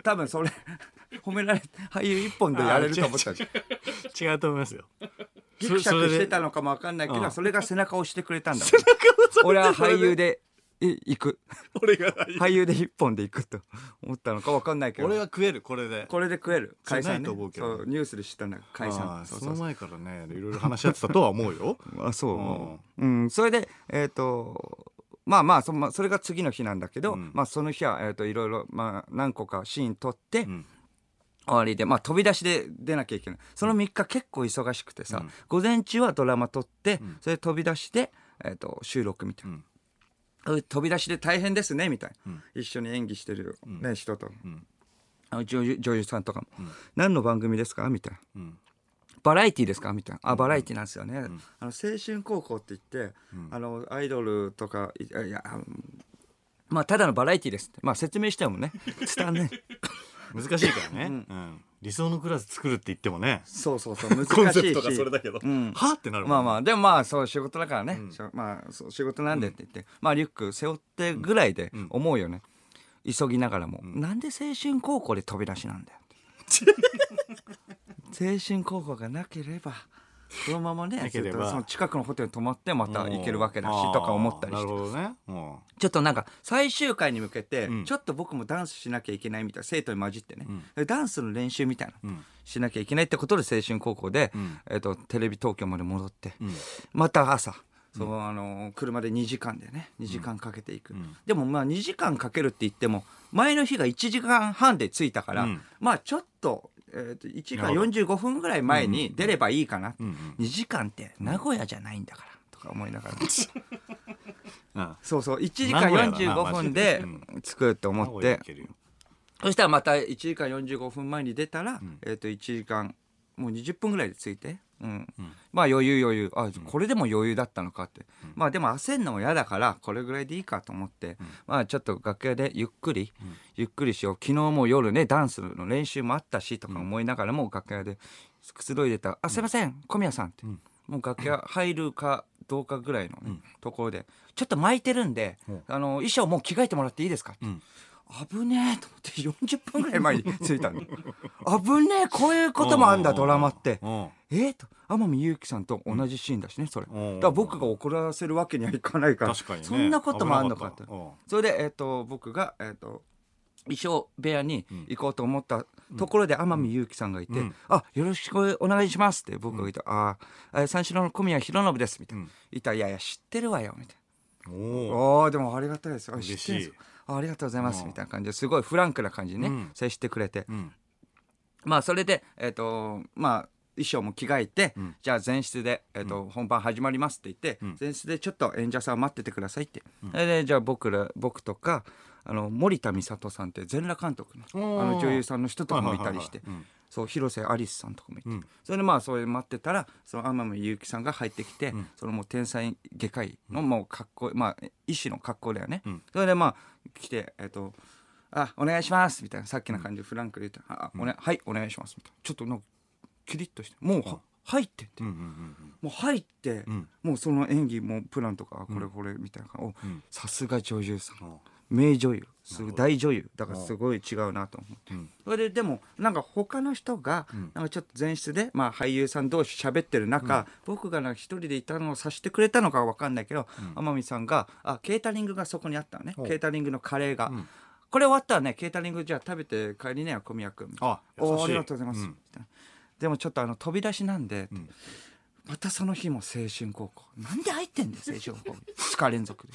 [SPEAKER 2] 多分それ褒められ俳優一本でやれると思ったんです
[SPEAKER 1] 違うと思いますよ
[SPEAKER 2] ギクシャクしてた
[SPEAKER 1] の
[SPEAKER 2] のかもわかんないけど、
[SPEAKER 1] う
[SPEAKER 2] そ
[SPEAKER 1] ん
[SPEAKER 2] れが背中を押してくれたんだもん俺は俳優でい行く
[SPEAKER 1] [LAUGHS] 俺が俳優
[SPEAKER 2] 俳優で一本で行くと思ったのかわかんないけど
[SPEAKER 1] 俺は食えるこれで
[SPEAKER 2] これで食える解散、
[SPEAKER 1] ない
[SPEAKER 2] ね、
[SPEAKER 1] と思うけど
[SPEAKER 2] そうニュースで知ったんだ解
[SPEAKER 1] あ
[SPEAKER 2] 散
[SPEAKER 1] あ
[SPEAKER 2] そう
[SPEAKER 1] そ
[SPEAKER 2] そう
[SPEAKER 1] の
[SPEAKER 2] そう
[SPEAKER 1] 前からねいろいろ話し合ってたとは思う
[SPEAKER 2] [LAUGHS]
[SPEAKER 1] よ
[SPEAKER 2] あそううん、それでえっ、とまあまあそ,、まあ、それが次の日なんだけど、
[SPEAKER 1] うん
[SPEAKER 2] まあ、その日は、えー、といろいろ、まあ、何個かシーン撮って、
[SPEAKER 1] ん
[SPEAKER 2] 終わりで、まあ、飛び出しで出なきゃいけないその3日結構忙しくてさ、
[SPEAKER 1] うん
[SPEAKER 2] 午前中はドラマ撮って、
[SPEAKER 1] うん
[SPEAKER 2] それ飛び出して、えー、と収録みたい
[SPEAKER 1] う
[SPEAKER 2] な。
[SPEAKER 1] ん
[SPEAKER 2] う飛び出しで大変ですねみたいな、
[SPEAKER 1] うん
[SPEAKER 2] 一緒に演技してる、ね人と
[SPEAKER 1] うん
[SPEAKER 2] あの女優女優さんとかも、何の番組ですかみたいな
[SPEAKER 1] うん
[SPEAKER 2] バラエティですかみたいなあバラエティなんですよね、あの青春高校って言って、あのアイドルとかいいやあのまあただのバラエティですってまあ説明してもね伝わんね
[SPEAKER 1] 難しいからね、うん理想のクラス作るって言ってもね
[SPEAKER 2] [LAUGHS] そうそうそう難しいし
[SPEAKER 1] コンセプトがそれだけど、
[SPEAKER 2] うん
[SPEAKER 1] はってなるもん
[SPEAKER 2] まあまあでもまあそう仕事だからね、しょまあそう仕事なんでって言って、まあリュック背負ってぐらいで思うよね、急ぎながらも、なんで青春高校で飛び出しなんだよ青春高校がなければこのままね
[SPEAKER 1] なければ
[SPEAKER 2] ずっとその近くのホテルに泊まってまた
[SPEAKER 1] うん
[SPEAKER 2] 行けるわけだしとか思ったり
[SPEAKER 1] あ
[SPEAKER 2] し
[SPEAKER 1] ー
[SPEAKER 2] て
[SPEAKER 1] なるほどねも
[SPEAKER 2] ちょっとなんか最終回に向けて
[SPEAKER 1] うん
[SPEAKER 2] ちょっと僕もダンスしなきゃいけないみたいな生徒に混じってね、ダンスの練習みたいな、
[SPEAKER 1] ん
[SPEAKER 2] しなきゃいけないってことで青春高校で、
[SPEAKER 1] ん
[SPEAKER 2] えっとテレビ東京まで戻って、
[SPEAKER 1] ん
[SPEAKER 2] また朝その、あの車で2時間でね2時間かけていく、でもまあ2時間かけるって言っても前の日が1時間半で着いたから、
[SPEAKER 1] うん
[SPEAKER 2] まあちょっと,、えっと1時間
[SPEAKER 1] なるほ
[SPEAKER 2] 45分ぐらい前に出ればいいかな、
[SPEAKER 1] んうん
[SPEAKER 2] 2時間って名古屋じゃないんだからとか思いながら。
[SPEAKER 1] う、うん、
[SPEAKER 2] そうそう1時間
[SPEAKER 1] 名古屋だな
[SPEAKER 2] 45分で着くと思っ
[SPEAKER 1] 名古屋
[SPEAKER 2] て
[SPEAKER 1] 行けるよ
[SPEAKER 2] そしたらまた1時間45分前に出たら、えっと1時間もう20分ぐらいで着いて、うんまあ余裕余裕あこれでも余裕だったのかって、まあでも焦んのも嫌だからこれぐらいでいいかと思って、まあちょっと楽屋でゆっくり、ゆっくりしよう昨日も夜ねダンスの練習もあったしとか思いながらもう楽屋でくつろいでたら「あすいません小宮さん」って、もう楽屋入るかどうかぐらいのね、ところで「ちょっと巻いてるんで、あの衣装もう着替えてもらっていいですか?」って。危ねえと思って40分ぐらい前に着いた
[SPEAKER 1] [LAUGHS]
[SPEAKER 2] んで危ねえこういうこともあんだドラマって
[SPEAKER 1] うん
[SPEAKER 2] えっと天海祐希さんと同じシーンだしねそれだ
[SPEAKER 1] んうんうん
[SPEAKER 2] から僕が怒らせるわけにはいかないから
[SPEAKER 1] 確かにね
[SPEAKER 2] そんなこともあんのかって
[SPEAKER 1] 危なかっ
[SPEAKER 2] それでえっと僕がえっと衣装部屋に行こうと思ったところで天海祐希さんがいて
[SPEAKER 1] ん
[SPEAKER 2] 「あよろしくお願いします」って僕が言ったら「ああ三四郎の小宮弘信です」みたいな
[SPEAKER 1] うん
[SPEAKER 2] 「いたいやいや知ってるわよ」みたいな。
[SPEAKER 1] たうんおー
[SPEAKER 2] ああでもありがたいですよあ知
[SPEAKER 1] 嬉
[SPEAKER 2] ってる
[SPEAKER 1] し
[SPEAKER 2] んで
[SPEAKER 1] い
[SPEAKER 2] すよあありがとうございます
[SPEAKER 1] うん
[SPEAKER 2] みたいな感じですごいフランクな感じにね、
[SPEAKER 1] うん
[SPEAKER 2] 接してくれて、
[SPEAKER 1] うん
[SPEAKER 2] まあそれでえっ、とまあ衣装も着替えて、
[SPEAKER 1] ん
[SPEAKER 2] じゃあ前室で、えっと本番始まりますって言って、
[SPEAKER 1] ん
[SPEAKER 2] 前室でちょっと演者さん待っててくださいって、それでじゃあ僕ら僕とかあの森田美里さんって全裸監督のあ
[SPEAKER 1] おー
[SPEAKER 2] の女優さんの人とかもいたりして、
[SPEAKER 1] はいはいはいはいうん
[SPEAKER 2] そう広瀬アリスさんとかもいて、
[SPEAKER 1] ん
[SPEAKER 2] それでまあそれ待ってたらその天海祐希さんが入ってきて、そのもう天才外科医のもう格好、まあ医師の格好だよね、
[SPEAKER 1] うん
[SPEAKER 2] それでまあ来てえっとあお願いしますみたいなさっきの感じでフランクで言った、あおねはいお願いしますみたいなちょっとなんかキリッとしてもうは、入ってっ
[SPEAKER 1] う
[SPEAKER 2] て、
[SPEAKER 1] んうんうん
[SPEAKER 2] もう入って、
[SPEAKER 1] ん
[SPEAKER 2] もうその演技もプランとかあこれこれみたいな感じ、お
[SPEAKER 1] ん
[SPEAKER 2] さすが女優さん
[SPEAKER 1] うん
[SPEAKER 2] 名女優すごい大女優だからすごい違うなと思って、
[SPEAKER 1] うん
[SPEAKER 2] それででもなんか他の人がなんかちょっと前室で、まあ、俳優さん同士喋ってる中、僕がなんか一人でいたのを察してくれたのかわかんないけど、天海さんがあケータリングがそこにあったのねケータリングのカレーが、これ終わったらねケータリングじゃあ食べて帰りねよ小宮君
[SPEAKER 1] あ優しい
[SPEAKER 2] おーありがとうございます、
[SPEAKER 1] うん
[SPEAKER 2] みたいなでもちょっとあの飛び出しなんで、
[SPEAKER 1] ん
[SPEAKER 2] またその日も青春高校なんで入ってんだよ青春高校2日連続で。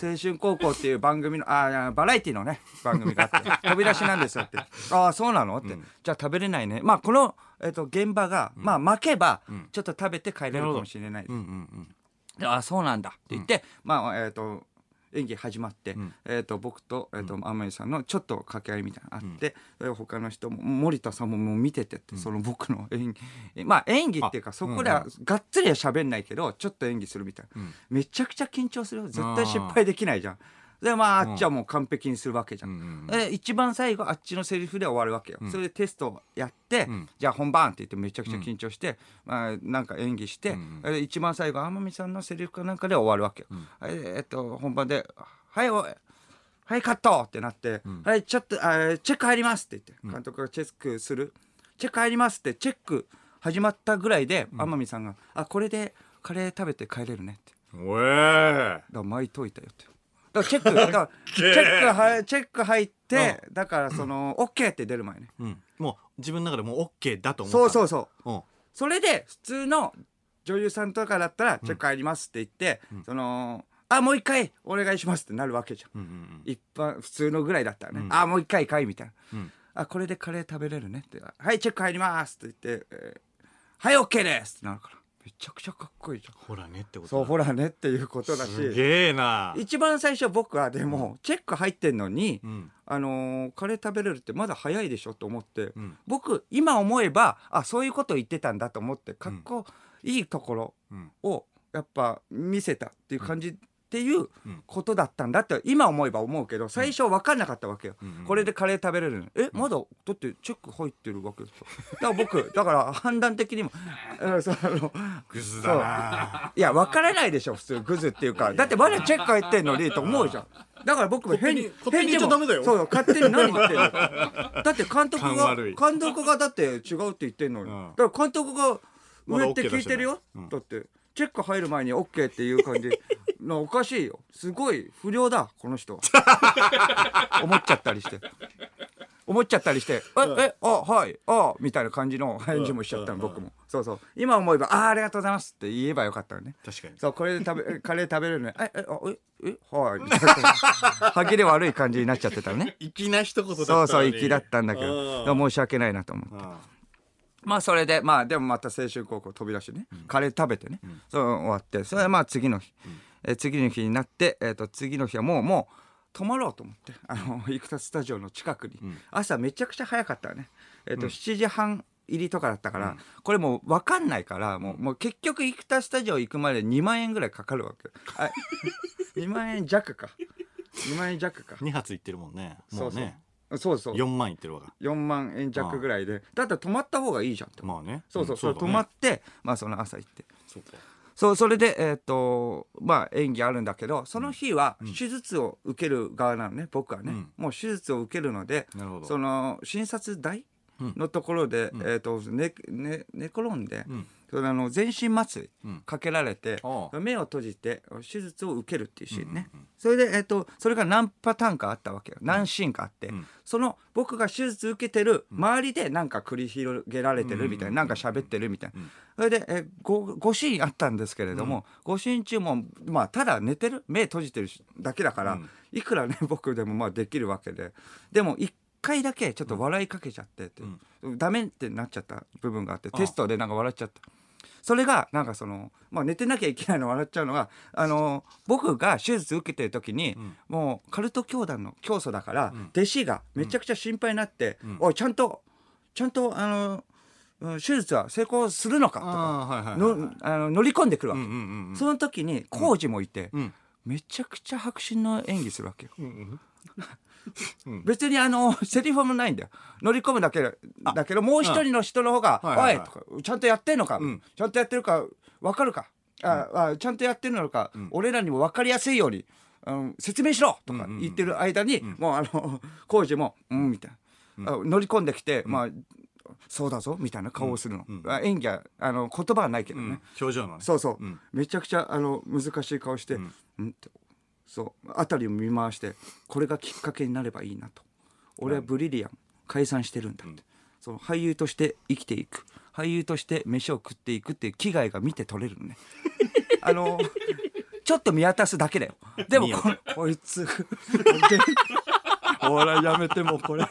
[SPEAKER 2] 青春高校っていう番組のあーいやバラエティのね番組があって飛び出しなんですよってああそうなのって、じゃあ食べれないねまあこの、えっと現場が、まあ負けばちょっと食べて帰れるかもしれない、
[SPEAKER 1] うんうん
[SPEAKER 2] でああそうなんだって言って、まあえっ、と演技始まって、
[SPEAKER 1] ん
[SPEAKER 2] えっと僕と,、えっと天海さんのちょっと掛け合いみたいなのあって、で他の人も森田さんももう見ててって、その僕の演技えまあ演技っていうかそこではがっつりは喋んないけどちょっと演技するみたいな、めちゃくちゃ緊張するよ絶対失敗できないじゃん。でまああっちはもう完璧にするわけじゃん、
[SPEAKER 1] うんうん
[SPEAKER 2] で一番最後あっちのセリフで終わるわけよ、それでテストをやって、
[SPEAKER 1] ん
[SPEAKER 2] じゃあ本番って言ってめちゃくちゃ緊張して、まあ、なんか演技して、で一番最後天海さんのセリフかなんかで終わるわけよ、ええっと本番で「はいおはいカット!」ってなって「はいちょっとあーチェック入ります」って言って監督がチェックする「チェック入ります」ってチェック始まったぐらいで天海さんが「あこれでカレー食べて帰れるね」って。
[SPEAKER 1] うんおえ
[SPEAKER 2] だから巻いといたよって。だからチェック、だからチェックは、チェック入って、だからその、オッケーって出る前ね。
[SPEAKER 1] うんもう自分の中でもうオッケーだと思った
[SPEAKER 2] そうそううそう。
[SPEAKER 1] そ
[SPEAKER 2] それで、普通の女優さんとかだったら、チェック入りますって言って、その、あ、もう一回お願いしますってなるわけじゃん。
[SPEAKER 1] うんうんうん
[SPEAKER 2] 一般、普通のぐらいだったらね。
[SPEAKER 1] うん
[SPEAKER 2] あ、もう一回かいみたいな。
[SPEAKER 1] うん
[SPEAKER 2] あ、これでカレー食べれるねって。はい、チェック入りますって言って、えーはい、オッケーですってなるから。めちゃくちゃかっこいいじゃん
[SPEAKER 1] ほらねってこと
[SPEAKER 2] そうほ
[SPEAKER 1] ら
[SPEAKER 2] らねっていうことだ
[SPEAKER 1] す
[SPEAKER 2] し
[SPEAKER 1] げえな
[SPEAKER 2] 一番最初僕はでもチェック入ってんのに、
[SPEAKER 1] うん
[SPEAKER 2] あのーカレー食べれるってまだ早いでしょと思って、
[SPEAKER 1] うん
[SPEAKER 2] 僕今思えばあそういうこと言ってたんだと思ってかっこいいところ
[SPEAKER 1] うん
[SPEAKER 2] をやっぱ見せたっていう感じっていう
[SPEAKER 1] うん
[SPEAKER 2] ことだったんだって今思えば思うけど最初分かんなかったわけよ。
[SPEAKER 1] うん
[SPEAKER 2] これでカレー食べれるのえまだだってチェック入ってるわけですよだから僕だから判断的にもうんそうあの
[SPEAKER 1] グズだない
[SPEAKER 2] や分からないでしょ普通グズっていうかだってまだチェック入ってんのにと思うじゃんだから僕も変に
[SPEAKER 1] 勝手に勝手に言っちゃダメだよ
[SPEAKER 2] そう勝手に何言って
[SPEAKER 1] [LAUGHS]
[SPEAKER 2] んのだって監督
[SPEAKER 1] 勘
[SPEAKER 2] が
[SPEAKER 1] 悪い
[SPEAKER 2] 監督がだって違うって言ってんのに、
[SPEAKER 1] うん
[SPEAKER 2] だから監督が上って
[SPEAKER 1] まだ OK
[SPEAKER 2] 聞いてるよ、
[SPEAKER 1] 出してないうん
[SPEAKER 2] だってチェック入る前に OK っていう感じなおかしいよすごい不良だこの人
[SPEAKER 1] [LAUGHS]
[SPEAKER 2] 思っちゃったりして思っちゃったりして「え、えあはいあ」みたいな感じの返事もしちゃったの、
[SPEAKER 1] うん
[SPEAKER 2] 僕も、そうそう今思えば「あーありがとうございます」って言えばよかったのね
[SPEAKER 1] 確かに
[SPEAKER 2] そうこれで食べ [LAUGHS] カレー食べれるのに「ええあええはい」みたいな歯切れ悪い感じになっちゃってたのね
[SPEAKER 1] 粋な一言だった
[SPEAKER 2] そ
[SPEAKER 1] の
[SPEAKER 2] う
[SPEAKER 1] に
[SPEAKER 2] そう粋だったんだけど
[SPEAKER 1] うん
[SPEAKER 2] だから申し訳ないなと思って
[SPEAKER 1] あ
[SPEAKER 2] まあそれでまあでもまた青春高校飛び出してね、カレー食べてね、そう終わってそれはまあ次の日、えー次の日になって、えー、と次の日はもうもう泊まろうと思ってあの生田スタジオの近くに、
[SPEAKER 1] ん
[SPEAKER 2] 朝めちゃくちゃ早かったわね、えーと7時半入りとかだったから、これもう分かんないからもうもう結局生田スタジオ行くまで2万円ぐらいかかるわけあ [LAUGHS] 2万円弱か2万円弱か
[SPEAKER 1] 2発いってるもんねもうね
[SPEAKER 2] そうそうそうそう
[SPEAKER 1] 4万いってるわが
[SPEAKER 2] 4万円弱ぐらいでだったら泊まった方がいいじゃんと、
[SPEAKER 1] まあね
[SPEAKER 2] そうそう、
[SPEAKER 1] ん
[SPEAKER 2] それ泊
[SPEAKER 1] だね
[SPEAKER 2] まってまあその朝行って
[SPEAKER 1] そうか
[SPEAKER 2] そうそれでえっ、とまあ演技あるんだけどその日は手術を受ける側なのね、僕はね、
[SPEAKER 1] うん
[SPEAKER 2] もう手術を受けるので
[SPEAKER 1] なるほど
[SPEAKER 2] その診察台のところで、えーとねね、寝転んで、
[SPEAKER 1] うん
[SPEAKER 2] それあの全身麻酔
[SPEAKER 1] うん
[SPEAKER 2] かけられて、
[SPEAKER 1] ああ
[SPEAKER 2] 目を閉じて手術を受けるっていうシーンね、それで、えー、とそれが何パターンかあったわけよ何シーンかあって、
[SPEAKER 1] うん
[SPEAKER 2] その僕が手術受けてる周りでなんか繰り広げられてるみたいな、なんか喋ってるみたいな、それで、え 5, シーンあったんですけれども、5シーン中も、まあ、ただ寝てる目閉じてるだけだから、いくらね [LAUGHS] 僕でもまあできるわけででも1回だけちょっと笑いかけちゃってって、ダメってなっちゃった部分があってテストでなんか笑っちゃった。それがなんかその、まあ、寝てなきゃいけないの笑っちゃうのがあの僕が手術受けてる時に、もうカルト教団の教祖だから、弟子がめちゃくちゃ心配になって「おいちゃんとちゃんとあのうん手術は成功するのか」とか
[SPEAKER 1] ああはいはいはい
[SPEAKER 2] のあの乗り込んでくるわ
[SPEAKER 1] う
[SPEAKER 2] け、
[SPEAKER 1] んうん
[SPEAKER 2] その時に浩二もいて、
[SPEAKER 1] うん
[SPEAKER 2] めちゃくちゃ迫真の演技するわけよ。
[SPEAKER 1] うんうん
[SPEAKER 2] 別にあの [LAUGHS] セリフもないんだよ乗り込むだけだけどもう一人の人の方が
[SPEAKER 1] は
[SPEAKER 2] 「
[SPEAKER 1] いはいはい
[SPEAKER 2] おい!」とか「ちゃんとやってんのか、
[SPEAKER 1] ん
[SPEAKER 2] ちゃんとやってるか分かるか、ああちゃんとやってるのか、俺らにも分かりやすいように、うん、説明しろ!」とか言ってる間に、もうあの [LAUGHS] 浩二も「うん」みたいな、あ乗り込んできて、まあそうだぞみたいな顔をするの、あ演技はあの言葉はないけどね、
[SPEAKER 1] 表情のね
[SPEAKER 2] そうそう、
[SPEAKER 1] うん
[SPEAKER 2] めちゃくちゃあの難しい顔して、うんってそう辺りを見回してこれがきっかけになればいいなと俺はブリリアン解散してるんだって、その俳優として生きていく俳優として飯を食っていくっていう危害が見て取れる [LAUGHS] のねあのちょっと見渡すだけだよでも
[SPEAKER 1] 見え
[SPEAKER 2] ここいつ [LAUGHS] お笑いやめてもうこれ [LAUGHS]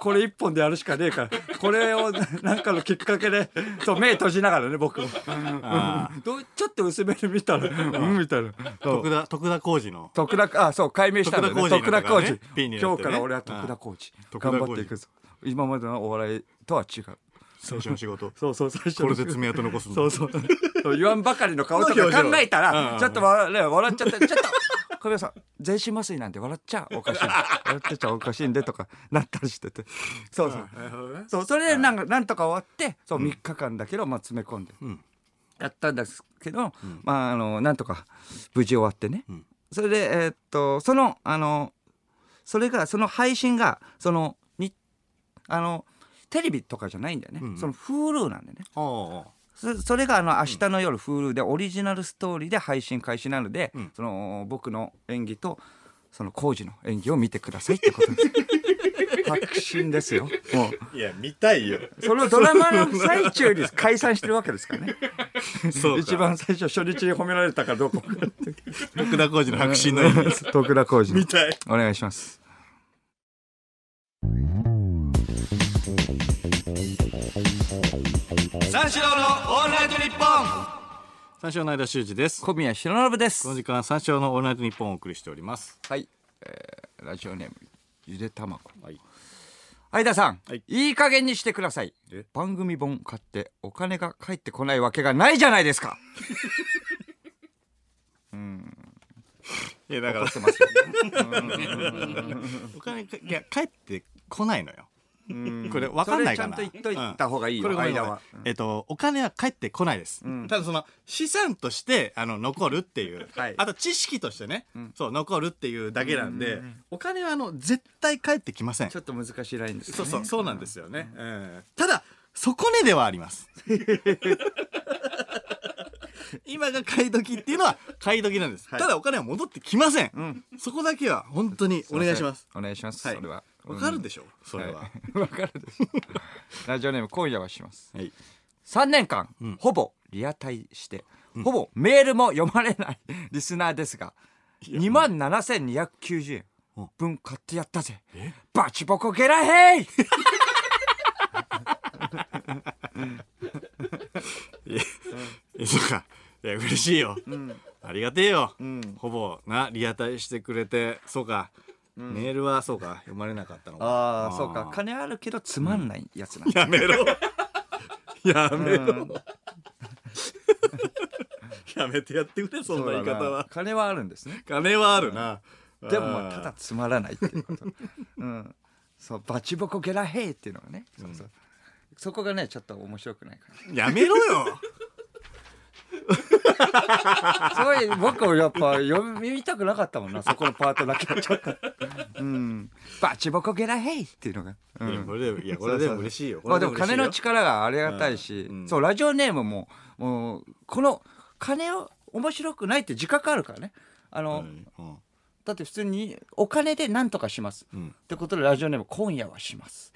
[SPEAKER 2] これ一本でやるしかねえからこれをなんかのきっかけでそう目閉じながらね僕も
[SPEAKER 1] あ
[SPEAKER 2] どうちょっと薄めで見たら、 [LAUGHS] うん、みたいな。
[SPEAKER 1] 徳田徳田浩二の
[SPEAKER 2] 徳田、あ、そう、解明したんだね。
[SPEAKER 1] 徳
[SPEAKER 2] 徳
[SPEAKER 1] 田
[SPEAKER 2] 田
[SPEAKER 1] 浩
[SPEAKER 2] 浩
[SPEAKER 1] 二になったから
[SPEAKER 2] 二、
[SPEAKER 1] ねピンになってね
[SPEAKER 2] 今日から俺は徳田浩
[SPEAKER 1] うん
[SPEAKER 2] 二。頑張っていくぞ。今までのお笑いとは違う。
[SPEAKER 1] 最初の仕事
[SPEAKER 2] そうそう、最初
[SPEAKER 1] これで爪痕残すんだ
[SPEAKER 2] そうそう。そう言わんばかりの顔と
[SPEAKER 1] 表
[SPEAKER 2] か
[SPEAKER 1] 情
[SPEAKER 2] 考えた
[SPEAKER 1] うんう
[SPEAKER 2] ら
[SPEAKER 1] ん、
[SPEAKER 2] ちょっと笑笑っちゃって、ちょっと、小宮さん、全身麻酔なんで笑っちゃおかしい。笑っちゃおかしいんでとかなったりしてて。そうそう。そう、それでなんか、なんとか終わって、そう、3日間だけど、まあ、詰め込んで
[SPEAKER 1] ん。
[SPEAKER 2] やったんですけど、まあ、あの、なんとか、無事終わってね。それで、えーっと、その、あの、それが、その配信が、その、に、あの、テレビとかじゃないんだよね。
[SPEAKER 1] うんうん
[SPEAKER 2] その、Hulu なんだよね。
[SPEAKER 1] ああ
[SPEAKER 2] そそれがあの明日の夜 Hulu でオリジナルストーリーで配信開始なので、
[SPEAKER 1] ん
[SPEAKER 2] その僕の演技とその浩二の演技を見てくださいってことで
[SPEAKER 1] [LAUGHS]
[SPEAKER 2] す確信ですよもう
[SPEAKER 1] いや見たいよ
[SPEAKER 2] そのドラマの最中に [LAUGHS] 解散してるわけですからね
[SPEAKER 1] そうか
[SPEAKER 2] 一番最初初日に褒められたかどうか分かんない
[SPEAKER 1] 徳田浩二の白真の演
[SPEAKER 2] [LAUGHS]
[SPEAKER 1] 技
[SPEAKER 2] 徳田浩二
[SPEAKER 1] 見たい
[SPEAKER 2] お願いします
[SPEAKER 1] 三四郎のオールナイトニッポン三四郎の間修二です
[SPEAKER 2] 小宮弘信で
[SPEAKER 1] この
[SPEAKER 2] す
[SPEAKER 1] 時間三四郎のオールナイトニッポンをお送りしております
[SPEAKER 2] はい、えーラジオネームゆで卵
[SPEAKER 1] はい
[SPEAKER 2] 相田さん、
[SPEAKER 1] はい
[SPEAKER 2] い、い加減にしてください
[SPEAKER 1] え
[SPEAKER 2] 番組本買ってお金が返ってこないわけがないじゃないですか
[SPEAKER 1] いやだから
[SPEAKER 2] 怒ってますよ
[SPEAKER 1] お金かいや帰ってこないのよ
[SPEAKER 2] ね
[SPEAKER 1] これ [LAUGHS] わかんないかな
[SPEAKER 2] それちゃんと言っといた方がいいよ
[SPEAKER 1] これごめん
[SPEAKER 2] 間は
[SPEAKER 1] ごめんえっとお金は返ってこないです、ただその資産としてあの残るっていう、
[SPEAKER 2] はい
[SPEAKER 1] あと知識としてね、そう残るっていうだけなんで、お金はあの絶対返ってきません
[SPEAKER 2] ちょっと難しいラインですね
[SPEAKER 1] そうそうそうなんですよね、うんただ底値ではあります [LAUGHS] 今が買い時っていうのは買い時なんです、
[SPEAKER 2] はい
[SPEAKER 1] ただお金は戻ってきません、そこだけは本当にお願いします
[SPEAKER 2] お願いします、
[SPEAKER 1] はい
[SPEAKER 2] それは
[SPEAKER 1] わかるでしょ、それは、
[SPEAKER 2] は [LAUGHS] わかるでしょラジオネーム今夜はします
[SPEAKER 1] はい
[SPEAKER 2] 3年間、
[SPEAKER 1] ん
[SPEAKER 2] ほぼリアタイして、ほぼメールも読まれない [LAUGHS] リスナーですが2万7290円分買ってやったぜバチボコゲラヘイ
[SPEAKER 1] えそうかいや嬉しいよ、ありがてえよ、
[SPEAKER 2] ん
[SPEAKER 1] ほぼなリアタイしてくれてそうか、メールはそうか読まれなかったの
[SPEAKER 2] [LAUGHS] ああそうか金あるけどつまんないやつなんだ、
[SPEAKER 1] やめろやめろ、
[SPEAKER 2] うん
[SPEAKER 1] [LAUGHS] やめてやってくれそんな言い方は
[SPEAKER 2] 金はあるんですね
[SPEAKER 1] 金はあるな、
[SPEAKER 2] でもまあ
[SPEAKER 1] あー
[SPEAKER 2] ただつまらないっていうこと、うん、 [LAUGHS] そうバチボコゲラヘイっていうのがねそうそうそこがねちょっと面白くないから
[SPEAKER 1] やめろよ
[SPEAKER 2] そういう僕はやっぱ読みたくなかったもんなそこのパートだけはちょっと、うん、バチボコゲラヘイっていうのが、 [LAUGHS] う
[SPEAKER 1] いや
[SPEAKER 2] ん、
[SPEAKER 1] これでいやこれでも嬉しいよ
[SPEAKER 2] まあでも
[SPEAKER 1] これ
[SPEAKER 2] 金
[SPEAKER 1] も
[SPEAKER 2] の
[SPEAKER 1] 嬉しいよ
[SPEAKER 2] 力がありがたいし、
[SPEAKER 1] うん
[SPEAKER 2] そうラジオネームももうこの金を面白くないって自覚あるからねあの、
[SPEAKER 1] うん
[SPEAKER 2] だって普通にお金で何とかします、
[SPEAKER 1] うん
[SPEAKER 2] ってことでラジオネーム今夜はします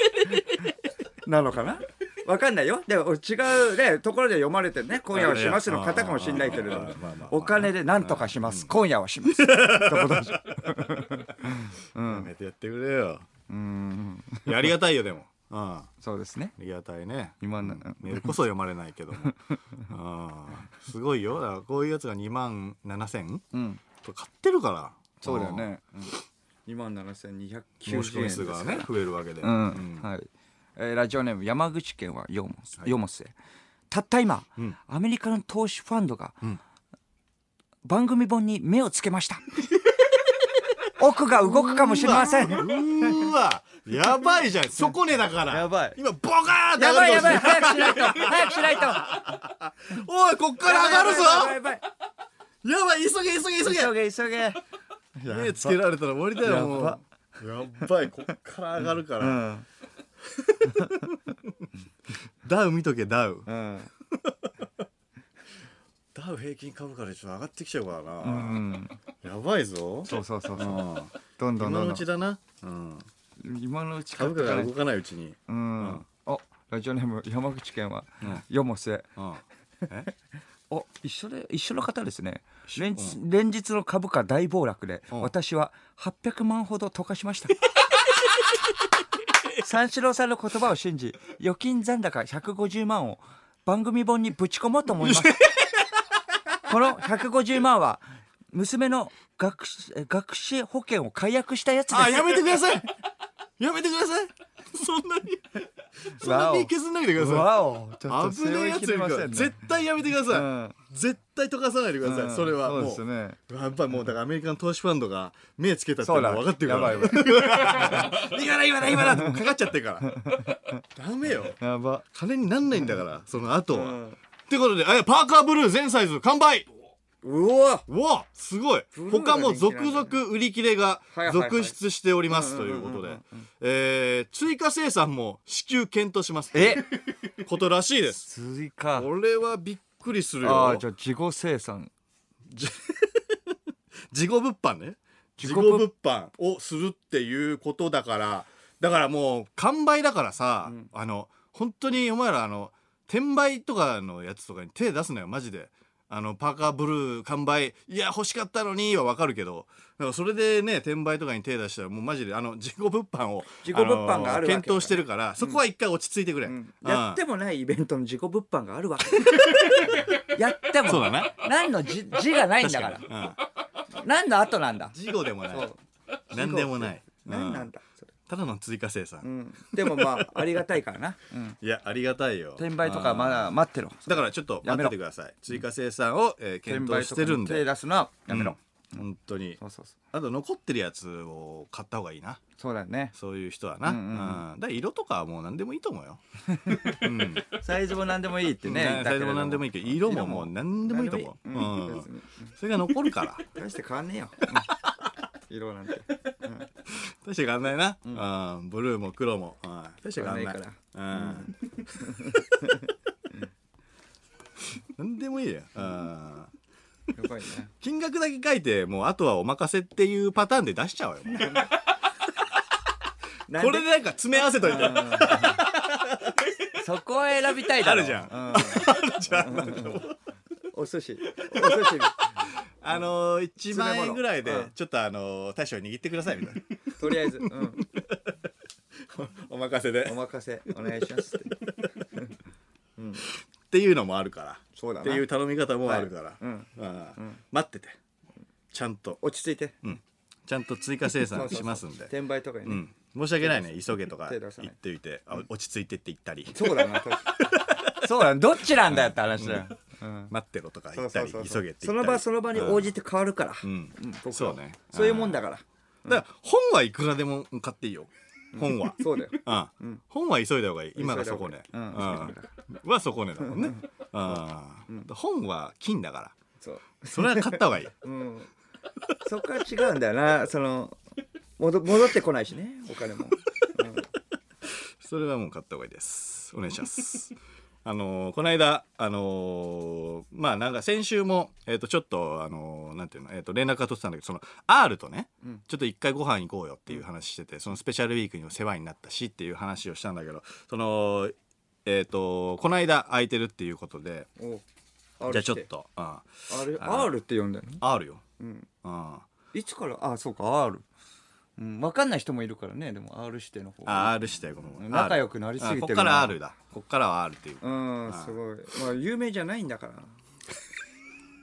[SPEAKER 2] [LAUGHS] なのかなわかんないよでも違うねところで読まれてるね今夜はしますの方かもしれないけれど
[SPEAKER 1] まあまあまあ
[SPEAKER 2] お金で何とかします今夜はします [LAUGHS] ってことでしょ
[SPEAKER 1] やめてやってくれよ
[SPEAKER 2] うん
[SPEAKER 1] いやありがたいよでもうんあ
[SPEAKER 2] そうですね
[SPEAKER 1] りがたいね
[SPEAKER 2] 2万7
[SPEAKER 1] メールこそ読まれないけ
[SPEAKER 2] [LAUGHS]
[SPEAKER 1] どもあーすごいよだからこういうやつが2万7000
[SPEAKER 2] うん
[SPEAKER 1] と買ってるから
[SPEAKER 2] そうだよね2万7290
[SPEAKER 1] 申し込
[SPEAKER 2] 円
[SPEAKER 1] み数がね増えるわけで、
[SPEAKER 2] う
[SPEAKER 1] うんん
[SPEAKER 2] はいえーラジオネーム山口県はヨモス、ヨモスへたった今、
[SPEAKER 1] ん
[SPEAKER 2] アメリカの投資ファンドが、
[SPEAKER 1] ん
[SPEAKER 2] 番組本に目をつけました [LAUGHS] 奥が動くかもしれません
[SPEAKER 1] うーわやばいじゃ [LAUGHS] ん底値だから
[SPEAKER 2] やばい
[SPEAKER 1] 今ボカーンって
[SPEAKER 2] やばい
[SPEAKER 1] 上
[SPEAKER 2] やば
[SPEAKER 1] がる
[SPEAKER 2] い
[SPEAKER 1] かもし
[SPEAKER 2] 早くしないと早くしないとこ
[SPEAKER 1] れないおいこっから上がるぞ
[SPEAKER 2] やばい
[SPEAKER 1] やばい急げ急げ急
[SPEAKER 2] やばい急げ急げ
[SPEAKER 1] げ目つけられたら終わりだよもう
[SPEAKER 2] やば
[SPEAKER 1] やばいこっから上がるか
[SPEAKER 2] う
[SPEAKER 1] ら
[SPEAKER 2] ん
[SPEAKER 1] ダウ見とけダウ
[SPEAKER 2] うん
[SPEAKER 1] ダウ平均株価でちょっと上がってきちゃうから
[SPEAKER 2] う
[SPEAKER 1] なんやばいぞ
[SPEAKER 2] そうそうそう
[SPEAKER 1] う
[SPEAKER 2] そうんどんど
[SPEAKER 1] 今
[SPEAKER 2] んどん
[SPEAKER 1] の
[SPEAKER 2] ど
[SPEAKER 1] うんちだなうん
[SPEAKER 2] 今のうち買っ
[SPEAKER 1] 株
[SPEAKER 2] て
[SPEAKER 1] 価
[SPEAKER 2] か
[SPEAKER 1] が
[SPEAKER 2] ない
[SPEAKER 1] 動かないうちに
[SPEAKER 2] うんおラジオネーム山口県は、
[SPEAKER 1] うん
[SPEAKER 2] ヨモスへ
[SPEAKER 1] うん
[SPEAKER 2] お一緒で一緒の方ですね
[SPEAKER 1] 一緒
[SPEAKER 2] 連日,、連日の株価大暴落で、
[SPEAKER 1] うん
[SPEAKER 2] 私は800万ほど溶かしました
[SPEAKER 1] [LAUGHS]
[SPEAKER 2] 三四郎さんの言葉を信じ預金残高150万を番組本にぶち込もうと
[SPEAKER 1] [LAUGHS]
[SPEAKER 2] 思いますこの150万は娘の学資え学資保険を解約したやつです
[SPEAKER 1] あやめてくださいやめてくださいそんなに
[SPEAKER 2] [LAUGHS]
[SPEAKER 1] そんなに削んないでください
[SPEAKER 2] わおちょっと
[SPEAKER 1] 危ねえやついるから絶対やめてくだ
[SPEAKER 2] 対
[SPEAKER 1] さい絶対溶かさないでくださいそれは
[SPEAKER 2] そうで
[SPEAKER 1] も
[SPEAKER 2] す
[SPEAKER 1] う
[SPEAKER 2] ね
[SPEAKER 1] やっぱりもうだからアメリカの投資ファンドが目つけたっても
[SPEAKER 2] そううだ
[SPEAKER 1] 分かってるから
[SPEAKER 2] [LAUGHS] やばい
[SPEAKER 1] 今だ今だ今だってかかっちゃってるからダメよ
[SPEAKER 2] やば
[SPEAKER 1] 金になんないんだからその後
[SPEAKER 2] う
[SPEAKER 1] は
[SPEAKER 2] ん
[SPEAKER 1] ってことであパーカーブルー全サイズ完売
[SPEAKER 2] うわ
[SPEAKER 1] うわすごい
[SPEAKER 2] ブルーが
[SPEAKER 1] 他も続々売り切れが
[SPEAKER 2] はいはいはい
[SPEAKER 1] 続出しておりますということでえー追加生産も至急検討します
[SPEAKER 2] え
[SPEAKER 1] ことらしいです
[SPEAKER 2] 追加
[SPEAKER 1] これはびっくりする
[SPEAKER 2] ああ
[SPEAKER 1] よ
[SPEAKER 2] じゃあ自己生産
[SPEAKER 1] 事後物販ね事
[SPEAKER 2] 事
[SPEAKER 1] 後
[SPEAKER 2] 後
[SPEAKER 1] 物
[SPEAKER 2] 物
[SPEAKER 1] 販をするっていうことだからだからもう完売だからさ、あの本当にお前らあの転売とかのやつとかに手出すなよマジであのパーカーブルー完売いや欲しかったのにはわかるけどだからそれでね転売とかに手出したらもうマジであの事故物販を
[SPEAKER 2] 事故物販があるわけだから
[SPEAKER 1] の検討してるからそこは一回落ち着いてくれ、
[SPEAKER 2] うん
[SPEAKER 1] うん
[SPEAKER 2] やってもないイベントの自己物販があるわけ
[SPEAKER 1] [LAUGHS]
[SPEAKER 2] やっても
[SPEAKER 1] そうだな
[SPEAKER 2] 何の字字が [LAUGHS] ないんだから
[SPEAKER 1] 確かに、うん
[SPEAKER 2] 何の後なんだ
[SPEAKER 1] 事故でもない
[SPEAKER 2] そう
[SPEAKER 1] 何でもない、うん
[SPEAKER 2] 何なんだそれ
[SPEAKER 1] ただの追加生産、
[SPEAKER 2] うんでもまあありがたいからな、うん、
[SPEAKER 1] いやありがたいよ
[SPEAKER 2] 転売とかま
[SPEAKER 1] あ
[SPEAKER 2] だ待ってろ
[SPEAKER 1] ーだからちょっと
[SPEAKER 2] や
[SPEAKER 1] 待
[SPEAKER 2] め
[SPEAKER 1] っ
[SPEAKER 2] ろ
[SPEAKER 1] ててください追加生産を、えー検討してるん
[SPEAKER 2] 転売とかに
[SPEAKER 1] で
[SPEAKER 2] 手出すのはやめろ、
[SPEAKER 1] うん本当に
[SPEAKER 2] そうそうそう
[SPEAKER 1] あと残ってるやつを買った方がいいな
[SPEAKER 2] そうだよね
[SPEAKER 1] そういう人はな、う
[SPEAKER 2] うんんうんうん
[SPEAKER 1] だから色とかはもう何でもいいと思う
[SPEAKER 2] [LAUGHS]
[SPEAKER 1] よ、うん、ね
[SPEAKER 2] サイズも何でもいいってね言ったけ
[SPEAKER 1] サ
[SPEAKER 2] れ
[SPEAKER 1] イズ
[SPEAKER 2] ど
[SPEAKER 1] も何でもいいけど色ももう何でもいいと思う、
[SPEAKER 2] 何でもいい
[SPEAKER 1] う
[SPEAKER 2] うん
[SPEAKER 1] ん
[SPEAKER 2] 別に
[SPEAKER 1] それが残るから
[SPEAKER 2] 大して変わんねえよ、うん色なんて
[SPEAKER 1] 大して変わんないな、うんブルーも黒も、うん、大して変わんない
[SPEAKER 2] 変わんない
[SPEAKER 1] うん、 [LAUGHS] 何でもいいよ、うん
[SPEAKER 2] やばいね
[SPEAKER 1] 金額だけ書いてもうあとはお任せっていうパターンで出しちゃお [LAUGHS] うよもう
[SPEAKER 2] なんで
[SPEAKER 1] これでなんか詰め合わせといてあ
[SPEAKER 2] そこは選びたいだろ
[SPEAKER 1] あるじゃん
[SPEAKER 2] う
[SPEAKER 1] るじゃんなんかもうん
[SPEAKER 2] お寿司お寿司
[SPEAKER 1] あのー、1万円ぐらいで
[SPEAKER 2] うん
[SPEAKER 1] ちょっとあのー、大将握ってくださいみたいな
[SPEAKER 2] とりあえず、うん、
[SPEAKER 1] [LAUGHS] お任せで
[SPEAKER 2] お任せお願いしますって
[SPEAKER 1] っていうのもあるから
[SPEAKER 2] そうだ
[SPEAKER 1] っ
[SPEAKER 2] な
[SPEAKER 1] ていう頼み方もあるから、
[SPEAKER 2] うん
[SPEAKER 1] ああ待っててちゃんと、
[SPEAKER 2] 落ち着いて
[SPEAKER 1] うん、ちゃんと追加生
[SPEAKER 2] そう
[SPEAKER 1] 産
[SPEAKER 2] そうそう
[SPEAKER 1] します [LAUGHS] んで
[SPEAKER 2] 転売とかに
[SPEAKER 1] う
[SPEAKER 2] ね、
[SPEAKER 1] ん、申し訳ないね急げとか
[SPEAKER 2] 手出さない
[SPEAKER 1] 言っておいて、あ落ち着いてって言ったり
[SPEAKER 2] そうだな確かにそうだなどっちなんだよって話だよ、うん
[SPEAKER 1] 待ってろとか
[SPEAKER 2] そ
[SPEAKER 1] 言
[SPEAKER 2] う
[SPEAKER 1] った
[SPEAKER 2] そう
[SPEAKER 1] り
[SPEAKER 2] そう
[SPEAKER 1] 急げって言ったり
[SPEAKER 2] その場その場に応じて変わるから、
[SPEAKER 1] うん、うん
[SPEAKER 2] うん僕は
[SPEAKER 1] そうね
[SPEAKER 2] そういうもんだから
[SPEAKER 1] だから本はいくらでも買っていいよ本は、
[SPEAKER 2] そうだよ
[SPEAKER 1] うん本は急いだ方がいい今がそこね、
[SPEAKER 2] うん
[SPEAKER 1] うんはそこねだもんね、うん本は金だから
[SPEAKER 2] そう
[SPEAKER 1] それは買った方がい [LAUGHS] い
[SPEAKER 2] うん、そこは違うんだよなその戻戻ってこないしねお金も、
[SPEAKER 1] それはもう買った方がいいですお願いしますあのーこの間あのーまあなんか先週も、えー、とちょっとあのーなんていうの、えー、と連絡が取ってたんだけどその R とね、
[SPEAKER 2] うん
[SPEAKER 1] ちょっと一回ご飯行こうよっていう話しててそのスペシャルウィークにも世話になったしっていう話をしたんだけどそのえっ、とこの間空いてるっていうことで
[SPEAKER 2] うん、お
[SPEAKER 1] じゃあちょっと、うん、
[SPEAKER 2] あれ
[SPEAKER 1] あ
[SPEAKER 2] R って呼んだよ、ね
[SPEAKER 1] R よ、
[SPEAKER 2] うん、
[SPEAKER 1] うん、
[SPEAKER 2] いつからあそうか R、うん、分かんない人もいるからねでも R 指定の方
[SPEAKER 1] あ R してこの
[SPEAKER 2] 仲良くなりすぎてるな
[SPEAKER 1] あこっから R だこっからは R っていう
[SPEAKER 2] うんすごいまあ有名じゃないんだか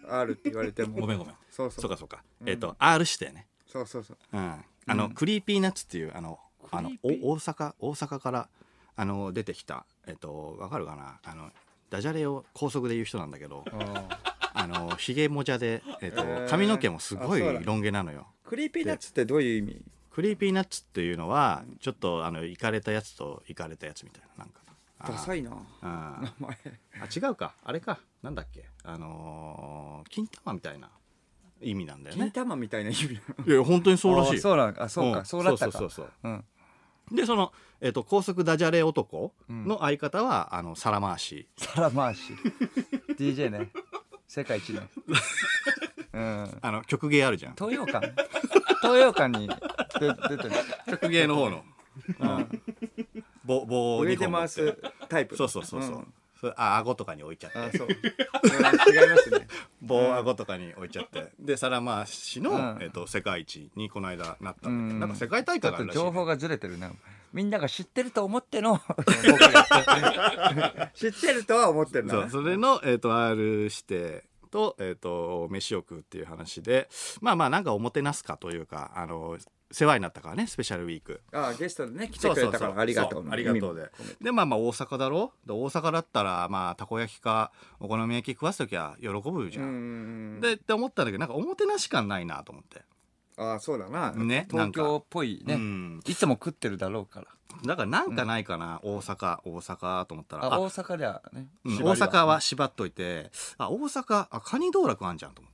[SPEAKER 2] ら R って言われても
[SPEAKER 1] ごめんごめん
[SPEAKER 2] そうそう
[SPEAKER 1] そうかそうか、えっ、と R してね
[SPEAKER 2] そうそうそう
[SPEAKER 1] うんあの、クリーピーナッツっていうあのあのお
[SPEAKER 2] クリーピ
[SPEAKER 1] 大阪大阪からあの出てきたえっ、とわかるかなあのダジャレを高速で言う人なんだけど
[SPEAKER 2] あ
[SPEAKER 1] あのひげもじゃで、えっと
[SPEAKER 2] へー
[SPEAKER 1] 髪の毛もすごい
[SPEAKER 2] あそうだ
[SPEAKER 1] ロン毛なのよ。
[SPEAKER 2] クリーピーナッツってどういう意味
[SPEAKER 1] クリーピーナッツっていうのはちょっとあのイカれたやつとイカれたやつみたいななんかあー
[SPEAKER 2] ダサいな
[SPEAKER 1] あ
[SPEAKER 2] 名前
[SPEAKER 1] ーあ違うかあれかなんだっけあのー金玉みたいな意味なんだよ
[SPEAKER 2] 金
[SPEAKER 1] ね
[SPEAKER 2] 玉みたいな意味なの
[SPEAKER 1] いや本当にそうらしい
[SPEAKER 2] あ
[SPEAKER 1] よ
[SPEAKER 2] そうなんあそうか、
[SPEAKER 1] ん
[SPEAKER 2] そうだったか
[SPEAKER 1] そうそうそう
[SPEAKER 2] うん
[SPEAKER 1] そうでその、えっと高速ダジャレ男の相方は、あの皿回し
[SPEAKER 2] 皿回し DJ ね世界一のうん
[SPEAKER 1] あの曲芸あるじゃん
[SPEAKER 2] 東洋館東洋館に出出てる
[SPEAKER 1] 曲芸の方の、うん、棒棒を
[SPEAKER 2] 上
[SPEAKER 1] 二
[SPEAKER 2] で
[SPEAKER 1] 本持って
[SPEAKER 2] 回すタイプ
[SPEAKER 1] そうそうそうそう、
[SPEAKER 2] ん
[SPEAKER 1] それあ顎とかに置いちゃって
[SPEAKER 2] あそううん違いますね
[SPEAKER 1] 棒顎とかに置いちゃってで皿回しの、
[SPEAKER 2] うん
[SPEAKER 1] えっと世界一にこの間なったんだけど、
[SPEAKER 2] うん
[SPEAKER 1] なんか世界大
[SPEAKER 2] ち
[SPEAKER 1] 会
[SPEAKER 2] ょっ
[SPEAKER 1] がある
[SPEAKER 2] と
[SPEAKER 1] らしいね、
[SPEAKER 2] 情報がずれてるなみんなが知ってると思っての僕が知ってるとは思ってる
[SPEAKER 1] そう
[SPEAKER 2] な
[SPEAKER 1] それの、えー、と R してと,、えー、と飯を食うっていう話でまあまあなんかおもてなすかというかあの世話になったからねスペシャルウィーク。
[SPEAKER 2] ああゲストでね来てくれたからありがとう
[SPEAKER 1] そ
[SPEAKER 2] の
[SPEAKER 1] ありがとうででまあまあ大阪だろで大阪だったらまあたこ焼きかお好み焼き食わす時は喜ぶじ
[SPEAKER 2] う
[SPEAKER 1] ゃ
[SPEAKER 2] んうん
[SPEAKER 1] ん。
[SPEAKER 2] うん
[SPEAKER 1] でって思ったんだけどなんかおもてなし感ないなと思って。
[SPEAKER 2] ああそうだな
[SPEAKER 1] ねなん
[SPEAKER 2] 東
[SPEAKER 1] か
[SPEAKER 2] 京っぽいね
[SPEAKER 1] うん
[SPEAKER 2] いつも食ってるだろうから
[SPEAKER 1] だからなんかないかな、大阪大阪と思ったら
[SPEAKER 2] あ
[SPEAKER 1] あ
[SPEAKER 2] 大阪ではね
[SPEAKER 1] うん
[SPEAKER 2] 縛り
[SPEAKER 1] 大阪は縛っといてあ大阪あカニ道楽あんじゃんと思って。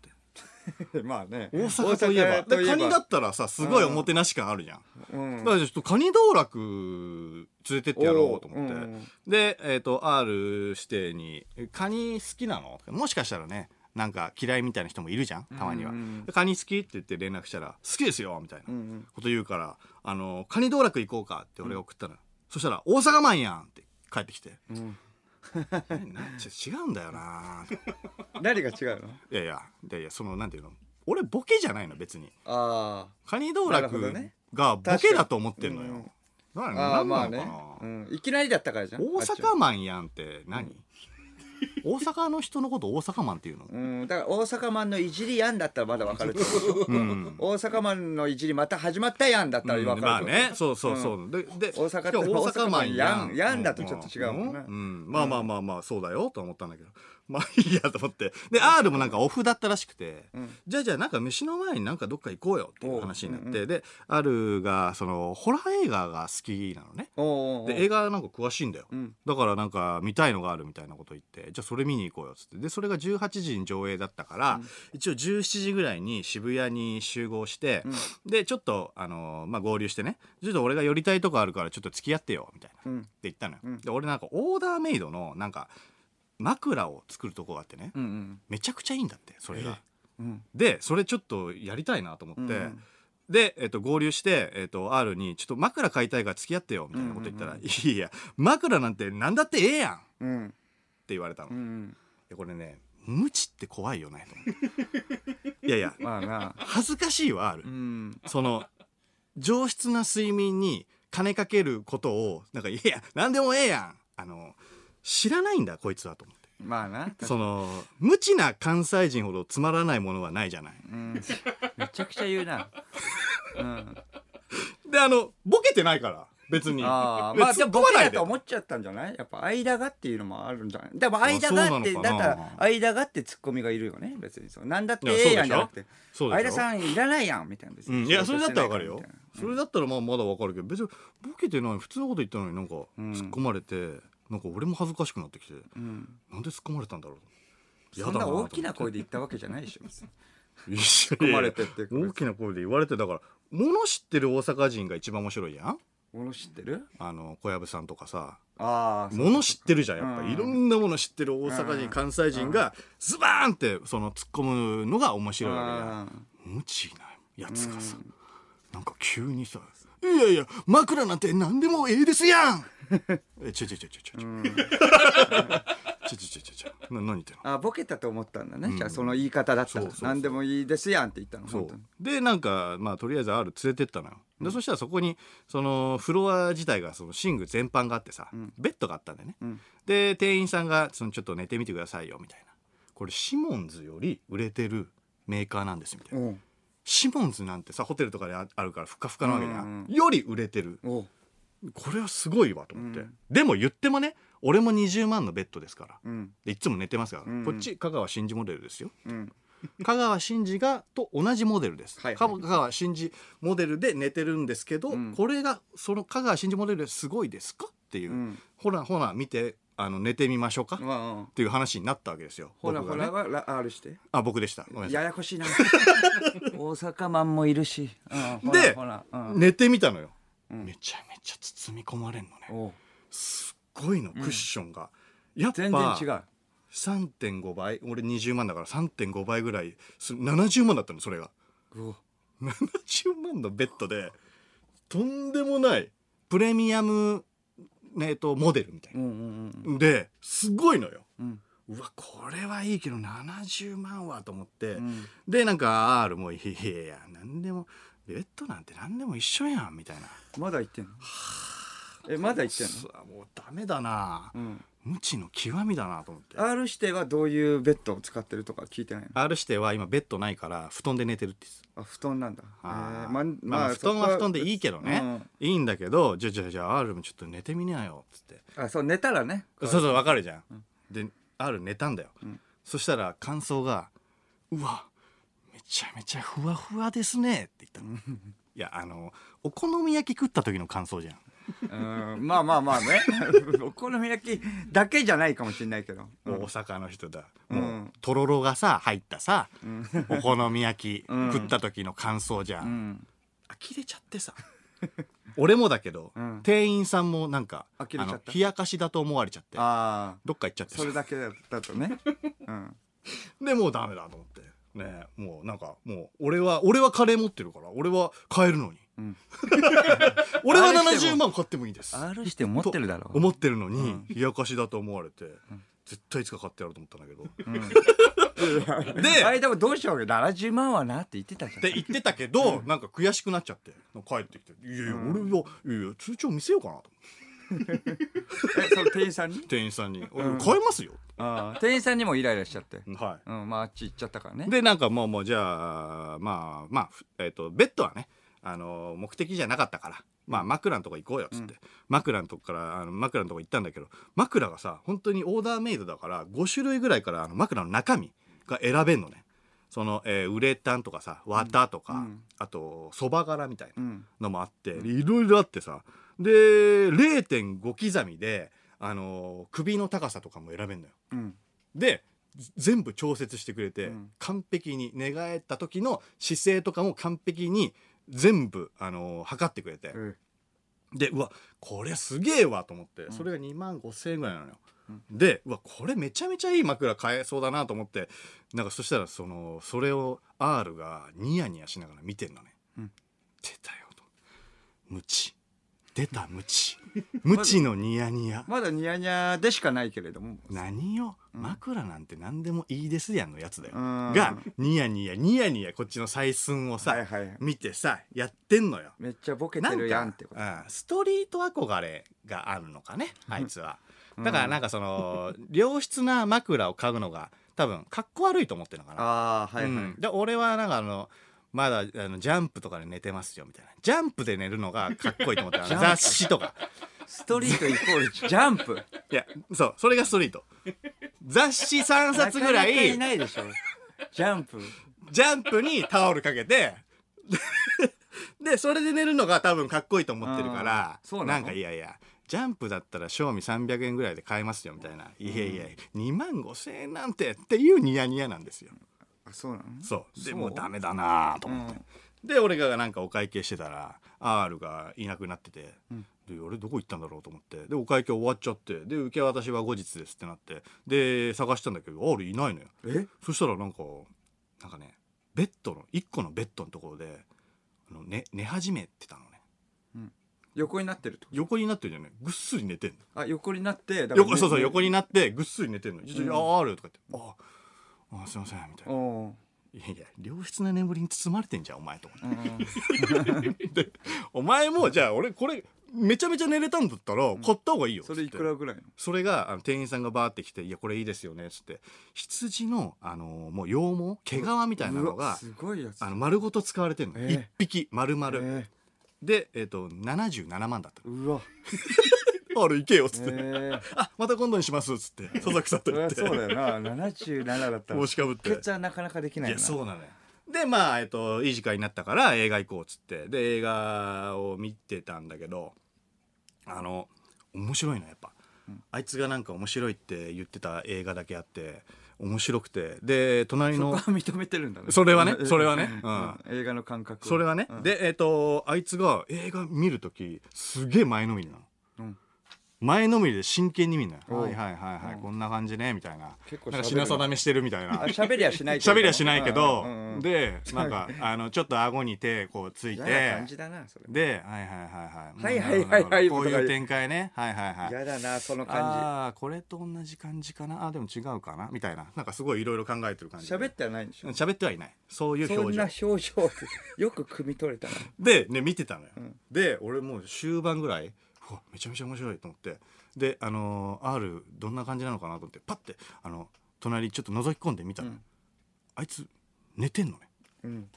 [SPEAKER 2] [LAUGHS] まあね
[SPEAKER 1] 大阪といえば
[SPEAKER 2] 大阪と
[SPEAKER 1] で
[SPEAKER 2] いえ
[SPEAKER 1] カ
[SPEAKER 2] ば
[SPEAKER 1] ニだったらさすごいおもてなし感あるじゃん、
[SPEAKER 2] うん
[SPEAKER 1] だからちょっとカニ道楽連れてってやろうと思って、
[SPEAKER 2] おーうん
[SPEAKER 1] で、えー、と R 指定に「カニ好きなの?」もしかしたらねなんか嫌いみたいな人もいるじゃんたまには、
[SPEAKER 2] うんうん
[SPEAKER 1] でカニ好き?」って言って連絡したら「好きですよ」みたいな
[SPEAKER 2] うんうん
[SPEAKER 1] こと言うから「あのカニ道楽行こうか」って俺が送ったの、そしたら「大阪マンやん」って帰ってきて
[SPEAKER 2] うん
[SPEAKER 1] [LAUGHS] なちょ違うんだよな
[SPEAKER 2] 何が違うの
[SPEAKER 1] いやいやいやいやそのなんていうの俺ボケじゃないの別に
[SPEAKER 2] あ
[SPEAKER 1] カニ道
[SPEAKER 2] なるほど
[SPEAKER 1] 楽
[SPEAKER 2] ね
[SPEAKER 1] がボケだと思ってんのよ、
[SPEAKER 2] うん
[SPEAKER 1] だから
[SPEAKER 2] あ
[SPEAKER 1] ね
[SPEAKER 2] ああ
[SPEAKER 1] 何
[SPEAKER 2] ま
[SPEAKER 1] な
[SPEAKER 2] あ
[SPEAKER 1] のか
[SPEAKER 2] ね
[SPEAKER 1] な、、
[SPEAKER 2] うん、いきなりだったからじゃん
[SPEAKER 1] 大
[SPEAKER 2] あっち
[SPEAKER 1] 阪
[SPEAKER 2] は
[SPEAKER 1] マンやんって何、大阪の人のこと大阪マンっていうの、
[SPEAKER 2] うんだから大阪マンのいじりやんだったらまだわかると思う
[SPEAKER 1] うん
[SPEAKER 2] [LAUGHS] 大阪マンのいじりまた始まったやんだったらわかると思う、
[SPEAKER 1] まあねそうそうそう、でで
[SPEAKER 2] 大阪って
[SPEAKER 1] 今日大阪マンやん
[SPEAKER 2] 大阪マンやんやんだとちょっと違うもんね
[SPEAKER 1] うんまあまあまあまあそうだよと思ったんだけどまあいいやと思ってで R もなんかオフだったらしくて、
[SPEAKER 2] ん
[SPEAKER 1] じゃあじゃあなんか飯の前になんかどっか行こうよっていう話になって、
[SPEAKER 2] おううん
[SPEAKER 1] で R がそのホラー映画が好きなのね
[SPEAKER 2] おうおうおう
[SPEAKER 1] で映画なんか詳しいんだよ、
[SPEAKER 2] うん
[SPEAKER 1] だからなんか見たいのがあるみたいなこと言ってじゃあそれ見に行こうよっつってでそれが18時に上映だったから、一応17時ぐらいに渋谷に集合して、でちょっと、あのーまあ、合流してねちょっと俺が寄りたいとこあるからちょっと付き合ってよみたいな、
[SPEAKER 2] う
[SPEAKER 1] って
[SPEAKER 2] ん
[SPEAKER 1] 言ったのよ、
[SPEAKER 2] うん
[SPEAKER 1] で俺なんかオーダーメイドのなんか枕を作るとこがあってね、
[SPEAKER 2] うんうん
[SPEAKER 1] めちゃくちゃいいんだってそれが。
[SPEAKER 2] うん
[SPEAKER 1] でそれちょっとやりたいなと思って、
[SPEAKER 2] うん
[SPEAKER 1] で、えっと合流して、えっと R に「ちょっと枕買いたいから付き合ってよ」みたいなこと言ったら「
[SPEAKER 2] うん
[SPEAKER 1] いや枕なんて何だってええやん」って
[SPEAKER 2] うん
[SPEAKER 1] 言われたの、
[SPEAKER 2] う
[SPEAKER 1] い
[SPEAKER 2] ん
[SPEAKER 1] やこれね無知って怖いよねと思っていやいや
[SPEAKER 2] まあな
[SPEAKER 1] 恥ずかしいはある、
[SPEAKER 2] うん
[SPEAKER 1] その上質な睡眠に金かけることをなんか「いや何でもええやん」あの知らないんだこいつはと思って
[SPEAKER 2] ま
[SPEAKER 1] [LAUGHS]
[SPEAKER 2] あな
[SPEAKER 1] その無知な関西人ほどつまらないものはないじゃない
[SPEAKER 2] うんめちゃくちゃ言うなうん
[SPEAKER 1] であのボケてないから別 [LAUGHS] に
[SPEAKER 2] ああ
[SPEAKER 1] 別
[SPEAKER 2] まあで
[SPEAKER 1] 突っ
[SPEAKER 2] も
[SPEAKER 1] 込
[SPEAKER 2] 僕
[SPEAKER 1] まない
[SPEAKER 2] だと思っちゃったんじゃないやっぱ間がっていうのもあるんじゃないでも間
[SPEAKER 1] あそ
[SPEAKER 2] が
[SPEAKER 1] う
[SPEAKER 2] っ
[SPEAKER 1] な
[SPEAKER 2] て
[SPEAKER 1] の
[SPEAKER 2] だ
[SPEAKER 1] かな
[SPEAKER 2] から間がってツッコミがいるよね別にそうなんだって
[SPEAKER 1] いや
[SPEAKER 2] ええやんじゃなくて
[SPEAKER 1] そうでしょ
[SPEAKER 2] 間さんいらないやんみたいな別
[SPEAKER 1] うん、いやそれだったらわかるよ
[SPEAKER 2] みたいな、
[SPEAKER 1] それだったらまあまだわかるけど別にボケてない普通のこと言ったのになんか
[SPEAKER 2] ん
[SPEAKER 1] 突っ込まれて、なんか俺も恥ずかしくなってきて
[SPEAKER 2] うん、
[SPEAKER 1] なんで突っ込まれたんだろう
[SPEAKER 2] そんな大きな声
[SPEAKER 1] で
[SPEAKER 2] で言ったわけじゃないでしょ別に
[SPEAKER 1] 突っ
[SPEAKER 2] 込まれてって
[SPEAKER 1] 大きな声で言われてだから物知ってる大阪人が一番面白いやん
[SPEAKER 2] 俺の知ってる
[SPEAKER 1] あの小籔さんとかさ
[SPEAKER 2] ああ
[SPEAKER 1] 物知ってるじゃんやっぱ
[SPEAKER 2] うん
[SPEAKER 1] いろんなもの知ってる大阪
[SPEAKER 2] う
[SPEAKER 1] 人
[SPEAKER 2] ん
[SPEAKER 1] 関西人がズバーンってその突っ込むのが面白いわけじゃん
[SPEAKER 2] あ
[SPEAKER 1] 無知なやつがさ、
[SPEAKER 2] う
[SPEAKER 1] なんか急にさ「いやいや枕なんて何でもええですや [LAUGHS] ん! 」えちょちょちょちょちょちょちょちょちょち [LAUGHS] ょな何言ってんの
[SPEAKER 2] あボケたと思ったんだね、じゃあその言い方だった
[SPEAKER 1] そう
[SPEAKER 2] ら
[SPEAKER 1] そうそう
[SPEAKER 2] 何でもいいですやんって言ったの
[SPEAKER 1] そ
[SPEAKER 2] 本当
[SPEAKER 1] う
[SPEAKER 2] に
[SPEAKER 1] でなんかまあとりあえず R 連れてったのよで、そしたらそこにそのフロア自体がその寝具全般があってさ、ベッドがあったんだよね、
[SPEAKER 2] ん
[SPEAKER 1] で店員さんがその「ちょっと寝てみてくださいよ」みたいな「これシモンズより売れてるメーカーなんです」みたいな。
[SPEAKER 2] おう
[SPEAKER 1] シモンズなんてさホテルとかでああるからふかふかなわけじゃん、
[SPEAKER 2] うん
[SPEAKER 1] より売れてる
[SPEAKER 2] おう
[SPEAKER 1] これはすごいわと思って、
[SPEAKER 2] うん
[SPEAKER 1] でも言ってもね俺も20万のベッドですから
[SPEAKER 2] うん
[SPEAKER 1] でいつも寝てますから、
[SPEAKER 2] うん
[SPEAKER 1] こっち香川真司モデルですよ
[SPEAKER 2] うん
[SPEAKER 1] 香川真司がと同じモデルです、
[SPEAKER 2] はいはい
[SPEAKER 1] 香川真司モデルで寝てるんですけど、
[SPEAKER 2] うん
[SPEAKER 1] これがその香川真司モデルですごいですかっていう、
[SPEAKER 2] うん
[SPEAKER 1] ほらほら見てあの寝てみましょうか、
[SPEAKER 2] ま
[SPEAKER 1] っ
[SPEAKER 2] あうん
[SPEAKER 1] ていう話になったわけですよ
[SPEAKER 2] ほら
[SPEAKER 1] 僕
[SPEAKER 2] ほ
[SPEAKER 1] がね
[SPEAKER 2] らはラ R して
[SPEAKER 1] あ僕でしたごめんな
[SPEAKER 2] や
[SPEAKER 1] さ
[SPEAKER 2] や
[SPEAKER 1] [LAUGHS]
[SPEAKER 2] こしいな大阪マンもいるしうん
[SPEAKER 1] で
[SPEAKER 2] ほらほら
[SPEAKER 1] い、
[SPEAKER 2] うん
[SPEAKER 1] 寝てみたのよ、
[SPEAKER 2] うん
[SPEAKER 1] めちゃめちゃ包み込まれんのね
[SPEAKER 2] おう
[SPEAKER 1] すっごいのクッションが、やっぱ
[SPEAKER 2] 全然違う
[SPEAKER 1] 3.5倍俺20万だから3.5倍ぐらいす70万だったのそれが
[SPEAKER 2] うおう
[SPEAKER 1] 70万のベッドでとんでもないプレミアム、ねえっと、モデルみたいうな、
[SPEAKER 2] んうん
[SPEAKER 1] ですごいのよ
[SPEAKER 2] うん
[SPEAKER 1] うわこれはいいけど70万はと思って、
[SPEAKER 2] うん
[SPEAKER 1] でなんか R も「いやいや何でもベッドなんて何でも一緒やん」みたいな
[SPEAKER 2] まだ言ってんのえまだ言ってんの
[SPEAKER 1] うわもうダメだな、
[SPEAKER 2] うん
[SPEAKER 1] 無知の極みだなと思って。
[SPEAKER 2] R 指定はどういうベッドを使ってるとか聞いてないの
[SPEAKER 1] R 指定は今ベッドないから布団で寝てるって言ってた
[SPEAKER 2] あ布団なんだ
[SPEAKER 1] あ
[SPEAKER 2] え
[SPEAKER 1] ー
[SPEAKER 2] ー
[SPEAKER 1] まあまあ、布団は布団でいいけどね、いいんだけどじゃあじゃあじゃあ R もちょっと寝てみなよっつって
[SPEAKER 2] うんあそう寝たらね
[SPEAKER 1] [LAUGHS] そうそうわかるじゃん、
[SPEAKER 2] ん
[SPEAKER 1] で R 寝たんだよ、
[SPEAKER 2] ん
[SPEAKER 1] そしたら感想が「うわめちゃめちゃふわふわですね」って言ったのいやあのお好み焼き食った時の感想じゃん
[SPEAKER 2] うんまあまあまあね [LAUGHS] お好み焼きだけじゃないかもしれないけど、う
[SPEAKER 1] もうん大阪の人だ、
[SPEAKER 2] うん
[SPEAKER 1] もうとろろがさ入ったさ、
[SPEAKER 2] ん
[SPEAKER 1] お好み焼き、
[SPEAKER 2] ん
[SPEAKER 1] 食った時の感想じゃん
[SPEAKER 2] うん
[SPEAKER 1] 呆れちゃってさ俺もだけど、
[SPEAKER 2] うん
[SPEAKER 1] 店員さんもなんか
[SPEAKER 2] 呆れちゃった
[SPEAKER 1] あの冷やかしだと思われちゃって
[SPEAKER 2] ああ
[SPEAKER 1] どっか行っちゃってさ
[SPEAKER 2] それだけだとね、
[SPEAKER 1] [LAUGHS]
[SPEAKER 2] うん、
[SPEAKER 1] でもうダメだと思ってねえもうなんかもう俺は俺はカレー持ってるから俺は買えるのに
[SPEAKER 2] うん
[SPEAKER 1] [LAUGHS] 俺は
[SPEAKER 2] あれして
[SPEAKER 1] 70
[SPEAKER 2] も
[SPEAKER 1] 万買ってもいいです。
[SPEAKER 2] R して持ってるだろ。
[SPEAKER 1] 思ってるのに
[SPEAKER 2] ん
[SPEAKER 1] 冷やかしだと思われて、絶対いつか買ってやろうと思ったんだけど。
[SPEAKER 2] で、あれでもどうしようよ。70万はなって言ってたじゃ
[SPEAKER 1] って言ってたけど、なんか悔しくなっちゃって帰ってきて「いやいや俺はいやいや通帳見せようかな」と思って
[SPEAKER 2] ん。えその店員さんに
[SPEAKER 1] 店員さんに「俺買えますよ
[SPEAKER 2] ああ店員さんにもイライラしちゃって」。
[SPEAKER 1] は
[SPEAKER 2] うん、まああっち行っちゃったからね
[SPEAKER 1] い、。でなんかもうもうじゃあまあまあ、ふえっとベッドはねあの目的じゃなかったから、まあ、枕のとこ行こうよっつって、枕のとこからあの枕のとこ行ったんだけど枕がさ本当にオーダーメイドだから5種類ぐらいからあの枕の中身が選べんのねその、えーウレタンとかさ綿とか、
[SPEAKER 2] うん
[SPEAKER 1] あとそば柄みたいな
[SPEAKER 2] う。ん。
[SPEAKER 1] のもあって、いろいろあってさで0.5刻みで、あのー首の高さとかも選べんのよ
[SPEAKER 2] うん。
[SPEAKER 1] でぜ全部調節してくれて、
[SPEAKER 2] うん
[SPEAKER 1] 完璧に寝返った時の姿勢とかも完璧に全部、あのー測ってくれて、
[SPEAKER 2] うん
[SPEAKER 1] でうわこれすげえわと思って、それが2万5,000円ぐらいなのよ、でうわこれめちゃめちゃいい枕買えそうだなと思ってなんかそしたらそのそれを R がニヤニヤしながら見てんのね、
[SPEAKER 2] うん
[SPEAKER 1] 出たよと無知出た無
[SPEAKER 2] [LAUGHS]
[SPEAKER 1] 知無知のニヤニヤ
[SPEAKER 2] まだニヤニヤでしかないけれども。
[SPEAKER 1] 何よ枕なんて何でもいいですやんのやつだよ、
[SPEAKER 2] うん
[SPEAKER 1] がニヤニヤニヤニヤこっちの採寸をさ、
[SPEAKER 2] はいはい。
[SPEAKER 1] 見てさやってんのよ
[SPEAKER 2] めっちゃボケてるやんってこと。
[SPEAKER 1] なんかうん、ストリート憧れがあるのかねあいつはだからなんかそ
[SPEAKER 2] [LAUGHS]
[SPEAKER 1] の、良質な枕を買うのが多分かっこ悪いと思ってるのかな、
[SPEAKER 2] ああ、はいはい。
[SPEAKER 1] うんで俺はなんかあのまだあのジャンプとかで寝てますよみたいなジャンプで寝るのがかっこいいと思ってるあの
[SPEAKER 2] ジャンプ
[SPEAKER 1] 雑誌とか
[SPEAKER 2] ストリートイコールジャンプ。
[SPEAKER 1] いやそうそれがストリート雑誌3冊ぐら
[SPEAKER 2] なかなかい
[SPEAKER 1] い
[SPEAKER 2] ないでしょ。ジャンプ。
[SPEAKER 1] ジャンプにタオルかけ
[SPEAKER 2] [LAUGHS]
[SPEAKER 1] てでそれで寝るのが多分かっこいいと思ってるから
[SPEAKER 2] あーそうなの
[SPEAKER 1] なんかいやいやジャンプだったら賞味300円ぐらいで買えますよみたいな「いやいや2万5,000円なんて」っていうニヤニヤなんですよ。
[SPEAKER 2] あ、そうなの
[SPEAKER 1] そうで
[SPEAKER 2] そう
[SPEAKER 1] もうダメだなぁと思って、で俺がなんかお会計してたら R がいなくなってて、で俺どこ行ったんだろうと思ってでお会計終わっちゃってで受け渡しは後日ですってなってで探したんだけど R いないのよ
[SPEAKER 2] え
[SPEAKER 1] そしたらなんかなんかねベッドの1個のベッドのところであの、ね、寝始めてたのね
[SPEAKER 2] 横になってるってこ
[SPEAKER 1] 横になってるじゃないぐっすり寝てんの
[SPEAKER 2] とあ、横になって、だから
[SPEAKER 1] 横そうそう
[SPEAKER 2] ね
[SPEAKER 1] 横になってぐっすり寝てんの「
[SPEAKER 2] うん
[SPEAKER 1] あ R」とか言って「ああすいません」みたいな
[SPEAKER 2] お
[SPEAKER 1] 「
[SPEAKER 2] ー
[SPEAKER 1] いやいや良質な眠りに包まれてんじゃんお前」と思
[SPEAKER 2] [LAUGHS]
[SPEAKER 1] って。
[SPEAKER 2] うんうん
[SPEAKER 1] でお前もじゃあ俺これめちゃめちゃ寝れたんだったら買った方がいいよ
[SPEAKER 2] それいく
[SPEAKER 1] つって
[SPEAKER 2] らぐらいの
[SPEAKER 1] それがあの店員さんがバーって来て「いやこれいいですよね」っつって羊の、あのーもう羊毛毛皮みたいなの
[SPEAKER 2] うわ
[SPEAKER 1] が
[SPEAKER 2] すごいやつ。
[SPEAKER 1] あの丸ごと使われてるの、
[SPEAKER 2] ええ
[SPEAKER 1] 一匹丸々、
[SPEAKER 2] え
[SPEAKER 1] で、えっと77万だった
[SPEAKER 2] ーうわ。
[SPEAKER 1] の「あれ行けよ」っつって、
[SPEAKER 2] え
[SPEAKER 1] [LAUGHS]
[SPEAKER 2] ー
[SPEAKER 1] あまた今度にします」っつって佐々木さんと
[SPEAKER 2] そり
[SPEAKER 1] 言っ
[SPEAKER 2] ゃ
[SPEAKER 1] て
[SPEAKER 2] そうだよな。77だったら。
[SPEAKER 1] 帽子かぶって
[SPEAKER 2] 決はなかなかできないい
[SPEAKER 1] や
[SPEAKER 2] な。
[SPEAKER 1] そうなのよでまあえっといい時間になったから映画行こうっつってで映画を見てたんだけどあの面白いのやっぱ、あいつがなんか面白いって言ってた映画だけあって面白くてで隣
[SPEAKER 2] そこ
[SPEAKER 1] の
[SPEAKER 2] は認めてるんだね。
[SPEAKER 1] それはねそれはねうん
[SPEAKER 2] 映画の感覚を。
[SPEAKER 1] それはね、
[SPEAKER 2] うん
[SPEAKER 1] でえっとあいつが映画見る時すげえ前のめりなの、
[SPEAKER 2] うん
[SPEAKER 1] 前のめりで真剣に見んなよ
[SPEAKER 2] おう
[SPEAKER 1] はいはいはいはい、こんな感じねみたいな
[SPEAKER 2] 結構喋る
[SPEAKER 1] なんか品定めしてるみたいな
[SPEAKER 2] あ喋りゃしないけど
[SPEAKER 1] 喋りはしないけど、
[SPEAKER 2] うんうんうん
[SPEAKER 1] でなんかあのちょっと顎に手こうついて
[SPEAKER 2] 嫌な感じだなそれ
[SPEAKER 1] で「はいはいはいは
[SPEAKER 2] はいいはいはいはい
[SPEAKER 1] こう
[SPEAKER 2] と
[SPEAKER 1] い
[SPEAKER 2] か言
[SPEAKER 1] う
[SPEAKER 2] う
[SPEAKER 1] 展開ねはいはいはい
[SPEAKER 2] 嫌だなその感
[SPEAKER 1] ああこれと同じ感じかなあーでも違うかなみたいななんかすごいいろいろ考えてる感
[SPEAKER 2] じ
[SPEAKER 1] じ
[SPEAKER 2] 喋ってはないんでしょ
[SPEAKER 1] 喋ってはいないそういう
[SPEAKER 2] そん
[SPEAKER 1] 表
[SPEAKER 2] な
[SPEAKER 1] 情
[SPEAKER 2] 表情よく汲み取れたな
[SPEAKER 1] でね見てたのよ、
[SPEAKER 2] ん
[SPEAKER 1] で俺もう終盤ぐらいうわめちゃめちゃ面白いと思ってであのー R どんな感じなのかなと思ってパッてあの隣ちょっと覗き込んでみたの、
[SPEAKER 2] うん
[SPEAKER 1] あいつ寝てんのね
[SPEAKER 2] うん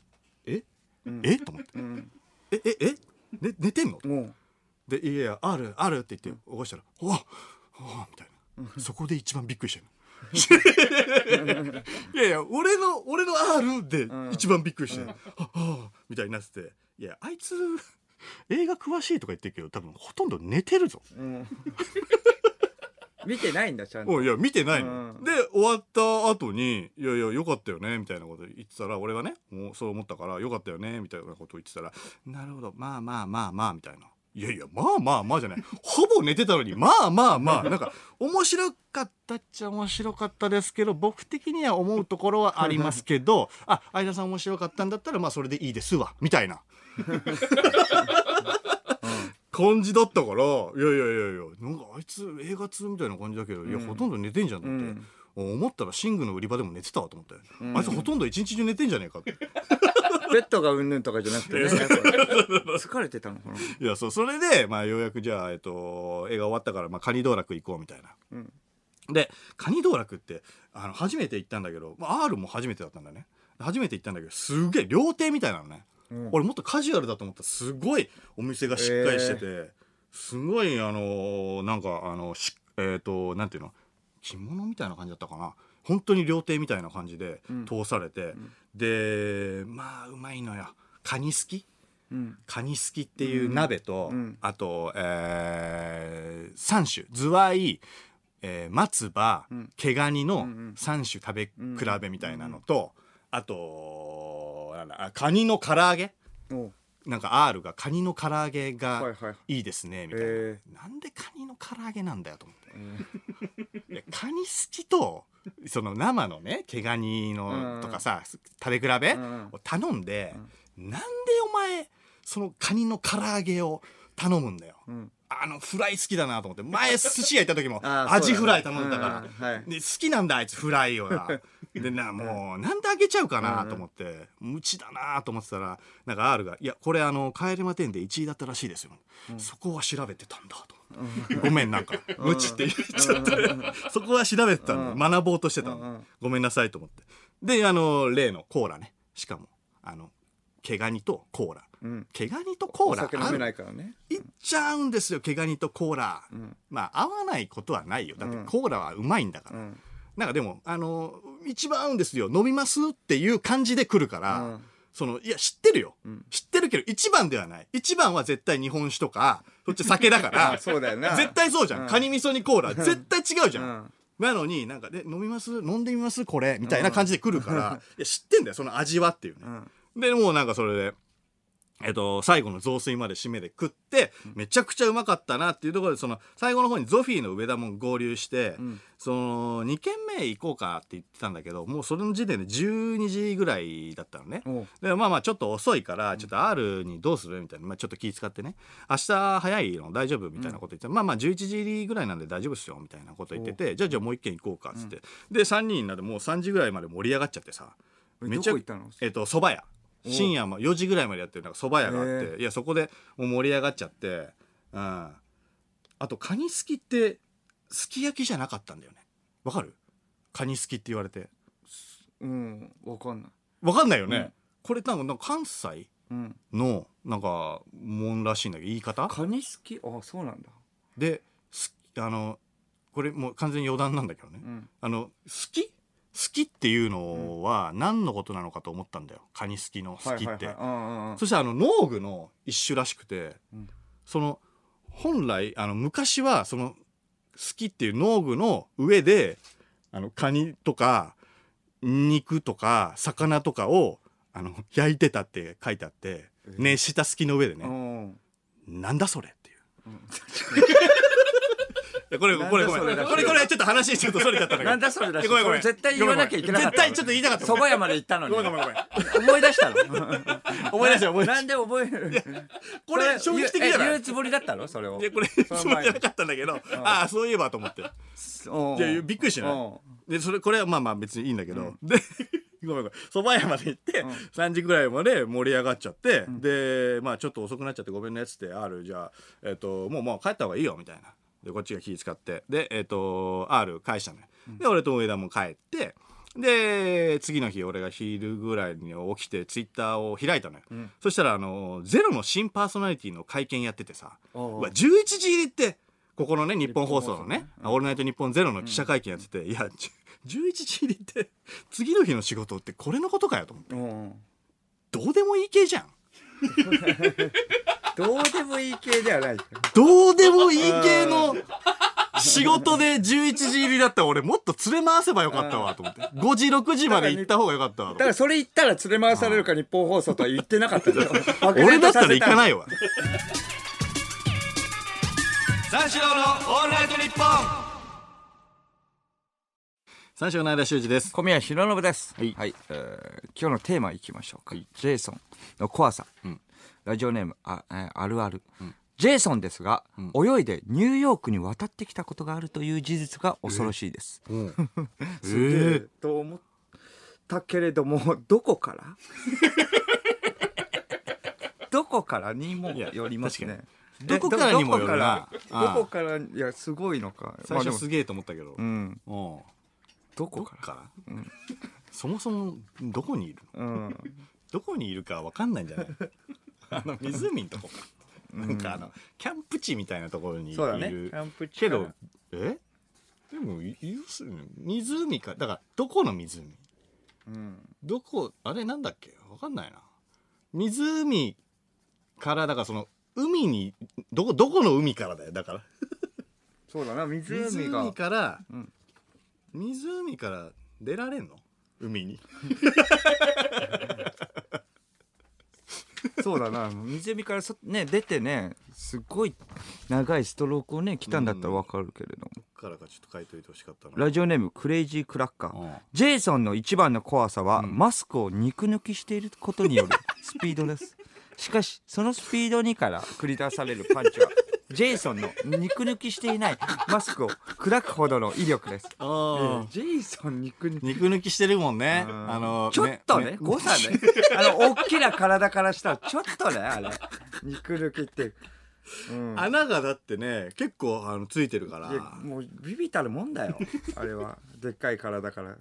[SPEAKER 1] え、
[SPEAKER 2] うん
[SPEAKER 1] えと思って
[SPEAKER 2] うん
[SPEAKER 1] えええ、ね、寝てんの
[SPEAKER 2] も
[SPEAKER 1] で「いやいやあるある」って言って起こしたら「おわおみたいなそこで一番びっくりしてるいやいや俺の俺の R で一番びっくりしてる、ああみたいになってて「いやあいつ映画詳しい」とか言ってるけど多分ほとんど寝てるぞ
[SPEAKER 2] う、うん、見てないんだちゃんと
[SPEAKER 1] おいいや見てないの、
[SPEAKER 2] うん
[SPEAKER 1] で終わった後に「いやいやよかったよね」みたいなこと言ってたら俺はねもうそう思ったから「よかったよね」みたいなこと言ってたら「なるほどまあまあまあまあ」みたいないやいやまあまあまあじゃないほぼ寝てたのにまあまあまあなんか面白かったっちゃ面白かったですけど僕的には思うところはありますけどあ相田さん面白かったんだったらまあそれでいいですわみたいな感じだったからいやいやいやいやなんかあいつ映画通みたいな感じだけど、いやほとんど寝てんじゃんだって。
[SPEAKER 2] うん
[SPEAKER 1] 思ったら寝具の売り場でも寝てたわと思って、あいつほとんど一日中寝てんじゃねえかって
[SPEAKER 2] ベッドがうんぬんとかじゃなくてね。やっぱ疲れてたのかな。
[SPEAKER 1] いやそうそれで、まあ、ようやくじゃあ、えっと、映画終わったから、まあ、カニ道楽行こうみたいな。
[SPEAKER 2] うん
[SPEAKER 1] でカニ道楽ってあの初めて行ったんだけど、まあ、R も初めてだったんだね初めて行ったんだけどすげえ料亭みたいなのね、
[SPEAKER 2] うん
[SPEAKER 1] 俺もっとカジュアルだと思ったらすごいお店がしっかりしてて、すごいあのーなんかあのしえっ、となんていうの着物みたいな感じだったかな本当に料亭みたいな感じで
[SPEAKER 2] うん
[SPEAKER 1] 通されて、でまあうまいのよカニ好き
[SPEAKER 2] うん。
[SPEAKER 1] カニすきっていう鍋と、
[SPEAKER 2] うんうん
[SPEAKER 1] あと、えー、3種ズワイ、えー、松葉、
[SPEAKER 2] うん
[SPEAKER 1] 毛ガニの
[SPEAKER 2] うんうん
[SPEAKER 1] 3種食べ比べみたいなのと、あとなんだあカニの唐揚げ
[SPEAKER 2] おう
[SPEAKER 1] なんか R がカニの唐揚げ
[SPEAKER 2] はい
[SPEAKER 1] が
[SPEAKER 2] はい。
[SPEAKER 1] いいですねみたいな、
[SPEAKER 2] え
[SPEAKER 1] なんでカニの唐揚げなんだよと思っていやカニすきとその生のね毛ガニ
[SPEAKER 2] うん
[SPEAKER 1] のとかさ、食べ比べ、
[SPEAKER 2] うん
[SPEAKER 1] を頼んで、なんでお前そのカニの唐揚げを頼むんだよ、
[SPEAKER 2] うん。
[SPEAKER 1] あのフライ好きだなと思って前寿司屋行った時も
[SPEAKER 2] [LAUGHS] あー
[SPEAKER 1] アジ
[SPEAKER 2] そう
[SPEAKER 1] フラ
[SPEAKER 2] だね
[SPEAKER 1] イ頼んだから、
[SPEAKER 2] うんはい
[SPEAKER 1] で好きなんだあいつフライをな
[SPEAKER 2] [LAUGHS]
[SPEAKER 1] でなもうなんであげちゃうかなと思って、無知だなと思ってたらなんか R が「いやこれあの帰りま店で1位だったらしいですよ、そこは調べてたんだ」と思って、ごめんなんか無知って言っちゃって、そこは調べてたんだ、学ぼうとしてたんだ、
[SPEAKER 2] うんうん
[SPEAKER 1] ごめんなさいと思ってであの例のコーラねしかもあの毛ガニとコーラ
[SPEAKER 2] うん。
[SPEAKER 1] 毛ガニとコ
[SPEAKER 2] お
[SPEAKER 1] ーラ
[SPEAKER 2] 酒飲め
[SPEAKER 1] 合
[SPEAKER 2] な
[SPEAKER 1] う
[SPEAKER 2] いからね。
[SPEAKER 1] いっちゃうんですよ毛ガニとコーラ、
[SPEAKER 2] ん
[SPEAKER 1] まあ合わないことはないよだって
[SPEAKER 2] うん
[SPEAKER 1] コーラはうまいんだから、
[SPEAKER 2] うん。
[SPEAKER 1] なんかでもあの一番合うんですよ飲みますっていう感じで来るから、
[SPEAKER 2] うん
[SPEAKER 1] そのいや知ってるよ、
[SPEAKER 2] ん
[SPEAKER 1] 知ってるけど一番ではない一番は絶対日本酒と
[SPEAKER 2] [LAUGHS]
[SPEAKER 1] かそっち酒だか
[SPEAKER 2] あ
[SPEAKER 1] ら
[SPEAKER 2] [LAUGHS] そうだよな。
[SPEAKER 1] 絶対そうじゃん、
[SPEAKER 2] うん
[SPEAKER 1] カニ味噌にコーラ絶対違うじ
[SPEAKER 2] う
[SPEAKER 1] ゃん、
[SPEAKER 2] ん。
[SPEAKER 1] なのになんかで飲みます飲んでみますこれみたいな感じで来るから、
[SPEAKER 2] [LAUGHS]
[SPEAKER 1] いや知ってんだよその味はっていうね、
[SPEAKER 2] うん。
[SPEAKER 1] でもうなんかそれで、えっと、最後の雑炊まで締めで食ってめちゃくちゃうまかったなっていうところでその最後の方にゾフィーの上田も合流して、
[SPEAKER 2] ん
[SPEAKER 1] その2軒目行こうかって言ってたんだけどもうそれの時点で12時ぐらいだったのね。
[SPEAKER 2] おう
[SPEAKER 1] でまあまあちょっと遅いからちょっと R にどうするみたいな、まあ、ちょっと気使ってね明日早いの大丈夫みたいなこと言って、まあまあ11時ぐらいなんで大丈夫っすよみたいなこと言っててじゃあじゃあもう一軒行こうかっつって、で3人になってもう3時ぐらいまで盛り上がっちゃってさ
[SPEAKER 2] え
[SPEAKER 1] めちゃ
[SPEAKER 2] どこ行ったの
[SPEAKER 1] えっと蕎麦屋深夜も4時ぐらいまでやってるなんか蕎麦屋があって、
[SPEAKER 2] へ
[SPEAKER 1] いやそこでもう盛り上がっちゃって、うん、あとカニすきってすき焼きじゃなかったんだよねわかるカニすきって言われて
[SPEAKER 2] うん。わかんない。
[SPEAKER 1] わかんないよね、
[SPEAKER 2] うん
[SPEAKER 1] これなんかなんか関西
[SPEAKER 2] うん。
[SPEAKER 1] のなんかもんらしいんだけど言い方
[SPEAKER 2] カニ好き。あ、そうなんだ。
[SPEAKER 1] ですあのこれもう完全に余談なんだけどね、
[SPEAKER 2] うん。
[SPEAKER 1] あの好き好きっていうのは何のことなのかと思ったんだよカニ好きの好きって、
[SPEAKER 2] はいはいはいうんうんうん。
[SPEAKER 1] そしてあの農具の一種らしくて、
[SPEAKER 2] うん
[SPEAKER 1] その本来あの昔はその好きっていう農具の上であのカニとか肉とか魚とかをあの焼いてたって書いてあって
[SPEAKER 2] え
[SPEAKER 1] 熱した好きの上でね、
[SPEAKER 2] うん。
[SPEAKER 1] なんだそれっていう。
[SPEAKER 2] うん
[SPEAKER 1] [LAUGHS] いやこれ
[SPEAKER 2] なんだ
[SPEAKER 1] これごめん
[SPEAKER 2] そ
[SPEAKER 1] こ
[SPEAKER 2] れ
[SPEAKER 1] れ
[SPEAKER 2] だ
[SPEAKER 1] これちょっと話ちょっとそれちゃったんだけど
[SPEAKER 2] なんだそれだし
[SPEAKER 1] いやごめんごめん
[SPEAKER 2] それ絶対言わなきゃいけなかった
[SPEAKER 1] 絶対ちょっと言いたかった
[SPEAKER 2] 蕎麦屋まで行ったのに
[SPEAKER 1] ごめんごめんごめん
[SPEAKER 2] 思い出したの
[SPEAKER 1] [LAUGHS] 思い出した思い出
[SPEAKER 2] な
[SPEAKER 1] し
[SPEAKER 2] んで覚える
[SPEAKER 1] たこれ衝撃的じゃな
[SPEAKER 2] え言う
[SPEAKER 1] い
[SPEAKER 2] つもりだったのそれを
[SPEAKER 1] いやこれ
[SPEAKER 2] その
[SPEAKER 1] つもり
[SPEAKER 2] 前
[SPEAKER 1] じ
[SPEAKER 2] に
[SPEAKER 1] ゃなかったんだけどああそういえばと思って
[SPEAKER 2] おう
[SPEAKER 1] いやびっくりしない
[SPEAKER 2] お
[SPEAKER 1] でそれこれはまあまあ別にいいんだけど、で [LAUGHS] ごめんごめん蕎麦屋まで行って、3時ぐらいまで盛り上がっちゃって、でまあちょっと遅くなっちゃってごめんねっつって R じゃあ、えっともうもう帰った方がいいよみたいなでこっちが気使ってでえっ、と R 返したのよで俺と上田も帰ってで次の日俺が昼ぐらいに起きてツイッターを開いたのよ、
[SPEAKER 2] ん
[SPEAKER 1] そしたらあの「ゼロの新パーソナリティの会見やっててさう
[SPEAKER 2] おう
[SPEAKER 1] わ11時入りってここのね日本放送のね「オールナイトニッポンゼロの記者会見やってて、いやじゅ11時入りって次の日の仕事ってこれのことかよと思って
[SPEAKER 2] うおう
[SPEAKER 1] どうでもいい系じゃん
[SPEAKER 2] どうでもいい系ではない
[SPEAKER 1] どうでもいい系の仕事で11時入りだったら俺もっと連れ回せばよかったわと思って5時6時まで行った方がよかったわ
[SPEAKER 2] だ
[SPEAKER 1] と
[SPEAKER 2] か
[SPEAKER 1] 思
[SPEAKER 2] ら
[SPEAKER 1] って
[SPEAKER 2] それ言ったら連れ回 [LAUGHS] されるか日本放送とは言ってなかったんだよ
[SPEAKER 1] 俺だったら行かないいわ三四郎のオールナイトニッポン三四郎の間修二です
[SPEAKER 2] 小宮弘信です。
[SPEAKER 1] はい
[SPEAKER 2] えー今日のテーマいきましょうか。ジェイソンの怖さ。ラジオネームあ、えーあるある。ジェイソンですが、泳いでニューヨークに渡ってきたことがあるという事実が恐ろしいです。
[SPEAKER 1] [LAUGHS] え
[SPEAKER 2] えーと思ったけれども、 [LAUGHS] どこからどこからにもよりますね。
[SPEAKER 1] いや確かにどこからにもよるな
[SPEAKER 2] どこからどこから、いや、すごいのか。
[SPEAKER 1] 最
[SPEAKER 2] まあで
[SPEAKER 1] 初
[SPEAKER 2] も
[SPEAKER 1] すげえと思ったけど、
[SPEAKER 2] うん。
[SPEAKER 1] おう
[SPEAKER 2] ど
[SPEAKER 1] ど
[SPEAKER 2] こ
[SPEAKER 1] っ
[SPEAKER 2] か
[SPEAKER 1] から、そもそもどこにいるの
[SPEAKER 2] ら。うん。
[SPEAKER 1] どこにいるかわかんないんじゃ
[SPEAKER 2] [LAUGHS]
[SPEAKER 1] ないあの湖のとこか、なんかあのキャンプ地みたいなところにい
[SPEAKER 2] そうだ
[SPEAKER 1] る、
[SPEAKER 2] ね。キャンプ地
[SPEAKER 1] け
[SPEAKER 2] から
[SPEAKER 1] どえでもい要するに湖かだからどこの湖
[SPEAKER 2] うん。
[SPEAKER 1] どこあれなんだっけわかんないな湖からだからその海にどこどこの海からだよだから
[SPEAKER 2] そうだな、湖が。
[SPEAKER 1] 湖から、
[SPEAKER 2] うん
[SPEAKER 1] 湖から出られんの海に
[SPEAKER 2] そうだな、湖からそ、ね、出てね、すごい長いストロークをね、来たんだったらわかるけれども。
[SPEAKER 1] どっからかちょっと書いといてほしかったな
[SPEAKER 2] ラジオネーム、クレイジークラッカ
[SPEAKER 1] うん
[SPEAKER 2] ー。ジェイソンの一番の怖さは、
[SPEAKER 1] うん
[SPEAKER 2] マスクを肉抜きしていること
[SPEAKER 1] [LAUGHS]
[SPEAKER 2] によるスピードです。しかし、そのスピードにから繰り出されるパ
[SPEAKER 1] [LAUGHS]
[SPEAKER 2] ンチは、ジェイソンの肉抜きしていないマスクを砕くほどの威力です。
[SPEAKER 1] あ
[SPEAKER 2] え
[SPEAKER 1] ー
[SPEAKER 2] ージェイソン肉抜き
[SPEAKER 1] 肉抜きしてるもんね
[SPEAKER 2] うん
[SPEAKER 1] あの
[SPEAKER 2] ちょっとね、誤差
[SPEAKER 1] [LAUGHS]
[SPEAKER 2] ね。あの、大きな体からしたら、ちょっとね、あれ。肉抜きって。うん。
[SPEAKER 1] 穴がだってね結構あのついてるから
[SPEAKER 2] いやもう、ビビたるもんだよ。あれは。でっかい体から。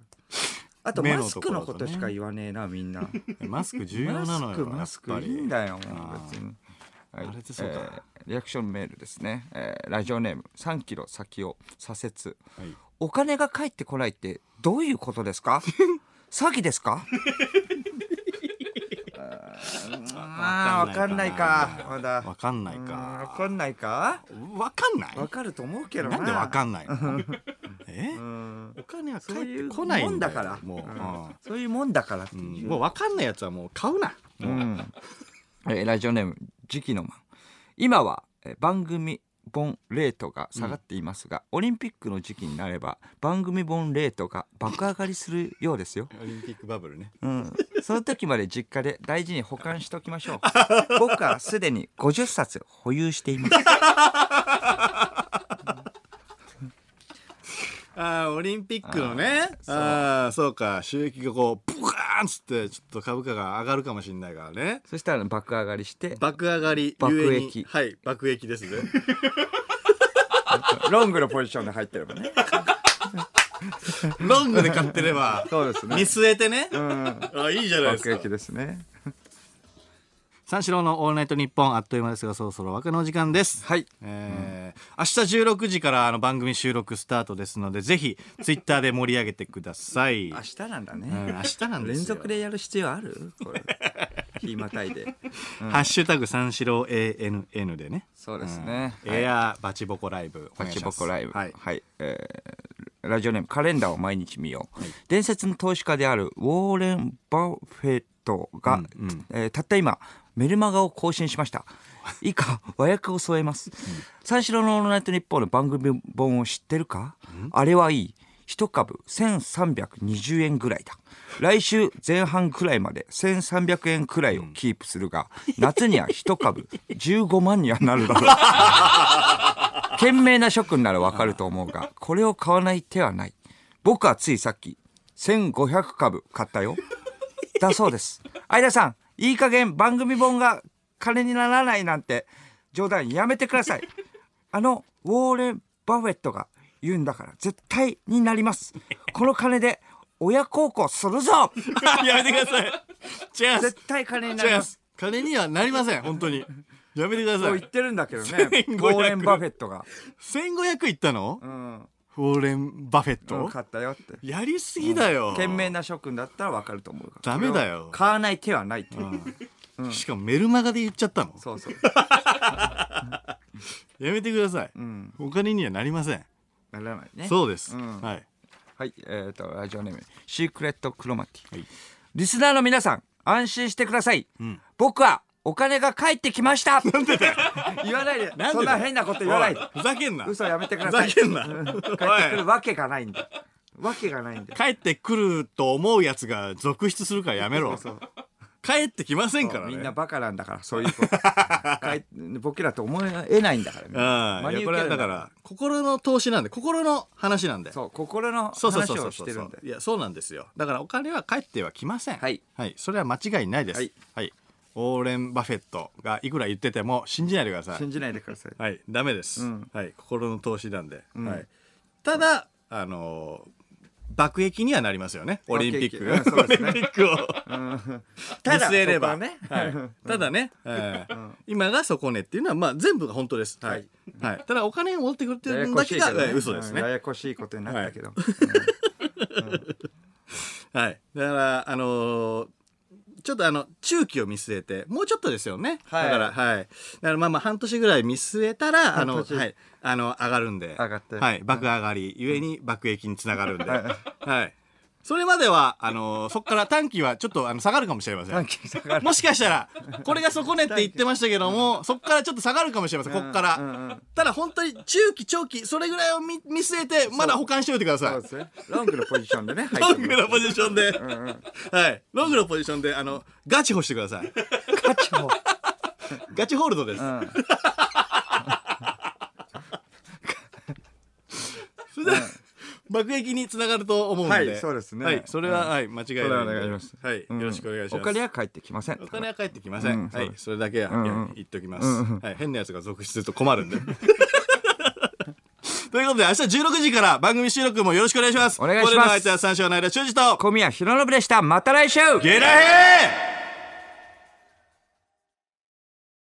[SPEAKER 2] あと、
[SPEAKER 1] 目
[SPEAKER 2] マ
[SPEAKER 1] の
[SPEAKER 2] ス
[SPEAKER 1] と
[SPEAKER 2] ク
[SPEAKER 1] ころ
[SPEAKER 2] のことしか言わねえな、みんな。
[SPEAKER 1] マスク重要
[SPEAKER 2] マ
[SPEAKER 1] な
[SPEAKER 2] ス
[SPEAKER 1] のよ
[SPEAKER 2] ク、マスクいいんだよ、も
[SPEAKER 1] あ
[SPEAKER 2] う
[SPEAKER 1] ー
[SPEAKER 2] 別に。はい
[SPEAKER 1] あれってそうか
[SPEAKER 2] えーリアクションメールですね。えーラジオネーム、3キロ先を左折。
[SPEAKER 1] やっぱりはい
[SPEAKER 2] お金が返ってこないってどういうことです [LAUGHS] か詐欺ですかあーわかんないかまだ
[SPEAKER 1] わかんない
[SPEAKER 2] うんわ
[SPEAKER 1] か
[SPEAKER 2] かんないか
[SPEAKER 1] わかんない
[SPEAKER 2] わかると思うけどな
[SPEAKER 1] なんでわかんないのえ
[SPEAKER 2] うん
[SPEAKER 1] お金は
[SPEAKER 2] そう
[SPEAKER 1] 返っ
[SPEAKER 2] い
[SPEAKER 1] て
[SPEAKER 2] う
[SPEAKER 1] こない
[SPEAKER 2] もん
[SPEAKER 1] ん
[SPEAKER 2] だ
[SPEAKER 1] だ
[SPEAKER 2] から
[SPEAKER 1] よもううん
[SPEAKER 2] そういうもんだからって
[SPEAKER 1] うん
[SPEAKER 2] いう
[SPEAKER 1] もうわかんないやつはもう買うな
[SPEAKER 2] うんえーラジオネーム時期のマン今はえー番組本レートが下がっていますが、オリンピックの時期になれば番組本レートが爆上がりするようですよ、
[SPEAKER 1] オリンピックバブルね
[SPEAKER 2] うん、その時まで実家で大事に保管しておきましょう僕はすでに50冊保有しています
[SPEAKER 1] あーオリンピックのねあーそうか収益がこうブカーンっつってちょっと株価が上がるかもしれないからね
[SPEAKER 2] そしたら爆上がりして
[SPEAKER 1] 爆上がり
[SPEAKER 2] 爆
[SPEAKER 1] ゆえに
[SPEAKER 2] 益
[SPEAKER 1] はい爆益ですね
[SPEAKER 2] ロングのポジションで入ってればね
[SPEAKER 1] [LAUGHS] ロングで買ってれば
[SPEAKER 2] そうですね
[SPEAKER 1] 見据えてね
[SPEAKER 2] うん
[SPEAKER 1] あいいじゃないですか
[SPEAKER 2] ですね
[SPEAKER 1] 三四郎のオールナイトニッポンあっという間ですがそろそろ枠のお時間です
[SPEAKER 2] はい
[SPEAKER 1] えー明日16時からあの番組収録スタートですのでぜひツイッターで盛り上げてください、うん
[SPEAKER 2] 明日なんだね、
[SPEAKER 1] 明日なんですよ
[SPEAKER 2] 連続でやる必要あるこ [LAUGHS] れ日またいで
[SPEAKER 1] ハッシュタグ三四郎 ANN でね
[SPEAKER 2] そうですね
[SPEAKER 1] うんエアバチボコライブお
[SPEAKER 2] パ
[SPEAKER 1] 願い
[SPEAKER 2] チ
[SPEAKER 1] しま
[SPEAKER 2] ボ
[SPEAKER 1] す
[SPEAKER 2] コライブ
[SPEAKER 1] はい [LAUGHS]
[SPEAKER 2] えーラジオネームカレンダーを毎日見よう、伝説の投資家であるウォーレン・バフェットが、えーたった今メルマガを更新しました以下和訳を添えます、三四郎の「オールナイトニッポン」の番組本を知ってるか、あれはいい一株1320円ぐらいだ来週前半くらいまで1300円くらいをキープするが、夏には一株15万にはなるだろう賢明な諸君ならわかると思うが、これを買わない手はない。僕はついさっき、1500株買ったよ。だそうです。相田さん、いい加減番組本が金にならないなんて、冗談やめてください。あの、ウォーレン・バフェットが言うんだから、絶対になります。この金で、親孝行するぞ
[SPEAKER 1] やめてくださいチェアス
[SPEAKER 2] 絶対金にな
[SPEAKER 1] チ
[SPEAKER 2] り
[SPEAKER 1] ェ
[SPEAKER 2] ま
[SPEAKER 1] ア [LAUGHS]
[SPEAKER 2] す。
[SPEAKER 1] ス金にはなりません本当にやめてくだ
[SPEAKER 2] そ
[SPEAKER 1] さ
[SPEAKER 2] う
[SPEAKER 1] い
[SPEAKER 2] 言ってるんだけどね、ウ
[SPEAKER 1] 1500
[SPEAKER 2] ォーレン・バフェットが。
[SPEAKER 1] 1500いったの
[SPEAKER 2] うん。
[SPEAKER 1] フォーレン・バフェット、
[SPEAKER 2] 買ったよって。
[SPEAKER 1] やりすぎだよ
[SPEAKER 2] 賢明な諸君だったらわかると思うが
[SPEAKER 1] ダメだよ
[SPEAKER 2] 買わない手はないっていう、
[SPEAKER 1] しかもメルマガで言っちゃったの
[SPEAKER 2] そうそう、
[SPEAKER 1] やめてください、
[SPEAKER 2] うん、
[SPEAKER 1] お金にはなりません
[SPEAKER 2] ならないね
[SPEAKER 1] そうです、
[SPEAKER 2] ん
[SPEAKER 1] はい
[SPEAKER 2] はいえっ、とラジオネームシークレットクロマティ、
[SPEAKER 1] はい
[SPEAKER 2] リスナーの皆さん安心してください、
[SPEAKER 1] ん
[SPEAKER 2] 僕はお金が返ってきました言わないで
[SPEAKER 1] なんでだよ
[SPEAKER 2] そんな変なこと言わないで
[SPEAKER 1] おふざけんな
[SPEAKER 2] 嘘やめてください
[SPEAKER 1] ふざけんな [LAUGHS]
[SPEAKER 2] う帰ってくるわけがないんでわけがないんで
[SPEAKER 1] 帰ってくると思うやつが続出するからやめろ
[SPEAKER 2] そう
[SPEAKER 1] 帰ってきませんからね
[SPEAKER 2] みんなバカなんだからそういうこと帰ってボケだと思えないんだからみんな
[SPEAKER 1] うん
[SPEAKER 2] 真
[SPEAKER 1] いや
[SPEAKER 2] に
[SPEAKER 1] こ
[SPEAKER 2] 受
[SPEAKER 1] れは
[SPEAKER 2] ける
[SPEAKER 1] だから心の投資なんで心の話なんで
[SPEAKER 2] そう心の
[SPEAKER 1] そうそう
[SPEAKER 2] 話
[SPEAKER 1] そうそ
[SPEAKER 2] を
[SPEAKER 1] う
[SPEAKER 2] し
[SPEAKER 1] そ
[SPEAKER 2] てるん
[SPEAKER 1] う
[SPEAKER 2] で
[SPEAKER 1] いやそうなんですよだからお金は返ってはきません
[SPEAKER 2] はい、
[SPEAKER 1] それは間違いないですは
[SPEAKER 2] はいい、
[SPEAKER 1] オーレン・バフェットがいくら言ってても信じないでください
[SPEAKER 2] 信じないでください
[SPEAKER 1] はいダメです、
[SPEAKER 2] うん
[SPEAKER 1] はい心の投資なんで、
[SPEAKER 2] ん
[SPEAKER 1] はい、ただあのー爆撃にはなりますよねオリンピックが、
[SPEAKER 2] 爆撃うんそうですね
[SPEAKER 1] オリンピックを
[SPEAKER 2] ただ
[SPEAKER 1] 見据えれ
[SPEAKER 2] そ
[SPEAKER 1] ば
[SPEAKER 2] こはね
[SPEAKER 1] はい、ただね、えー今が底根っていうのは、まあ、全部が本当です、はいはい、ただお金を持ってくるって
[SPEAKER 2] や
[SPEAKER 1] い
[SPEAKER 2] や
[SPEAKER 1] うの
[SPEAKER 2] こ
[SPEAKER 1] だ
[SPEAKER 2] し
[SPEAKER 1] け
[SPEAKER 2] い
[SPEAKER 1] が、
[SPEAKER 2] けど
[SPEAKER 1] えー嘘ですね、
[SPEAKER 2] や
[SPEAKER 1] はい
[SPEAKER 2] やこしいことになったけ
[SPEAKER 1] [LAUGHS]
[SPEAKER 2] ど、
[SPEAKER 1] だからあのーちょっとあの中期を見据えてもうちょっとですよね、
[SPEAKER 2] はい
[SPEAKER 1] だからはいだからまあまあ半年ぐらい見据えたらあの、
[SPEAKER 2] 半年
[SPEAKER 1] はい、あの上がるんで
[SPEAKER 2] 上がって
[SPEAKER 1] はい、爆上がりゆえに爆益につながるんで、
[SPEAKER 2] はい
[SPEAKER 1] はい、それまではあのーそこから短期はちょっとあの下がるかもしれません
[SPEAKER 2] 短期下がる
[SPEAKER 1] もしかしたら、これが底根って言ってましたけども、そこからちょっと下がるかもしれません、ここか
[SPEAKER 2] うんう
[SPEAKER 1] ら。
[SPEAKER 2] んうん
[SPEAKER 1] ただ本当に中期、長期、それぐらいを見見据えて、まだ保管しておいてくださ
[SPEAKER 2] そう
[SPEAKER 1] い
[SPEAKER 2] で。すねロングのポジション
[SPEAKER 1] [LAUGHS]
[SPEAKER 2] でね入
[SPEAKER 1] ロ
[SPEAKER 2] っ
[SPEAKER 1] ン
[SPEAKER 2] て
[SPEAKER 1] グのポジションで、
[SPEAKER 2] う
[SPEAKER 1] [LAUGHS]
[SPEAKER 2] んうん
[SPEAKER 1] はい。ロングのポジションで、あの、ガチホしてください。
[SPEAKER 2] ガチも
[SPEAKER 1] ガチホールドです。 [LAUGHS]
[SPEAKER 2] うん
[SPEAKER 1] それでは、爆撃につながると思うんで。
[SPEAKER 2] はいそうですね
[SPEAKER 1] はい。それは、はい、間違いないんで。
[SPEAKER 2] それはお願いします
[SPEAKER 1] はい。よろしくお願いします。
[SPEAKER 2] お金は返ってきません
[SPEAKER 1] お金は返ってきません。
[SPEAKER 2] うん
[SPEAKER 1] はい、それだけは、
[SPEAKER 2] んうん
[SPEAKER 1] いや言っておきます、
[SPEAKER 2] うんうん
[SPEAKER 1] はい。変なやつが続出すると困るんで。 [LAUGHS] ということで、明日16時から番組収録もよろしくお願いします。
[SPEAKER 2] お願いしま
[SPEAKER 1] ここ
[SPEAKER 2] す
[SPEAKER 1] での相手は三章の間、修二と、
[SPEAKER 2] 小宮浩信でしたまた来週
[SPEAKER 1] ゲラヘー